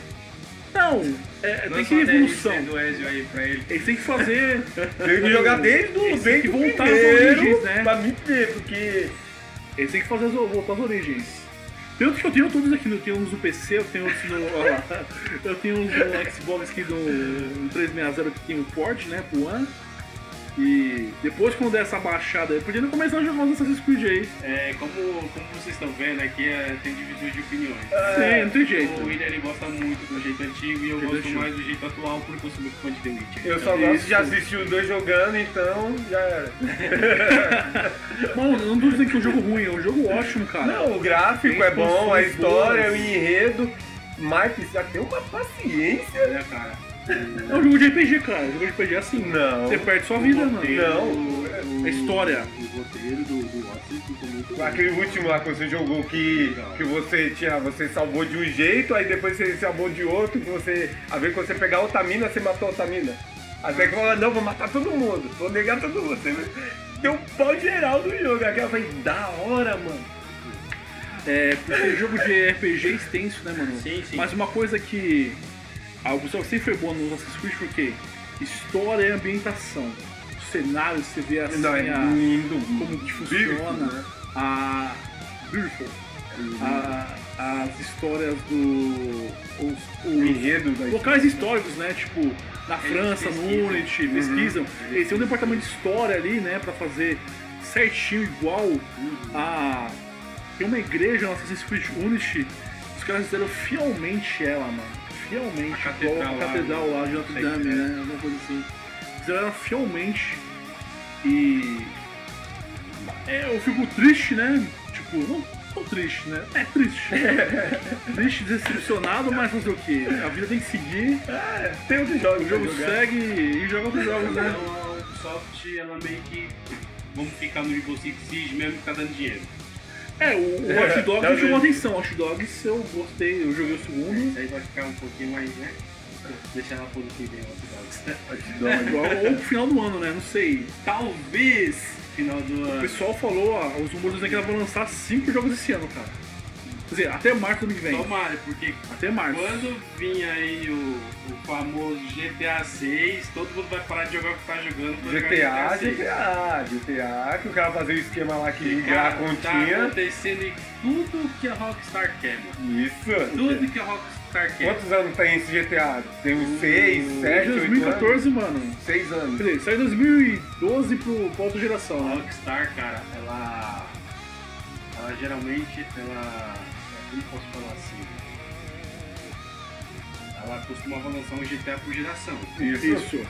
[SPEAKER 1] Não, é, tem
[SPEAKER 3] Lança
[SPEAKER 1] que
[SPEAKER 3] uma
[SPEAKER 1] ter
[SPEAKER 3] DLC
[SPEAKER 1] evolução.
[SPEAKER 3] do Ezio aí pra ele.
[SPEAKER 1] Eles têm que fazer.
[SPEAKER 2] Tem que jogar desde o
[SPEAKER 1] Eles
[SPEAKER 2] desde
[SPEAKER 1] têm que
[SPEAKER 2] o
[SPEAKER 1] voltar às
[SPEAKER 2] primeiro
[SPEAKER 1] origens, né?
[SPEAKER 2] Pra me ver, porque.
[SPEAKER 1] Eles têm que fazer as- voltar às origens. Tanto que eu tenho todos aqui, eu tenho uns do PC, eu tenho outros no. ó lá. eu tenho uns do Xbox aqui do do 360 que tem um port, né, pro One. E depois quando der essa baixada aí, podia começar a jogar os Assassin's Creed aí.
[SPEAKER 3] É, como, como vocês estão vendo aqui, é, tem divisão de opiniões.
[SPEAKER 1] Sim, não tem
[SPEAKER 3] O
[SPEAKER 1] Ah, jeito.
[SPEAKER 3] William ele gosta muito do jeito antigo e eu
[SPEAKER 1] Jeito
[SPEAKER 3] gosto
[SPEAKER 1] antigo.
[SPEAKER 3] mais do jeito atual porque eu sou muito fã de The Witcher.
[SPEAKER 2] Eu só
[SPEAKER 3] Então,
[SPEAKER 2] gosto
[SPEAKER 1] isso.
[SPEAKER 2] de assistir os dois jogando, então já era.
[SPEAKER 1] Bom, eu não tô dizendo que é um jogo ruim, é um jogo ótimo, cara.
[SPEAKER 2] Não, o gráfico
[SPEAKER 1] Tem
[SPEAKER 2] é bom, a
[SPEAKER 1] funções
[SPEAKER 2] história,
[SPEAKER 1] boas.
[SPEAKER 2] o enredo, mas precisa ter uma paciência.
[SPEAKER 3] né, cara?
[SPEAKER 1] É um jogo de RPG, cara. Jogo de RPG é assim.
[SPEAKER 2] Não.
[SPEAKER 1] Você perde sua vida, mano.
[SPEAKER 2] Não.
[SPEAKER 1] A história.
[SPEAKER 3] O roteiro do, do Odyssey ficou muito bom.
[SPEAKER 2] Aquele último lá que você jogou que, que você tinha, você salvou de um jeito, aí depois você salvou de outro, que você. A ver quando você pegar outra mina, você matou outra mina. Até que falou, não, vou matar todo mundo, vou negar todo mundo. Você deu um pau geral do jogo. Aquela foi da hora, mano.
[SPEAKER 1] É, porque jogo de RPG é extenso, né, mano?
[SPEAKER 3] Sim, sim.
[SPEAKER 1] Mas uma coisa que a Ubisoft sempre foi boa nos Assassin's Creed, porque história e ambientação. O cenário, você vê assim,
[SPEAKER 2] Não, é
[SPEAKER 1] a-
[SPEAKER 2] lindo.
[SPEAKER 1] como que
[SPEAKER 2] Beautiful,
[SPEAKER 1] funciona.
[SPEAKER 2] né? Uhum.
[SPEAKER 1] A. Beautiful. A- as histórias do. Os,
[SPEAKER 2] O
[SPEAKER 1] os,
[SPEAKER 2] enredo da
[SPEAKER 1] locais históricos, né? Tipo, na França, no
[SPEAKER 3] pesquisam. Uhum.
[SPEAKER 1] Unity, pesquisam. Eles têm um departamento de história ali, né? Pra fazer certinho, igual
[SPEAKER 3] Uhum.
[SPEAKER 1] a. Tem uma igreja na Assassin's Creed Unity, os caras fizeram fielmente ela, mano. Fielmente,
[SPEAKER 3] A
[SPEAKER 1] igual
[SPEAKER 3] catedral
[SPEAKER 1] a
[SPEAKER 3] lá,
[SPEAKER 1] catedral lá, de Notre
[SPEAKER 3] sei,
[SPEAKER 1] Dame,
[SPEAKER 3] né?
[SPEAKER 1] né? Alguma coisa assim. Fizeram ela fielmente. E. é, eu fico triste, né? Tipo, não tô triste, né? É triste. triste, decepcionado, mas fazer o quê? A vida tem que seguir,
[SPEAKER 2] Ah, tem outros jogos.
[SPEAKER 1] o jogo
[SPEAKER 2] pra jogar.
[SPEAKER 1] segue e joga outros jogos, né?
[SPEAKER 3] Então a Ubisoft, ela meio que. Vamos ficar no Rainbow Six Siege mesmo que tá dando dinheiro.
[SPEAKER 1] É, o, o Watch
[SPEAKER 2] É,
[SPEAKER 1] Dogs
[SPEAKER 2] tá
[SPEAKER 1] me chamou
[SPEAKER 2] vendo?
[SPEAKER 1] atenção. Watch Dogs eu gostei, eu joguei o segundo.
[SPEAKER 3] Isso aí vai ficar um pouquinho mais, né? Deixar ela pôr no que vem, Watch
[SPEAKER 2] É,
[SPEAKER 1] Jogo- Ou pro final do ano, né? Não sei. Talvez.
[SPEAKER 3] Final do
[SPEAKER 1] O
[SPEAKER 3] ano.
[SPEAKER 1] pessoal falou, ó, os rumores dizem que ela vai lançar cinco jogos esse ano, cara. Quer dizer, até março do ano que vem.
[SPEAKER 3] Tomara, porque
[SPEAKER 1] Até março.
[SPEAKER 3] quando vinha aí o, o famoso GTA 6, todo mundo vai parar de jogar o que tá jogando pra jogar
[SPEAKER 2] GTA, GTA, GTA, que o cara fazia o esquema lá que
[SPEAKER 3] Cara,
[SPEAKER 2] já
[SPEAKER 3] Tá
[SPEAKER 2] continha.
[SPEAKER 3] acontecendo em tudo que a Rockstar quer, mano.
[SPEAKER 2] Isso.
[SPEAKER 3] Tudo que a Rockstar quer.
[SPEAKER 2] Quantos anos tem esse GTA? Tem
[SPEAKER 1] Hum,
[SPEAKER 2] uns 6, 7, 8 anos?
[SPEAKER 1] 2014, mano.
[SPEAKER 2] 6
[SPEAKER 1] Quer
[SPEAKER 2] anos.
[SPEAKER 1] dizer, saiu em 2012 pro, pra outra geração,
[SPEAKER 3] A
[SPEAKER 1] né?
[SPEAKER 3] Rockstar, cara, ela. Ela geralmente. Ela. Como posso falar assim? Ela costumava lançar um GTA por geração.
[SPEAKER 2] Isso.
[SPEAKER 1] Isso.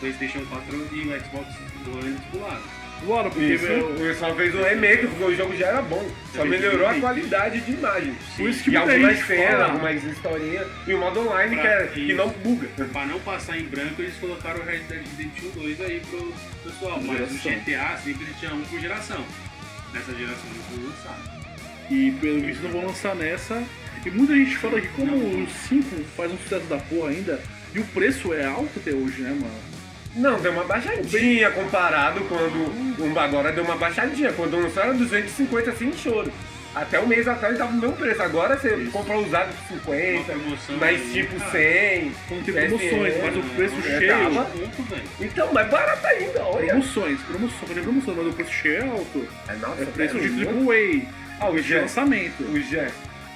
[SPEAKER 3] PlayStation 4 e o Xbox One pularam.
[SPEAKER 1] Bora, porque
[SPEAKER 2] Isso.
[SPEAKER 1] meu,
[SPEAKER 2] O pessoal fez um remake, porque o jogo já era bom. Só
[SPEAKER 3] Sim.
[SPEAKER 2] melhorou a qualidade de imagem.
[SPEAKER 1] por isso que
[SPEAKER 2] E
[SPEAKER 1] muita
[SPEAKER 2] algumas
[SPEAKER 1] gente
[SPEAKER 2] cenas,
[SPEAKER 1] fala. Ah,
[SPEAKER 2] algumas historinhas. E o modo online que, é, que não buga.
[SPEAKER 3] Pra não passar em branco, eles colocaram o Red Dead Redemption 2 aí pro pessoal. Mas o
[SPEAKER 1] Geração.
[SPEAKER 3] GTA sempre tinha um por geração. Nessa geração não foi lançado.
[SPEAKER 1] E pelo visto não vão lançar nessa. E muita gente fala que como o 5 faz um sucesso da porra ainda, e o preço é alto até hoje, né, mano?
[SPEAKER 2] Não, deu uma baixadinha comparado quando. Um, agora deu uma baixadinha. Quando lançaram era 250 sem assim, choro. Até um mês atrás tava no mesmo preço. Agora você
[SPEAKER 3] Isso.
[SPEAKER 2] compra usado por 50,
[SPEAKER 3] Uma promoção
[SPEAKER 2] mais
[SPEAKER 3] aí,
[SPEAKER 2] tipo
[SPEAKER 1] né?
[SPEAKER 3] cara.
[SPEAKER 2] 100.
[SPEAKER 1] Não tem
[SPEAKER 2] PSN,
[SPEAKER 1] Ah, promoções, mas
[SPEAKER 3] um
[SPEAKER 1] o preço né?
[SPEAKER 2] é,
[SPEAKER 1] cheio.
[SPEAKER 2] tava.
[SPEAKER 3] Pouco, um velho.
[SPEAKER 2] Então, mas barato ainda, olha.
[SPEAKER 1] Promoções, promoções, tem promoção, mas o preço cheio é alto.
[SPEAKER 2] É, nossa,
[SPEAKER 1] É preço
[SPEAKER 2] velho,
[SPEAKER 1] de
[SPEAKER 2] muito
[SPEAKER 1] triple
[SPEAKER 2] Ah, o
[SPEAKER 1] A, de
[SPEAKER 2] Jé.
[SPEAKER 1] lançamento.
[SPEAKER 2] O Jé.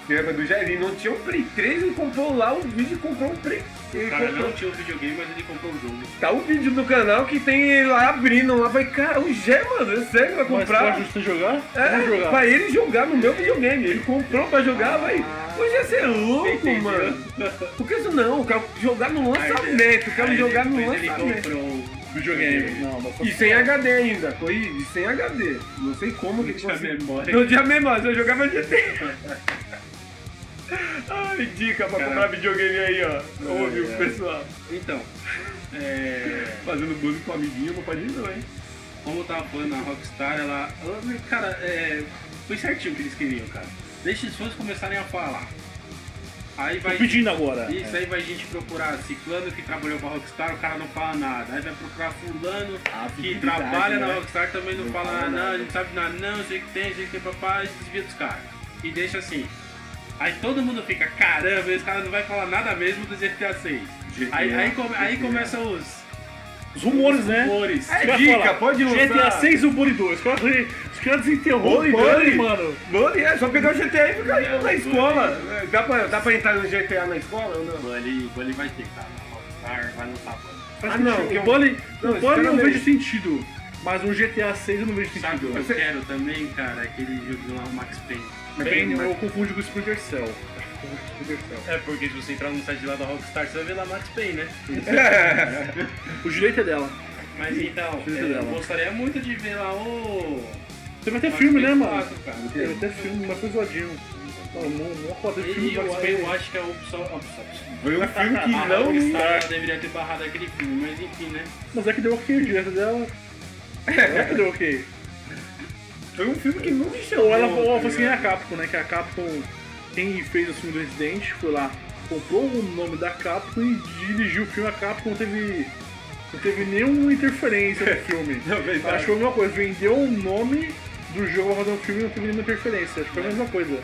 [SPEAKER 2] Você lembra do Jé? Ele não tinha um Play 3, ele comprou lá o vídeo e comprou um Play. Ele
[SPEAKER 3] O cara
[SPEAKER 2] comprou-
[SPEAKER 3] não tinha o videogame, mas ele comprou o jogo.
[SPEAKER 2] Tá o vídeo do canal que tem ele lá abrindo lá. Vai, cara, o Jé, mano, é sério, vai
[SPEAKER 1] Mas
[SPEAKER 2] comprar.
[SPEAKER 1] pra você jogar?
[SPEAKER 2] É,
[SPEAKER 1] Vamos jogar.
[SPEAKER 2] pra ele jogar no meu videogame. Ele comprou pra jogar, vai. Hoje ia ser louco,
[SPEAKER 3] Entendeu?
[SPEAKER 2] mano. Por que isso não? Eu quero jogar no
[SPEAKER 3] Aí,
[SPEAKER 2] lançamento. Eu quero
[SPEAKER 3] aí
[SPEAKER 2] jogar no
[SPEAKER 3] depois ele
[SPEAKER 2] lançamento.
[SPEAKER 3] comprou o
[SPEAKER 1] Videogame.
[SPEAKER 3] videogame.
[SPEAKER 1] Não, mas
[SPEAKER 2] E sem HD ainda, foi e sem HD. Não sei como que ele
[SPEAKER 3] tinha
[SPEAKER 2] conseguiu.
[SPEAKER 3] memória.
[SPEAKER 2] Não tinha memória, só jogava GT. Ai, dica pra
[SPEAKER 3] Cara.
[SPEAKER 2] comprar videogame aí, ó. Ouve
[SPEAKER 3] é.
[SPEAKER 2] o pessoal.
[SPEAKER 3] Então, é,
[SPEAKER 2] Fazendo bullying com o amiguinho, não pode não, hein?
[SPEAKER 3] como eu tava falando, a Rockstar, ela. ela- Cara, é, foi certinho o que eles queriam, cara. Deixa os fãs começarem a falar. Aí vai.
[SPEAKER 1] Tô pedindo agora.
[SPEAKER 3] Isso aí vai gente procurar ciclano que trabalhou pra Rockstar, o cara não fala nada. Aí vai procurar fulano
[SPEAKER 2] A
[SPEAKER 3] que
[SPEAKER 2] fidelidade,
[SPEAKER 3] trabalha na
[SPEAKER 2] né?
[SPEAKER 3] Rockstar também Ah, não,
[SPEAKER 2] Não
[SPEAKER 3] fala
[SPEAKER 2] fala
[SPEAKER 3] nada, não,
[SPEAKER 2] nada.
[SPEAKER 3] a gente sabe nada, não, sei o que tem, sei o que tem papai, e desvia dos caras. E deixa assim. Aí todo mundo fica, caramba, esse cara não vai falar nada mesmo do GTA 6.
[SPEAKER 2] GTA,
[SPEAKER 3] Aí, aí, come- aí
[SPEAKER 2] GTA.
[SPEAKER 3] começam os
[SPEAKER 1] Os rumores, né?
[SPEAKER 3] rumores.
[SPEAKER 1] Os
[SPEAKER 2] É
[SPEAKER 1] caras
[SPEAKER 2] dica,
[SPEAKER 1] falam,
[SPEAKER 2] pode lançar.
[SPEAKER 1] GTA 6 ou Bully 2. Os caras- Os caras desenterrou
[SPEAKER 2] Bully
[SPEAKER 1] e dane,
[SPEAKER 2] 2.
[SPEAKER 1] mano.
[SPEAKER 2] Bullying é só pegar o GTA e ficar
[SPEAKER 3] Não,
[SPEAKER 2] indo na
[SPEAKER 3] bullying.
[SPEAKER 2] escola. É, Dá pra, dá pra entrar no GTA na escola ou não?
[SPEAKER 3] Bully, Bully vai ter, cara. Rockstar vai lançar Bully.
[SPEAKER 1] Faz
[SPEAKER 2] Ah, não,
[SPEAKER 1] sentido.
[SPEAKER 2] que
[SPEAKER 1] o
[SPEAKER 2] eu-
[SPEAKER 1] Bully,
[SPEAKER 2] Não,
[SPEAKER 1] o Bully eu
[SPEAKER 2] espera
[SPEAKER 1] vejo
[SPEAKER 2] aí.
[SPEAKER 1] sentido. Mas um GTA 6 eu não vejo
[SPEAKER 3] Sabe o
[SPEAKER 1] sentido.
[SPEAKER 3] que é? eu
[SPEAKER 2] Você-
[SPEAKER 3] quero também, cara? Aquele jogo lá, o Max Payne.
[SPEAKER 1] Bem,
[SPEAKER 2] Mas-
[SPEAKER 1] eu confundo com o Splinter Cell. Acho que eu confundo com o Splinter Cell.
[SPEAKER 3] É, porque se você entrar no site lá da Rockstar, você vai ver lá Max Payne, né?
[SPEAKER 1] O direito é dela.
[SPEAKER 3] Mas então,
[SPEAKER 1] Filho
[SPEAKER 3] é, eu
[SPEAKER 1] dela.
[SPEAKER 3] gostaria muito de ver lá o.
[SPEAKER 1] Você vai ter
[SPEAKER 3] Max
[SPEAKER 1] filme, né,
[SPEAKER 3] Payne
[SPEAKER 1] mano?
[SPEAKER 3] 4, cara.
[SPEAKER 1] Tem até filme, mas foi zoadinho. Não, não, não pode ter filme
[SPEAKER 3] E
[SPEAKER 1] do
[SPEAKER 3] o
[SPEAKER 1] Max
[SPEAKER 3] Payne,
[SPEAKER 1] Payne.
[SPEAKER 3] eu acho que é o opção. a opção-
[SPEAKER 2] Foi um filme que
[SPEAKER 3] a
[SPEAKER 2] não
[SPEAKER 3] Rockstar ela deveria ter barrado aquele filme, mas enfim, né?
[SPEAKER 1] Mas é que deu ok o direito dela. É que deu ok.
[SPEAKER 2] Foi um filme que não me chamou.
[SPEAKER 1] Ou ela, ou ela foi assim, é a Capcom, né? Que a Capcom, quem fez o filme do Resident, foi lá, comprou o nome da Capcom e dirigiu o filme. A Capcom teve, não teve nenhuma interferência no filme.
[SPEAKER 2] Não, é verdade.
[SPEAKER 1] Acho que foi a mesma coisa, vendeu o nome do jogo pra fazer um filme e não teve nenhuma interferência. Acho que foi a mesma
[SPEAKER 2] É
[SPEAKER 1] coisa.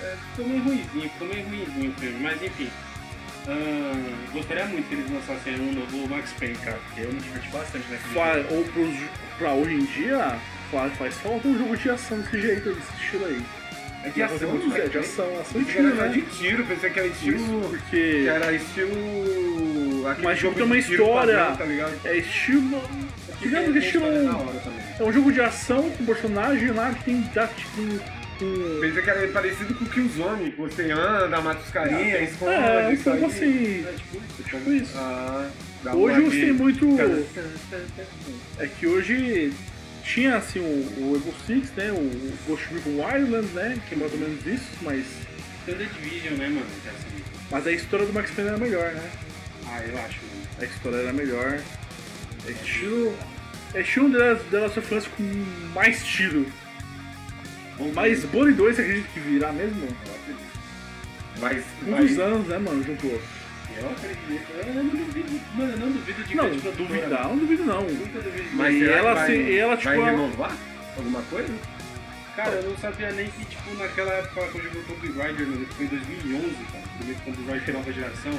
[SPEAKER 3] É, Ficou meio ruimzinho, ficou meio ruimzinho o filme, mas enfim. Ahn, gostaria muito que eles lançassem um novo Max Payne, cara, porque eu me diverti bastante naquele
[SPEAKER 1] Fa-
[SPEAKER 3] filme.
[SPEAKER 1] Ou pros, pra hoje em dia, fa- faz falta um jogo de ação desse jeito, desse estilo aí.
[SPEAKER 2] É
[SPEAKER 1] De ação, Zé, de ação, ação e tiro, né?
[SPEAKER 2] Era de tiro, pensei que era
[SPEAKER 1] Isso,
[SPEAKER 2] estilo.
[SPEAKER 1] porque...
[SPEAKER 2] Que era estilo. aquele
[SPEAKER 1] Mas
[SPEAKER 2] jogo
[SPEAKER 1] tem uma
[SPEAKER 2] de tiro
[SPEAKER 1] história.
[SPEAKER 2] padrão, tá ligado?
[SPEAKER 1] É estilo. Digamos que
[SPEAKER 2] Tem história da
[SPEAKER 1] estilo.
[SPEAKER 2] hora também.
[SPEAKER 1] É um jogo de ação com personagem lá que tem. Tá, tipo, um,
[SPEAKER 2] Pensei é que era parecido com o Killzone, que você anda, mata os carinhas, esconde.
[SPEAKER 1] é, um
[SPEAKER 2] isso
[SPEAKER 1] pouco
[SPEAKER 2] tá aí.
[SPEAKER 1] assim.
[SPEAKER 2] né,
[SPEAKER 3] É, tipo isso.
[SPEAKER 1] Tipo isso.
[SPEAKER 2] Ah, dá
[SPEAKER 1] Hoje
[SPEAKER 2] uma
[SPEAKER 1] você tem
[SPEAKER 2] de-
[SPEAKER 1] muito.
[SPEAKER 2] Cara,
[SPEAKER 1] É que hoje tinha assim o, o Evo Six, né? O o Ghost Recon Wildlands, né? Que é mais ou menos isso, mas.
[SPEAKER 3] Tem o The Division, né, mano? que é assim.
[SPEAKER 1] Mas a história do Max Payne era melhor, né?
[SPEAKER 3] Ah, eu acho, mano.
[SPEAKER 1] A história era melhor. É estilo. É estilo delas, delas sofrência com mais tiro. Mas Bully 2 você acredita que virá mesmo?
[SPEAKER 2] Mas.
[SPEAKER 1] Muitos
[SPEAKER 2] mas-
[SPEAKER 1] anos, né, mano? Juntou.
[SPEAKER 3] Eu acredito. Eu não duvido. Mano, eu não duvido de tipo,
[SPEAKER 1] Não,
[SPEAKER 3] grande produtora.
[SPEAKER 1] duvidar, não duvido não.
[SPEAKER 3] Nunca duvidei.
[SPEAKER 1] E
[SPEAKER 2] Mas será que
[SPEAKER 1] ela
[SPEAKER 2] vai-
[SPEAKER 1] se- e ela, tipo,
[SPEAKER 2] Vai
[SPEAKER 1] ela-
[SPEAKER 2] renovar alguma coisa?
[SPEAKER 3] Cara, eu não sabia nem que, tipo, naquela época quando eu joguei o Tomb Raider, mano, que foi em 2011, cara. o Primeiro Tomb Raider nova geração.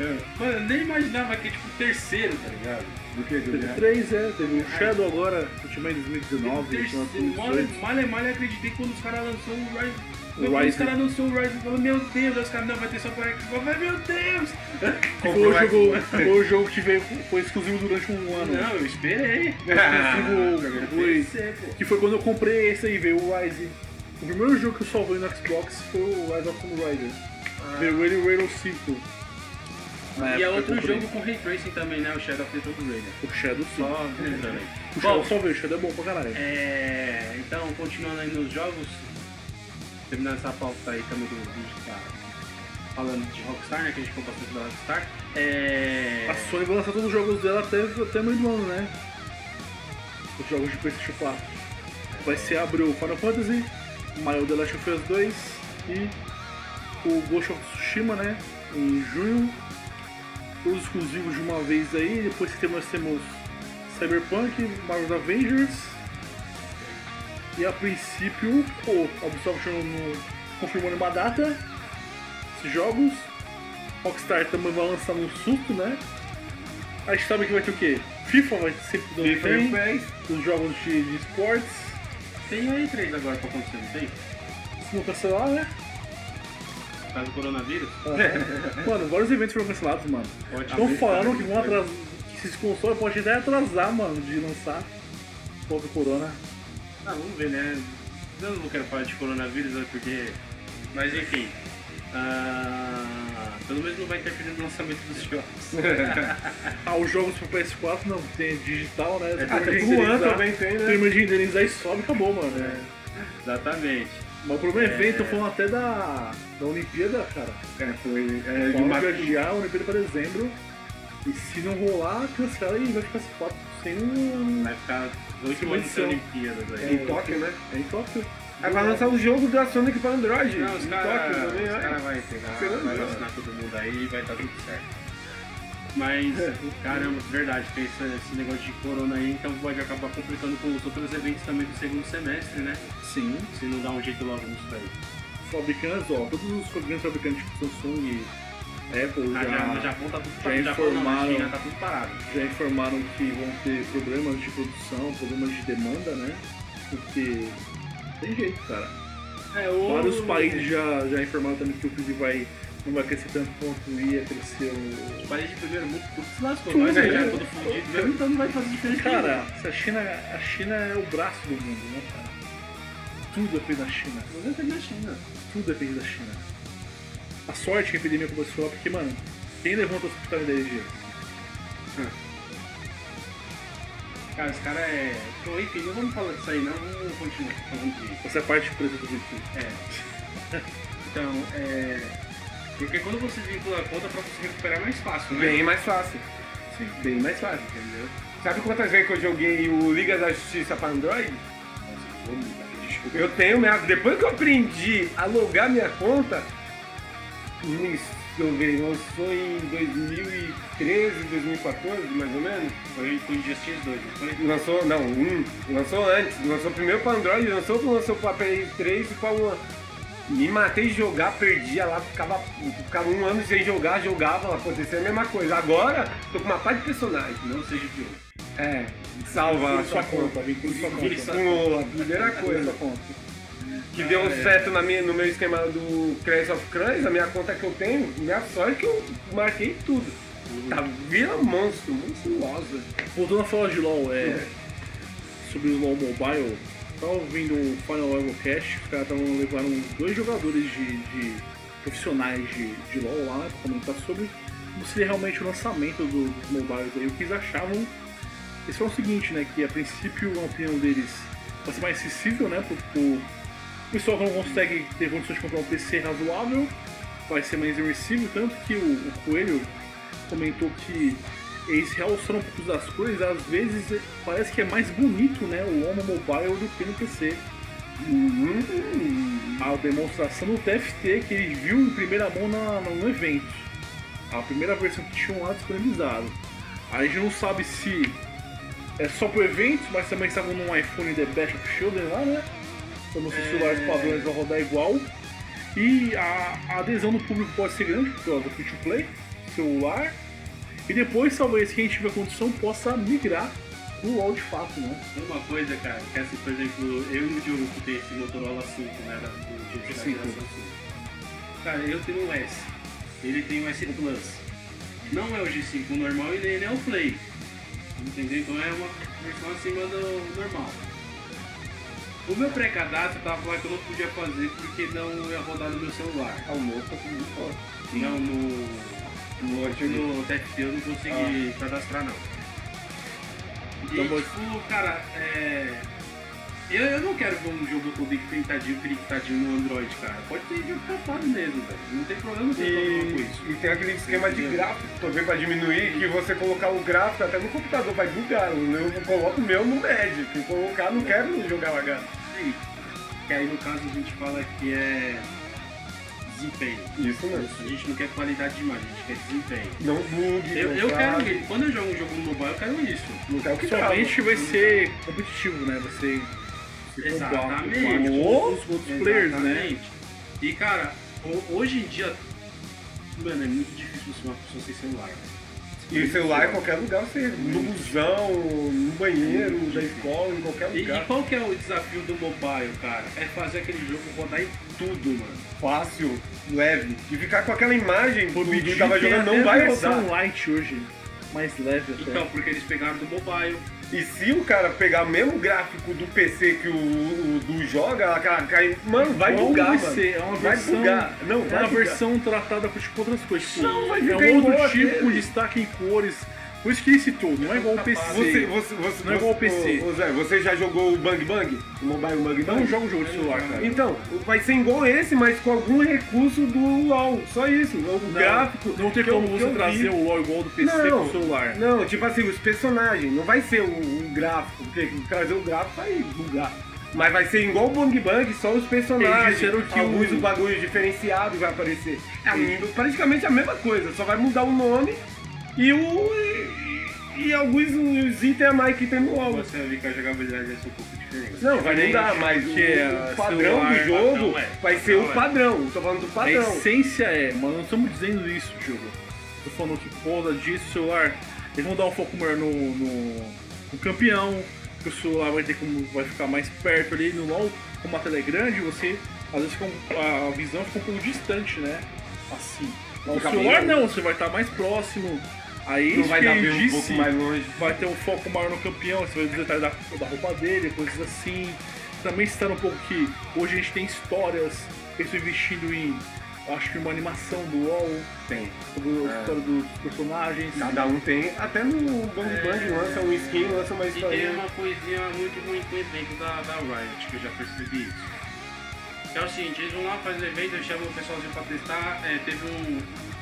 [SPEAKER 3] É. Mano, eu nem imaginava que, tipo, o terceiro, tá ligado?
[SPEAKER 2] Do que? Do
[SPEAKER 1] Teve três, é, teve o Shadow agora, o time em 2019,
[SPEAKER 3] terceiro, mole,
[SPEAKER 1] 2018.
[SPEAKER 3] malha, malha, acreditei quando os caras lançou o Rise.
[SPEAKER 1] O
[SPEAKER 3] Quando os
[SPEAKER 1] Rise.
[SPEAKER 3] caras lançou o Rise, eu falei, meu Deus, aí os caras, não, vai ter só pra Xbox, eu falei, meu Deus!
[SPEAKER 1] Foi o, jogo, foi o jogo que veio, foi exclusivo durante um ano.
[SPEAKER 3] Não, eu esperei.
[SPEAKER 2] Ah,
[SPEAKER 1] Exclusivo foi,
[SPEAKER 3] Terceiro, pô.
[SPEAKER 1] que foi quando eu comprei esse aí, veio o Rise. O primeiro jogo que eu salvei no Xbox foi o Rise of Tomb Raider. Veio ele e o Rainbow 5. Ah. Na
[SPEAKER 3] E é
[SPEAKER 1] época eu
[SPEAKER 3] outro
[SPEAKER 1] comprei.
[SPEAKER 3] jogo com Ray Tracing também, né? O Shadow of the Tomb Raider.
[SPEAKER 1] O Shadow sim.
[SPEAKER 3] Só lembrando aí.
[SPEAKER 1] O
[SPEAKER 3] Bom,
[SPEAKER 1] Shadow só veio, o Shadow é bom pra caralho.
[SPEAKER 3] É, então, continuando aí nos jogos, terminando essa pauta aí também do vídeo que tá falando de Rockstar, né? Que a gente ficou bastante da Rockstar. É.
[SPEAKER 1] A Sony vai lançar todos os jogos dela até, até meio do ano, né? Os jogos de PlayStation 4. Vai ser abrir o Final Fantasy, Mario The Last of Us 2 e o Ghost of Tsushima, né? Em junho. todos os exclusivos de uma vez aí. Depois que nós temos Cyberpunk, Marvel's Avengers. E a princípio, pô, a Ubisoft não confirmando uma data. Esses jogos. Rockstar também vai lançar um susto, né? A gente sabe que vai ter o quê? FIFA vai sempre dando
[SPEAKER 3] FIFA e
[SPEAKER 1] bem.
[SPEAKER 3] PES.
[SPEAKER 1] Os jogos de, de esportes.
[SPEAKER 3] Tem aí três agora pra acontecer, não tem?
[SPEAKER 1] Se não cancelar, né?
[SPEAKER 3] Por causa do coronavírus. É.
[SPEAKER 1] Mano, vários eventos foram cancelados, mano.
[SPEAKER 3] Pode
[SPEAKER 1] Estão
[SPEAKER 3] abrir,
[SPEAKER 1] falando
[SPEAKER 3] também.
[SPEAKER 1] que vão atrasar. Que esses consoles podem até atrasar, mano, de lançar. Contra o Corona.
[SPEAKER 3] Ah, vamos ver, né? Eu não quero falar de coronavírus, né, porque... Mas enfim. Ah, pelo menos não vai interferir no lançamento dos jogos.
[SPEAKER 1] Ah, os jogos pro PS4 não, tem digital, né? Você
[SPEAKER 3] É,
[SPEAKER 1] termina
[SPEAKER 2] Até
[SPEAKER 1] de
[SPEAKER 2] pro One
[SPEAKER 1] renderizar-
[SPEAKER 2] também tem, né?
[SPEAKER 1] termina de renderizar e sobe e acabou, mano.
[SPEAKER 3] Exatamente.
[SPEAKER 1] Mas o problema é evento, falando até da, da Olimpíada, cara.
[SPEAKER 2] É, foi. É, de
[SPEAKER 1] Vamos
[SPEAKER 2] uma...
[SPEAKER 1] viajar a Olimpíada pra dezembro. E se não rolar, cancela e vai ficar esse papo sem um.
[SPEAKER 3] Vai ficar oito
[SPEAKER 1] Sim,
[SPEAKER 3] anos de
[SPEAKER 1] são-
[SPEAKER 3] Olimpíadas aí.
[SPEAKER 2] Em Tóquio, né?
[SPEAKER 1] É em Tóquio.
[SPEAKER 2] Aí vai lançar o jogo da Sonic pra Android.
[SPEAKER 3] Não, os
[SPEAKER 2] Em
[SPEAKER 3] caras
[SPEAKER 2] Tóquio também, né? olha.
[SPEAKER 3] cara vai pegar,
[SPEAKER 2] Você não
[SPEAKER 3] vai
[SPEAKER 2] viu?
[SPEAKER 3] vacinar todo mundo aí e vai dar tudo certo. Mas, caramba, verdade, tem esse, esse negócio de corona aí, então pode acabar complicando com os outros eventos também do segundo semestre, né?
[SPEAKER 1] Sim.
[SPEAKER 3] Se não dá um jeito logo nisso daí.
[SPEAKER 1] Fabricantes, ó, todos os grandes fabricantes tipo Samsung e Apple
[SPEAKER 3] Ah, já,
[SPEAKER 1] já,
[SPEAKER 3] no Japão tá tudo
[SPEAKER 1] já
[SPEAKER 3] parado. no Japão não, na
[SPEAKER 1] informaram.
[SPEAKER 3] China tá tudo parado.
[SPEAKER 1] já informaram que vão ter problemas de produção, problemas de demanda, né? Porque tem jeito, cara.
[SPEAKER 3] É, o...
[SPEAKER 1] Vários países já, já informaram também que o PIB vai, não vai crescer tanto quanto ia crescer o.
[SPEAKER 3] Os países de primeiro mundo, tudo se lascou,
[SPEAKER 1] Tudo,
[SPEAKER 3] nós aí já
[SPEAKER 1] né?
[SPEAKER 3] é tudo fodido, mesmo então não vai fazer diferença
[SPEAKER 1] Cara, se a China, a China é o braço do mundo, né, cara? Tudo depende da China.
[SPEAKER 3] nenhuma. Mas é na China.
[SPEAKER 1] Tudo depende da China. A sorte que a epidemia começou lá, porque, mano, quem levanta o hospital em 10 dias?
[SPEAKER 3] Cara, os caras é... Então, enfim, não vamos falar disso aí não, vamos continuar falando de...
[SPEAKER 1] Essa é a parte presa do vídeo.
[SPEAKER 3] É. Então, é. Porque quando você vincula a conta, pra você recuperar é mais fácil, né?
[SPEAKER 2] Bem mais fácil. Bem mais fácil, entendeu? Sabe quantas vezes que eu joguei o Liga da Justiça pra Android?
[SPEAKER 3] Desculpa.
[SPEAKER 2] Eu tenho minha. Depois que eu aprendi a logar minha conta, isso, eu ganhei, lançou em 2013, 2014, mais ou menos.
[SPEAKER 3] Foi com Injustice 2, não foi?
[SPEAKER 2] Lançou, não, um. Lançou antes. Lançou primeiro pra Android, lançou, lançou pra PS3 e pra One. Me matei de jogar, perdia lá, ficava, ficava um ano sem jogar, jogava, acontecia a mesma coisa. Agora, tô com uma parte de personagem.
[SPEAKER 3] Não seja de hoje.
[SPEAKER 2] É, salva a sua conta.
[SPEAKER 1] vincula sua
[SPEAKER 3] Vincula
[SPEAKER 1] conta.
[SPEAKER 3] sua
[SPEAKER 2] Com a primeira
[SPEAKER 1] Vincula
[SPEAKER 2] coisa
[SPEAKER 1] sua conta.
[SPEAKER 2] que deu
[SPEAKER 3] Ah,
[SPEAKER 2] um
[SPEAKER 3] é.
[SPEAKER 2] certo na minha, no meu esquema do Crash of Clans, a minha conta que eu tenho, minha sorte que eu marquei tudo. Tá vira monstro, monstruosa.
[SPEAKER 1] Voltando a falar de LoL, é, sobre o LoL Mobile, tava ouvindo o Final Level Cast, os caras tavam- levaram dois jogadores de, de profissionais de, de LoL lá né, pra comentar sobre como seria realmente o lançamento do- dos mobiles aí, o que eles achavam. Eles falaram o seguinte, né, que a princípio a opinião deles vai ser mais acessível, né, pro, pro pessoal que não consegue ter condições de comprar um PC razoável, vai ser mais imersível, tanto que o, o Coelho comentou que eles realçaram um pouco das coisas, às vezes parece que é mais bonito, né, o Homo Mobile do que no PC. A demonstração do TFT que ele viu em primeira mão na, na- no evento. A primeira versão que tinham lá disponibilizado. A gente não sabe se é só pro evento, mas também estavam num iPhone The Best of Children lá, né? Então se os celulares padrões vão rodar igual. E a, a adesão do público pode ser grande, por causa do free to play, celular. E depois, talvez, quem tiver condição possa migrar pro LoL de fato, né?
[SPEAKER 3] Tem uma coisa, cara, que é assim, por exemplo, eu e o Diogo que tem esse Motorola 5, né? Da, do Diogo da
[SPEAKER 1] Cinco.
[SPEAKER 3] geração 5. Cara, eu tenho um S. Ele tem um S Plus. Não é o G5 normal e nem ele é o Play. Entendeu? Então é uma versão acima do normal. O meu pré-cadastro tava lá que eu não podia fazer porque não ia rodar no meu celular.
[SPEAKER 2] Almoço, tá tudo fora.
[SPEAKER 3] Não, no,
[SPEAKER 2] No artigo. Ah.
[SPEAKER 3] no TFT eu não consegui cadastrar não. E
[SPEAKER 1] Então, vou-
[SPEAKER 3] tipo, cara, é... eu, eu não quero ver um jogo todo enfrentadinho, criptadinho no Android, cara. Pode ter jogo capado mesmo, velho. Não tem problema ter problema com isso.
[SPEAKER 2] E, e tem aquele esquema de
[SPEAKER 3] Entendeu?
[SPEAKER 2] gráfico também pra diminuir, que você colocar o gráfico até no computador vai bugar. Eu coloco o meu no médio, que colocar não quero jogar lagado.
[SPEAKER 3] Sim. Que aí no caso a gente fala que é desempenho.
[SPEAKER 2] Isso mesmo.
[SPEAKER 3] A gente não quer qualidade de imagem, a gente quer desempenho.
[SPEAKER 2] Não bug,
[SPEAKER 3] Eu,
[SPEAKER 2] não
[SPEAKER 3] eu quero
[SPEAKER 2] trave,
[SPEAKER 3] ele. Quando eu jogo um jogo no mobile, eu quero isso.
[SPEAKER 2] Não quero que trava.
[SPEAKER 1] Somente vai ser competitivo, né? Vai ser se comprar
[SPEAKER 3] Exatamente.
[SPEAKER 1] com outros, outros players, né?
[SPEAKER 3] Exatamente. E cara, ho- hoje em dia, mano, é muito difícil você uma pessoa sem celular. né?
[SPEAKER 2] E o celular é em qualquer lugar você. No busão, no banheiro, da escola, em qualquer
[SPEAKER 3] E, e
[SPEAKER 2] lugar.
[SPEAKER 3] qual que é o desafio do mobile, cara? É fazer aquele jogo rodar em tudo, mano.
[SPEAKER 2] Fácil, leve. E ficar com aquela imagem do que
[SPEAKER 1] PUBG
[SPEAKER 2] tava
[SPEAKER 1] tem
[SPEAKER 2] jogando
[SPEAKER 1] até
[SPEAKER 2] não vai
[SPEAKER 1] versão
[SPEAKER 2] rodar.
[SPEAKER 1] light hoje, mais leve até.
[SPEAKER 3] Então, porque eles pegaram do mobile.
[SPEAKER 2] E se o cara pegar o mesmo gráfico do PC que o, o do joga, aquela cai. Mano, vai
[SPEAKER 1] Como
[SPEAKER 2] bugar,
[SPEAKER 1] vai
[SPEAKER 2] mano.
[SPEAKER 1] ser? É uma
[SPEAKER 2] vai
[SPEAKER 1] versão-
[SPEAKER 2] bugar. Não,
[SPEAKER 1] é
[SPEAKER 2] vai
[SPEAKER 1] uma
[SPEAKER 2] bugar.
[SPEAKER 1] versão tratada por tipo outras coisas. tipo,
[SPEAKER 2] Não, vai
[SPEAKER 1] é
[SPEAKER 2] ficar
[SPEAKER 1] um outro
[SPEAKER 2] igual
[SPEAKER 1] tipo
[SPEAKER 2] aquele.
[SPEAKER 1] de destaque em cores. Por isso que ele citou, não é igual
[SPEAKER 2] Tá
[SPEAKER 1] o PC.
[SPEAKER 2] Você, você, você,
[SPEAKER 1] Não é igual o PC.
[SPEAKER 2] Ô, ô, Zé, você já jogou o Bang Bang? O Mobile Bang Bang?
[SPEAKER 1] Não joga o jogo de celular, cara.
[SPEAKER 2] Então, vai ser igual esse, mas com algum recurso do LoL. Só isso. O
[SPEAKER 1] Não,
[SPEAKER 2] gráfico.
[SPEAKER 1] Não tem
[SPEAKER 2] que eu-
[SPEAKER 1] como
[SPEAKER 2] que
[SPEAKER 1] você
[SPEAKER 2] eu vi.
[SPEAKER 1] trazer um o LOL igual do PC
[SPEAKER 2] não,
[SPEAKER 1] pro celular.
[SPEAKER 2] Não, tipo assim, os personagens. Não vai ser o, o gráfico, porque trazer o gráfico vai bugar. Mas vai ser igual o Bang Bang, só os
[SPEAKER 1] Eles
[SPEAKER 2] personagens.
[SPEAKER 1] disseram que
[SPEAKER 2] alguns
[SPEAKER 1] o-
[SPEAKER 2] o um bagulho diferenciado vai aparecer. É a- praticamente a mesma coisa, só vai mudar o nome e o. E, e alguns os itens a mais que tem no LoL.
[SPEAKER 3] Você vai ver que a jogabilidade vai ser um pouco diferente.
[SPEAKER 2] Não, vai mudar,
[SPEAKER 1] Diferente,
[SPEAKER 2] mas o,
[SPEAKER 1] porque é
[SPEAKER 2] o padrão
[SPEAKER 1] celular,
[SPEAKER 2] do jogo
[SPEAKER 3] padrão, é.
[SPEAKER 2] vai ser
[SPEAKER 3] Padrão,
[SPEAKER 2] o
[SPEAKER 3] é.
[SPEAKER 2] padrão. Tô falando do
[SPEAKER 1] A
[SPEAKER 2] padrão.
[SPEAKER 1] essência é, mas não estamos dizendo isso, jogo. Tô falando que foda disso, o celular. Eles vão dar um foco maior no, no, no campeão, que o celular vai ter como vai ficar mais perto ali no LOL, como a tela é grande, você às vezes fica um- a visão fica um pouco distante, né? Assim. O
[SPEAKER 2] Fica
[SPEAKER 1] celular
[SPEAKER 2] bem- né?
[SPEAKER 1] não, você vai estar mais próximo. Aí
[SPEAKER 2] Não
[SPEAKER 1] isso
[SPEAKER 2] vai
[SPEAKER 1] que
[SPEAKER 2] dar
[SPEAKER 1] ele
[SPEAKER 2] bem um
[SPEAKER 1] disse,
[SPEAKER 2] pouco mais longe.
[SPEAKER 1] vai ter um foco maior no campeão, você vai ver os detalhes da, da roupa dele, coisas assim. Também citando um pouco que hoje a gente tem histórias, eles estão investindo em, acho que uma animação do LoL,
[SPEAKER 2] Tem.
[SPEAKER 1] sobre a
[SPEAKER 2] É.
[SPEAKER 1] história dos personagens.
[SPEAKER 2] Cada um tem, até no Bang
[SPEAKER 1] É.
[SPEAKER 2] Bang lança um skin, lança uma
[SPEAKER 3] E tem
[SPEAKER 2] história.
[SPEAKER 3] uma coisinha muito ruim com o evento da, da Riot, que eu já percebi isso. Que é o seguinte, eles vão lá fazer evento, eles chamam o pessoalzinho pra testar, é, teve um.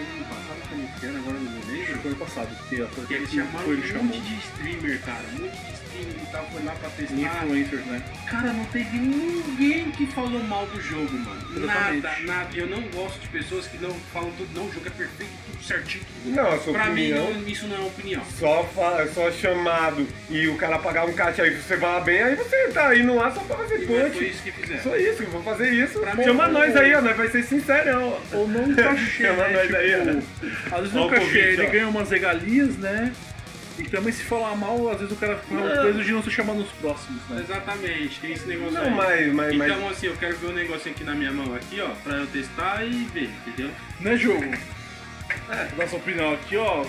[SPEAKER 3] Ano passado, foi nesse ano, agora não me
[SPEAKER 1] Acho que
[SPEAKER 3] lembro.
[SPEAKER 1] Foi ano passado, que foi
[SPEAKER 3] Que eles
[SPEAKER 1] que
[SPEAKER 3] chamaram
[SPEAKER 1] foi, ele
[SPEAKER 3] um monte
[SPEAKER 1] chamou.
[SPEAKER 3] de streamer, cara. Um monte de streamer e tal, foi lá pra testar.
[SPEAKER 1] Influencers, né?
[SPEAKER 3] Cara, não teve ninguém que falou mal do jogo, mano.
[SPEAKER 1] Exatamente.
[SPEAKER 3] Nada, nada. Eu não gosto de pessoas que não falam tudo, não, o jogo é perfeito, tudo certinho, tudo.
[SPEAKER 2] Não, a sua
[SPEAKER 3] pra mim,
[SPEAKER 1] né?
[SPEAKER 2] opinião.
[SPEAKER 3] não- isso não é opinião.
[SPEAKER 2] Só, fa- só chamado e o cara pagar um caixa aí você vai lá bem, aí você tá indo lá só pra fazer
[SPEAKER 3] E foi
[SPEAKER 2] punch.
[SPEAKER 3] isso que fizeram.
[SPEAKER 2] Só isso, eu vou fazer isso.
[SPEAKER 3] Pra mim,
[SPEAKER 2] Chama
[SPEAKER 3] o-
[SPEAKER 2] nós aí, ó, nós vai ser sincerão. ó.
[SPEAKER 1] Ou é não um
[SPEAKER 2] É
[SPEAKER 1] cachê,
[SPEAKER 2] Chama
[SPEAKER 1] né?
[SPEAKER 2] nós
[SPEAKER 1] tipo,
[SPEAKER 2] daí,
[SPEAKER 1] às vezes
[SPEAKER 2] Ó
[SPEAKER 1] um
[SPEAKER 2] o
[SPEAKER 1] cachê,
[SPEAKER 2] convite,
[SPEAKER 1] ele
[SPEAKER 2] ó.
[SPEAKER 1] ganha umas regalias, né? E também se falar mal, às vezes o cara fica
[SPEAKER 2] É.
[SPEAKER 1] preso de não se chamar nos próximos, né?
[SPEAKER 3] Exatamente, tem esse negócio
[SPEAKER 2] Não,
[SPEAKER 3] aí.
[SPEAKER 2] mas, mas, mas.
[SPEAKER 3] Então assim, eu quero ver o negócio aqui na minha mão aqui, ó, pra eu testar e ver, entendeu?
[SPEAKER 1] Né, jogo? Nossa opinião aqui, ó.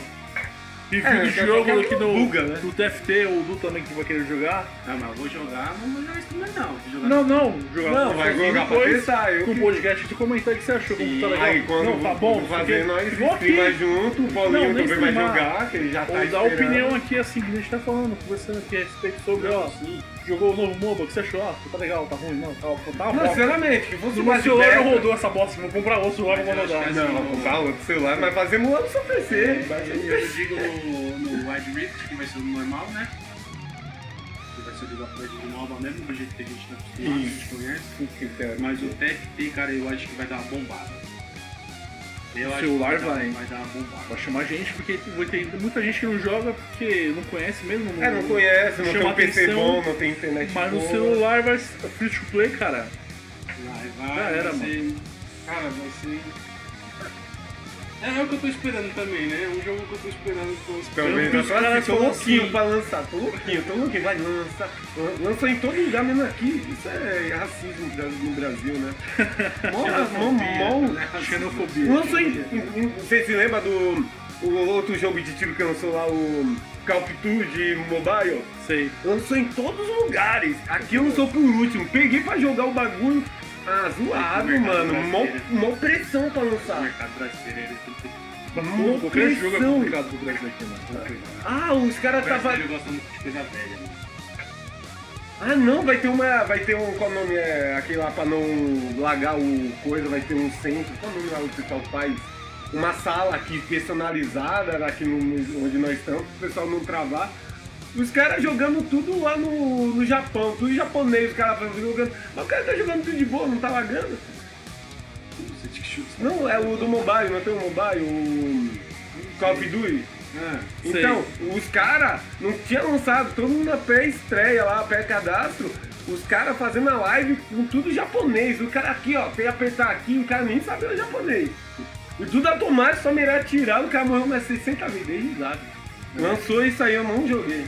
[SPEAKER 1] Review
[SPEAKER 2] É,
[SPEAKER 1] do
[SPEAKER 2] qualquer
[SPEAKER 1] jogo
[SPEAKER 2] coisa
[SPEAKER 1] aqui no,
[SPEAKER 2] buga, né?
[SPEAKER 1] do TFT ou do também que vai querer jogar.
[SPEAKER 3] Ah, mas eu vou jogar, não vou jogar isso também não. Vou jogar
[SPEAKER 1] Não, não, jogar
[SPEAKER 2] Não, vai jogar pra
[SPEAKER 1] depois,
[SPEAKER 2] testar, eu
[SPEAKER 1] Com o
[SPEAKER 2] que-
[SPEAKER 1] podcast, tu comentar o que você achou, como tá legal.
[SPEAKER 2] Aí quando
[SPEAKER 1] não, tá bom,
[SPEAKER 2] fazer nós
[SPEAKER 1] vou aqui.
[SPEAKER 2] streamar junto, o
[SPEAKER 1] Não,
[SPEAKER 2] Paulinho
[SPEAKER 1] nem
[SPEAKER 2] também vai
[SPEAKER 1] streamar.
[SPEAKER 2] jogar, que ele já tá
[SPEAKER 1] Ou dar
[SPEAKER 2] esperando.
[SPEAKER 1] opinião aqui, assim, que a gente tá falando, conversando aqui a respeito sobre, ó,
[SPEAKER 3] assim.
[SPEAKER 1] jogou o novo MOBA, o que você achou? Ah, tá legal, tá ruim, não, tá, tá uma
[SPEAKER 2] Não,
[SPEAKER 1] bosta.
[SPEAKER 2] sinceramente, que fosse
[SPEAKER 1] Se o
[SPEAKER 2] uma
[SPEAKER 1] meu celular não
[SPEAKER 2] ideia-
[SPEAKER 1] rodou essa bosta, vou comprar outro lá e vou
[SPEAKER 3] Mas eu acho
[SPEAKER 1] rodar.
[SPEAKER 3] que
[SPEAKER 2] Não, vou comprar outro celular, mas fazer emulando seu
[SPEAKER 1] É,
[SPEAKER 2] PC.
[SPEAKER 3] é, Eu digo no, no Wide Rift, que vai ser o normal, né? Que vai ser o Gameplay de nova mesmo, do jeito que a gente tá acostumado, que a gente conhece. Mas o TFT, cara, eu acho que vai dar uma bombada. Eu
[SPEAKER 1] O
[SPEAKER 3] acho
[SPEAKER 1] celular
[SPEAKER 3] que vai,
[SPEAKER 1] vai.
[SPEAKER 3] Dar, vai dar uma bombada.
[SPEAKER 1] Vai chamar gente, porque vai ter muita gente que não joga porque não conhece mesmo.
[SPEAKER 2] É, não conhece, não tem
[SPEAKER 1] Chama
[SPEAKER 2] um PC
[SPEAKER 1] atenção,
[SPEAKER 2] bom, não tem internet
[SPEAKER 1] Mas no
[SPEAKER 2] boa.
[SPEAKER 1] celular vai ser free to play, cara.
[SPEAKER 3] Vai, vai,
[SPEAKER 1] Já era,
[SPEAKER 3] vai ser... Cara, vai ser... É, é o que eu tô esperando também, né? Um jogo que eu tô esperando com os
[SPEAKER 1] Tanto os
[SPEAKER 2] Também, eu tô assim,
[SPEAKER 1] caras
[SPEAKER 2] tô
[SPEAKER 1] falam
[SPEAKER 2] louquinho
[SPEAKER 1] assim.
[SPEAKER 2] pra lançar, tô louquinho, tô louquinho, vai lançar. Lan- Lança em todo lugar, menos aqui. Isso é racismo bra- no Brasil, né? Mó, mó,
[SPEAKER 1] né?
[SPEAKER 2] mó-
[SPEAKER 3] É
[SPEAKER 1] Xenofobia.
[SPEAKER 2] Lança em... em- em- Você se lembra do o outro jogo de tiro que lançou lá, o Calpitude Mobile?
[SPEAKER 1] Sei.
[SPEAKER 2] Lançou em todos os lugares. Aqui eu não sou por último. Peguei pra jogar o bagulho. Ah, zoado, mano. Mó, mó pressão pra
[SPEAKER 3] O
[SPEAKER 2] lançar.
[SPEAKER 3] mercado brasileiro, ele tem que ter...
[SPEAKER 2] Mó
[SPEAKER 1] Qualquer jogo é
[SPEAKER 2] pressão.
[SPEAKER 1] complicado pro Brasil aqui, mano.
[SPEAKER 2] Ah, os
[SPEAKER 3] tá
[SPEAKER 2] caras tava.
[SPEAKER 3] Ele gosta muito de coisa velha. né?
[SPEAKER 2] Ah não, vai ter uma. Vai ter um. Qual o nome é aquele lá pra não lagar o coisa, vai ter um centro. Qual o nome lá o pessoal faz? Uma sala aqui personalizada, né, aqui no, no- onde nós estamos, pro pessoal não travar. Os caras jogando tudo lá no, no Japão, tudo japonês, os caras jogando. Mas o cara tá jogando tudo de boa, não tá lagando?
[SPEAKER 3] Você tinha que chutes.
[SPEAKER 2] Não, é o do mobile, não tem o mobile, o Call of Duty.
[SPEAKER 3] Ah,
[SPEAKER 1] Sei.
[SPEAKER 2] Então, os caras não tinham lançado, todo mundo na pré-estreia lá, pré-cadastro, os caras fazendo a live com tudo japonês. O cara aqui, ó, tem que apertar aqui, o cara nem sabia o japonês. E tudo automático, só mirar tirar, o cara morreu mais 60 vezes, dei risada. Lançou isso aí, eu não joguei.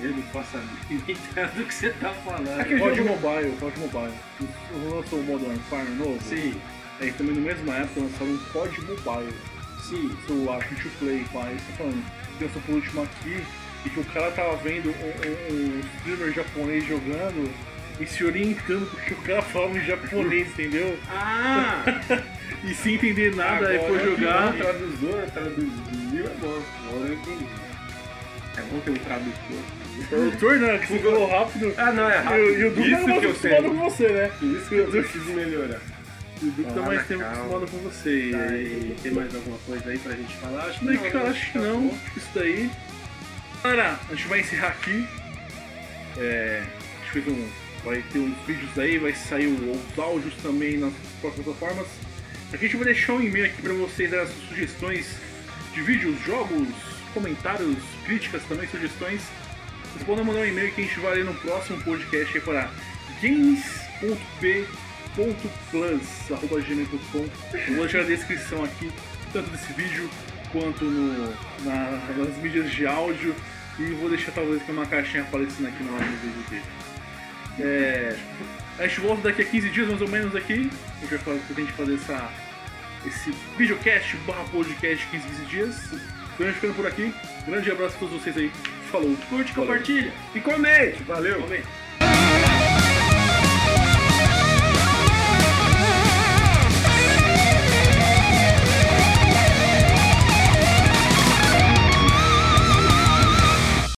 [SPEAKER 3] eu não faço a mínima ideia do que você tá falando.
[SPEAKER 2] Aquele
[SPEAKER 1] COD
[SPEAKER 2] jogo-
[SPEAKER 1] Mobile, COD Mobile. Lançou o Modern Warfare novo.
[SPEAKER 3] Sim,
[SPEAKER 1] Aí também na mesma época lançaram um COD Mobile.
[SPEAKER 3] sim.
[SPEAKER 1] do a free to play, pai, tá falando, pensou por último aqui, e que o cara tava vendo um, um- um streamer japonês jogando e se orientando porque o cara falava em japonês, entendeu?
[SPEAKER 3] Ah!
[SPEAKER 1] E sem entender nada, aí foi
[SPEAKER 3] Agora eu
[SPEAKER 1] jogar.
[SPEAKER 2] Não,
[SPEAKER 3] né?
[SPEAKER 2] traduzou, traduziu, é bom.
[SPEAKER 3] Agora eu entendi. É bom ter um tradutor.
[SPEAKER 1] O Tornan, né? que você falou rápido.
[SPEAKER 2] Ah, não, é
[SPEAKER 1] E
[SPEAKER 2] rápido.
[SPEAKER 1] o- e o Duke tá
[SPEAKER 2] isso
[SPEAKER 1] mais
[SPEAKER 2] que eu
[SPEAKER 1] acostumado com
[SPEAKER 2] sei.
[SPEAKER 1] você, né?
[SPEAKER 2] Isso que eu preciso melhorar.
[SPEAKER 1] E o Duke tá
[SPEAKER 3] Ah,
[SPEAKER 1] mais tempo
[SPEAKER 3] calma.
[SPEAKER 1] acostumado com você.
[SPEAKER 3] E
[SPEAKER 1] E aí,
[SPEAKER 3] aí, tem mais alguma coisa aí pra gente falar? Acho né?
[SPEAKER 1] Não, cara, acho que não. Isso daí. Galera, a gente vai encerrar aqui. É, a gente fez um. Vai ter uns vídeos aí, vai sair os áudios também nas próximas plataformas. A gente vai deixar um e-mail aqui pra vocês as sugestões de vídeos, jogos, comentários, críticas também, sugestões. Vocês podem mandar um e-mail que a gente vai ler no próximo podcast aí para games.p.plus.gmail.com Eu vou deixar a descrição aqui, tanto desse vídeo quanto no, na- nas mídias de áudio. E vou deixar talvez aqui uma caixinha aparecendo aqui no lado do vídeo dele. É, a gente volta daqui a 15 dias, mais ou menos, aqui. A gente vai fazer, a gente fazer essa, esse videocast barra podcast 15, 15 dias. Então a gente ficando por aqui. Grande abraço a todos vocês aí. Falou. Curte,
[SPEAKER 3] Compartilha
[SPEAKER 2] E comente, valeu.
[SPEAKER 3] Comenta.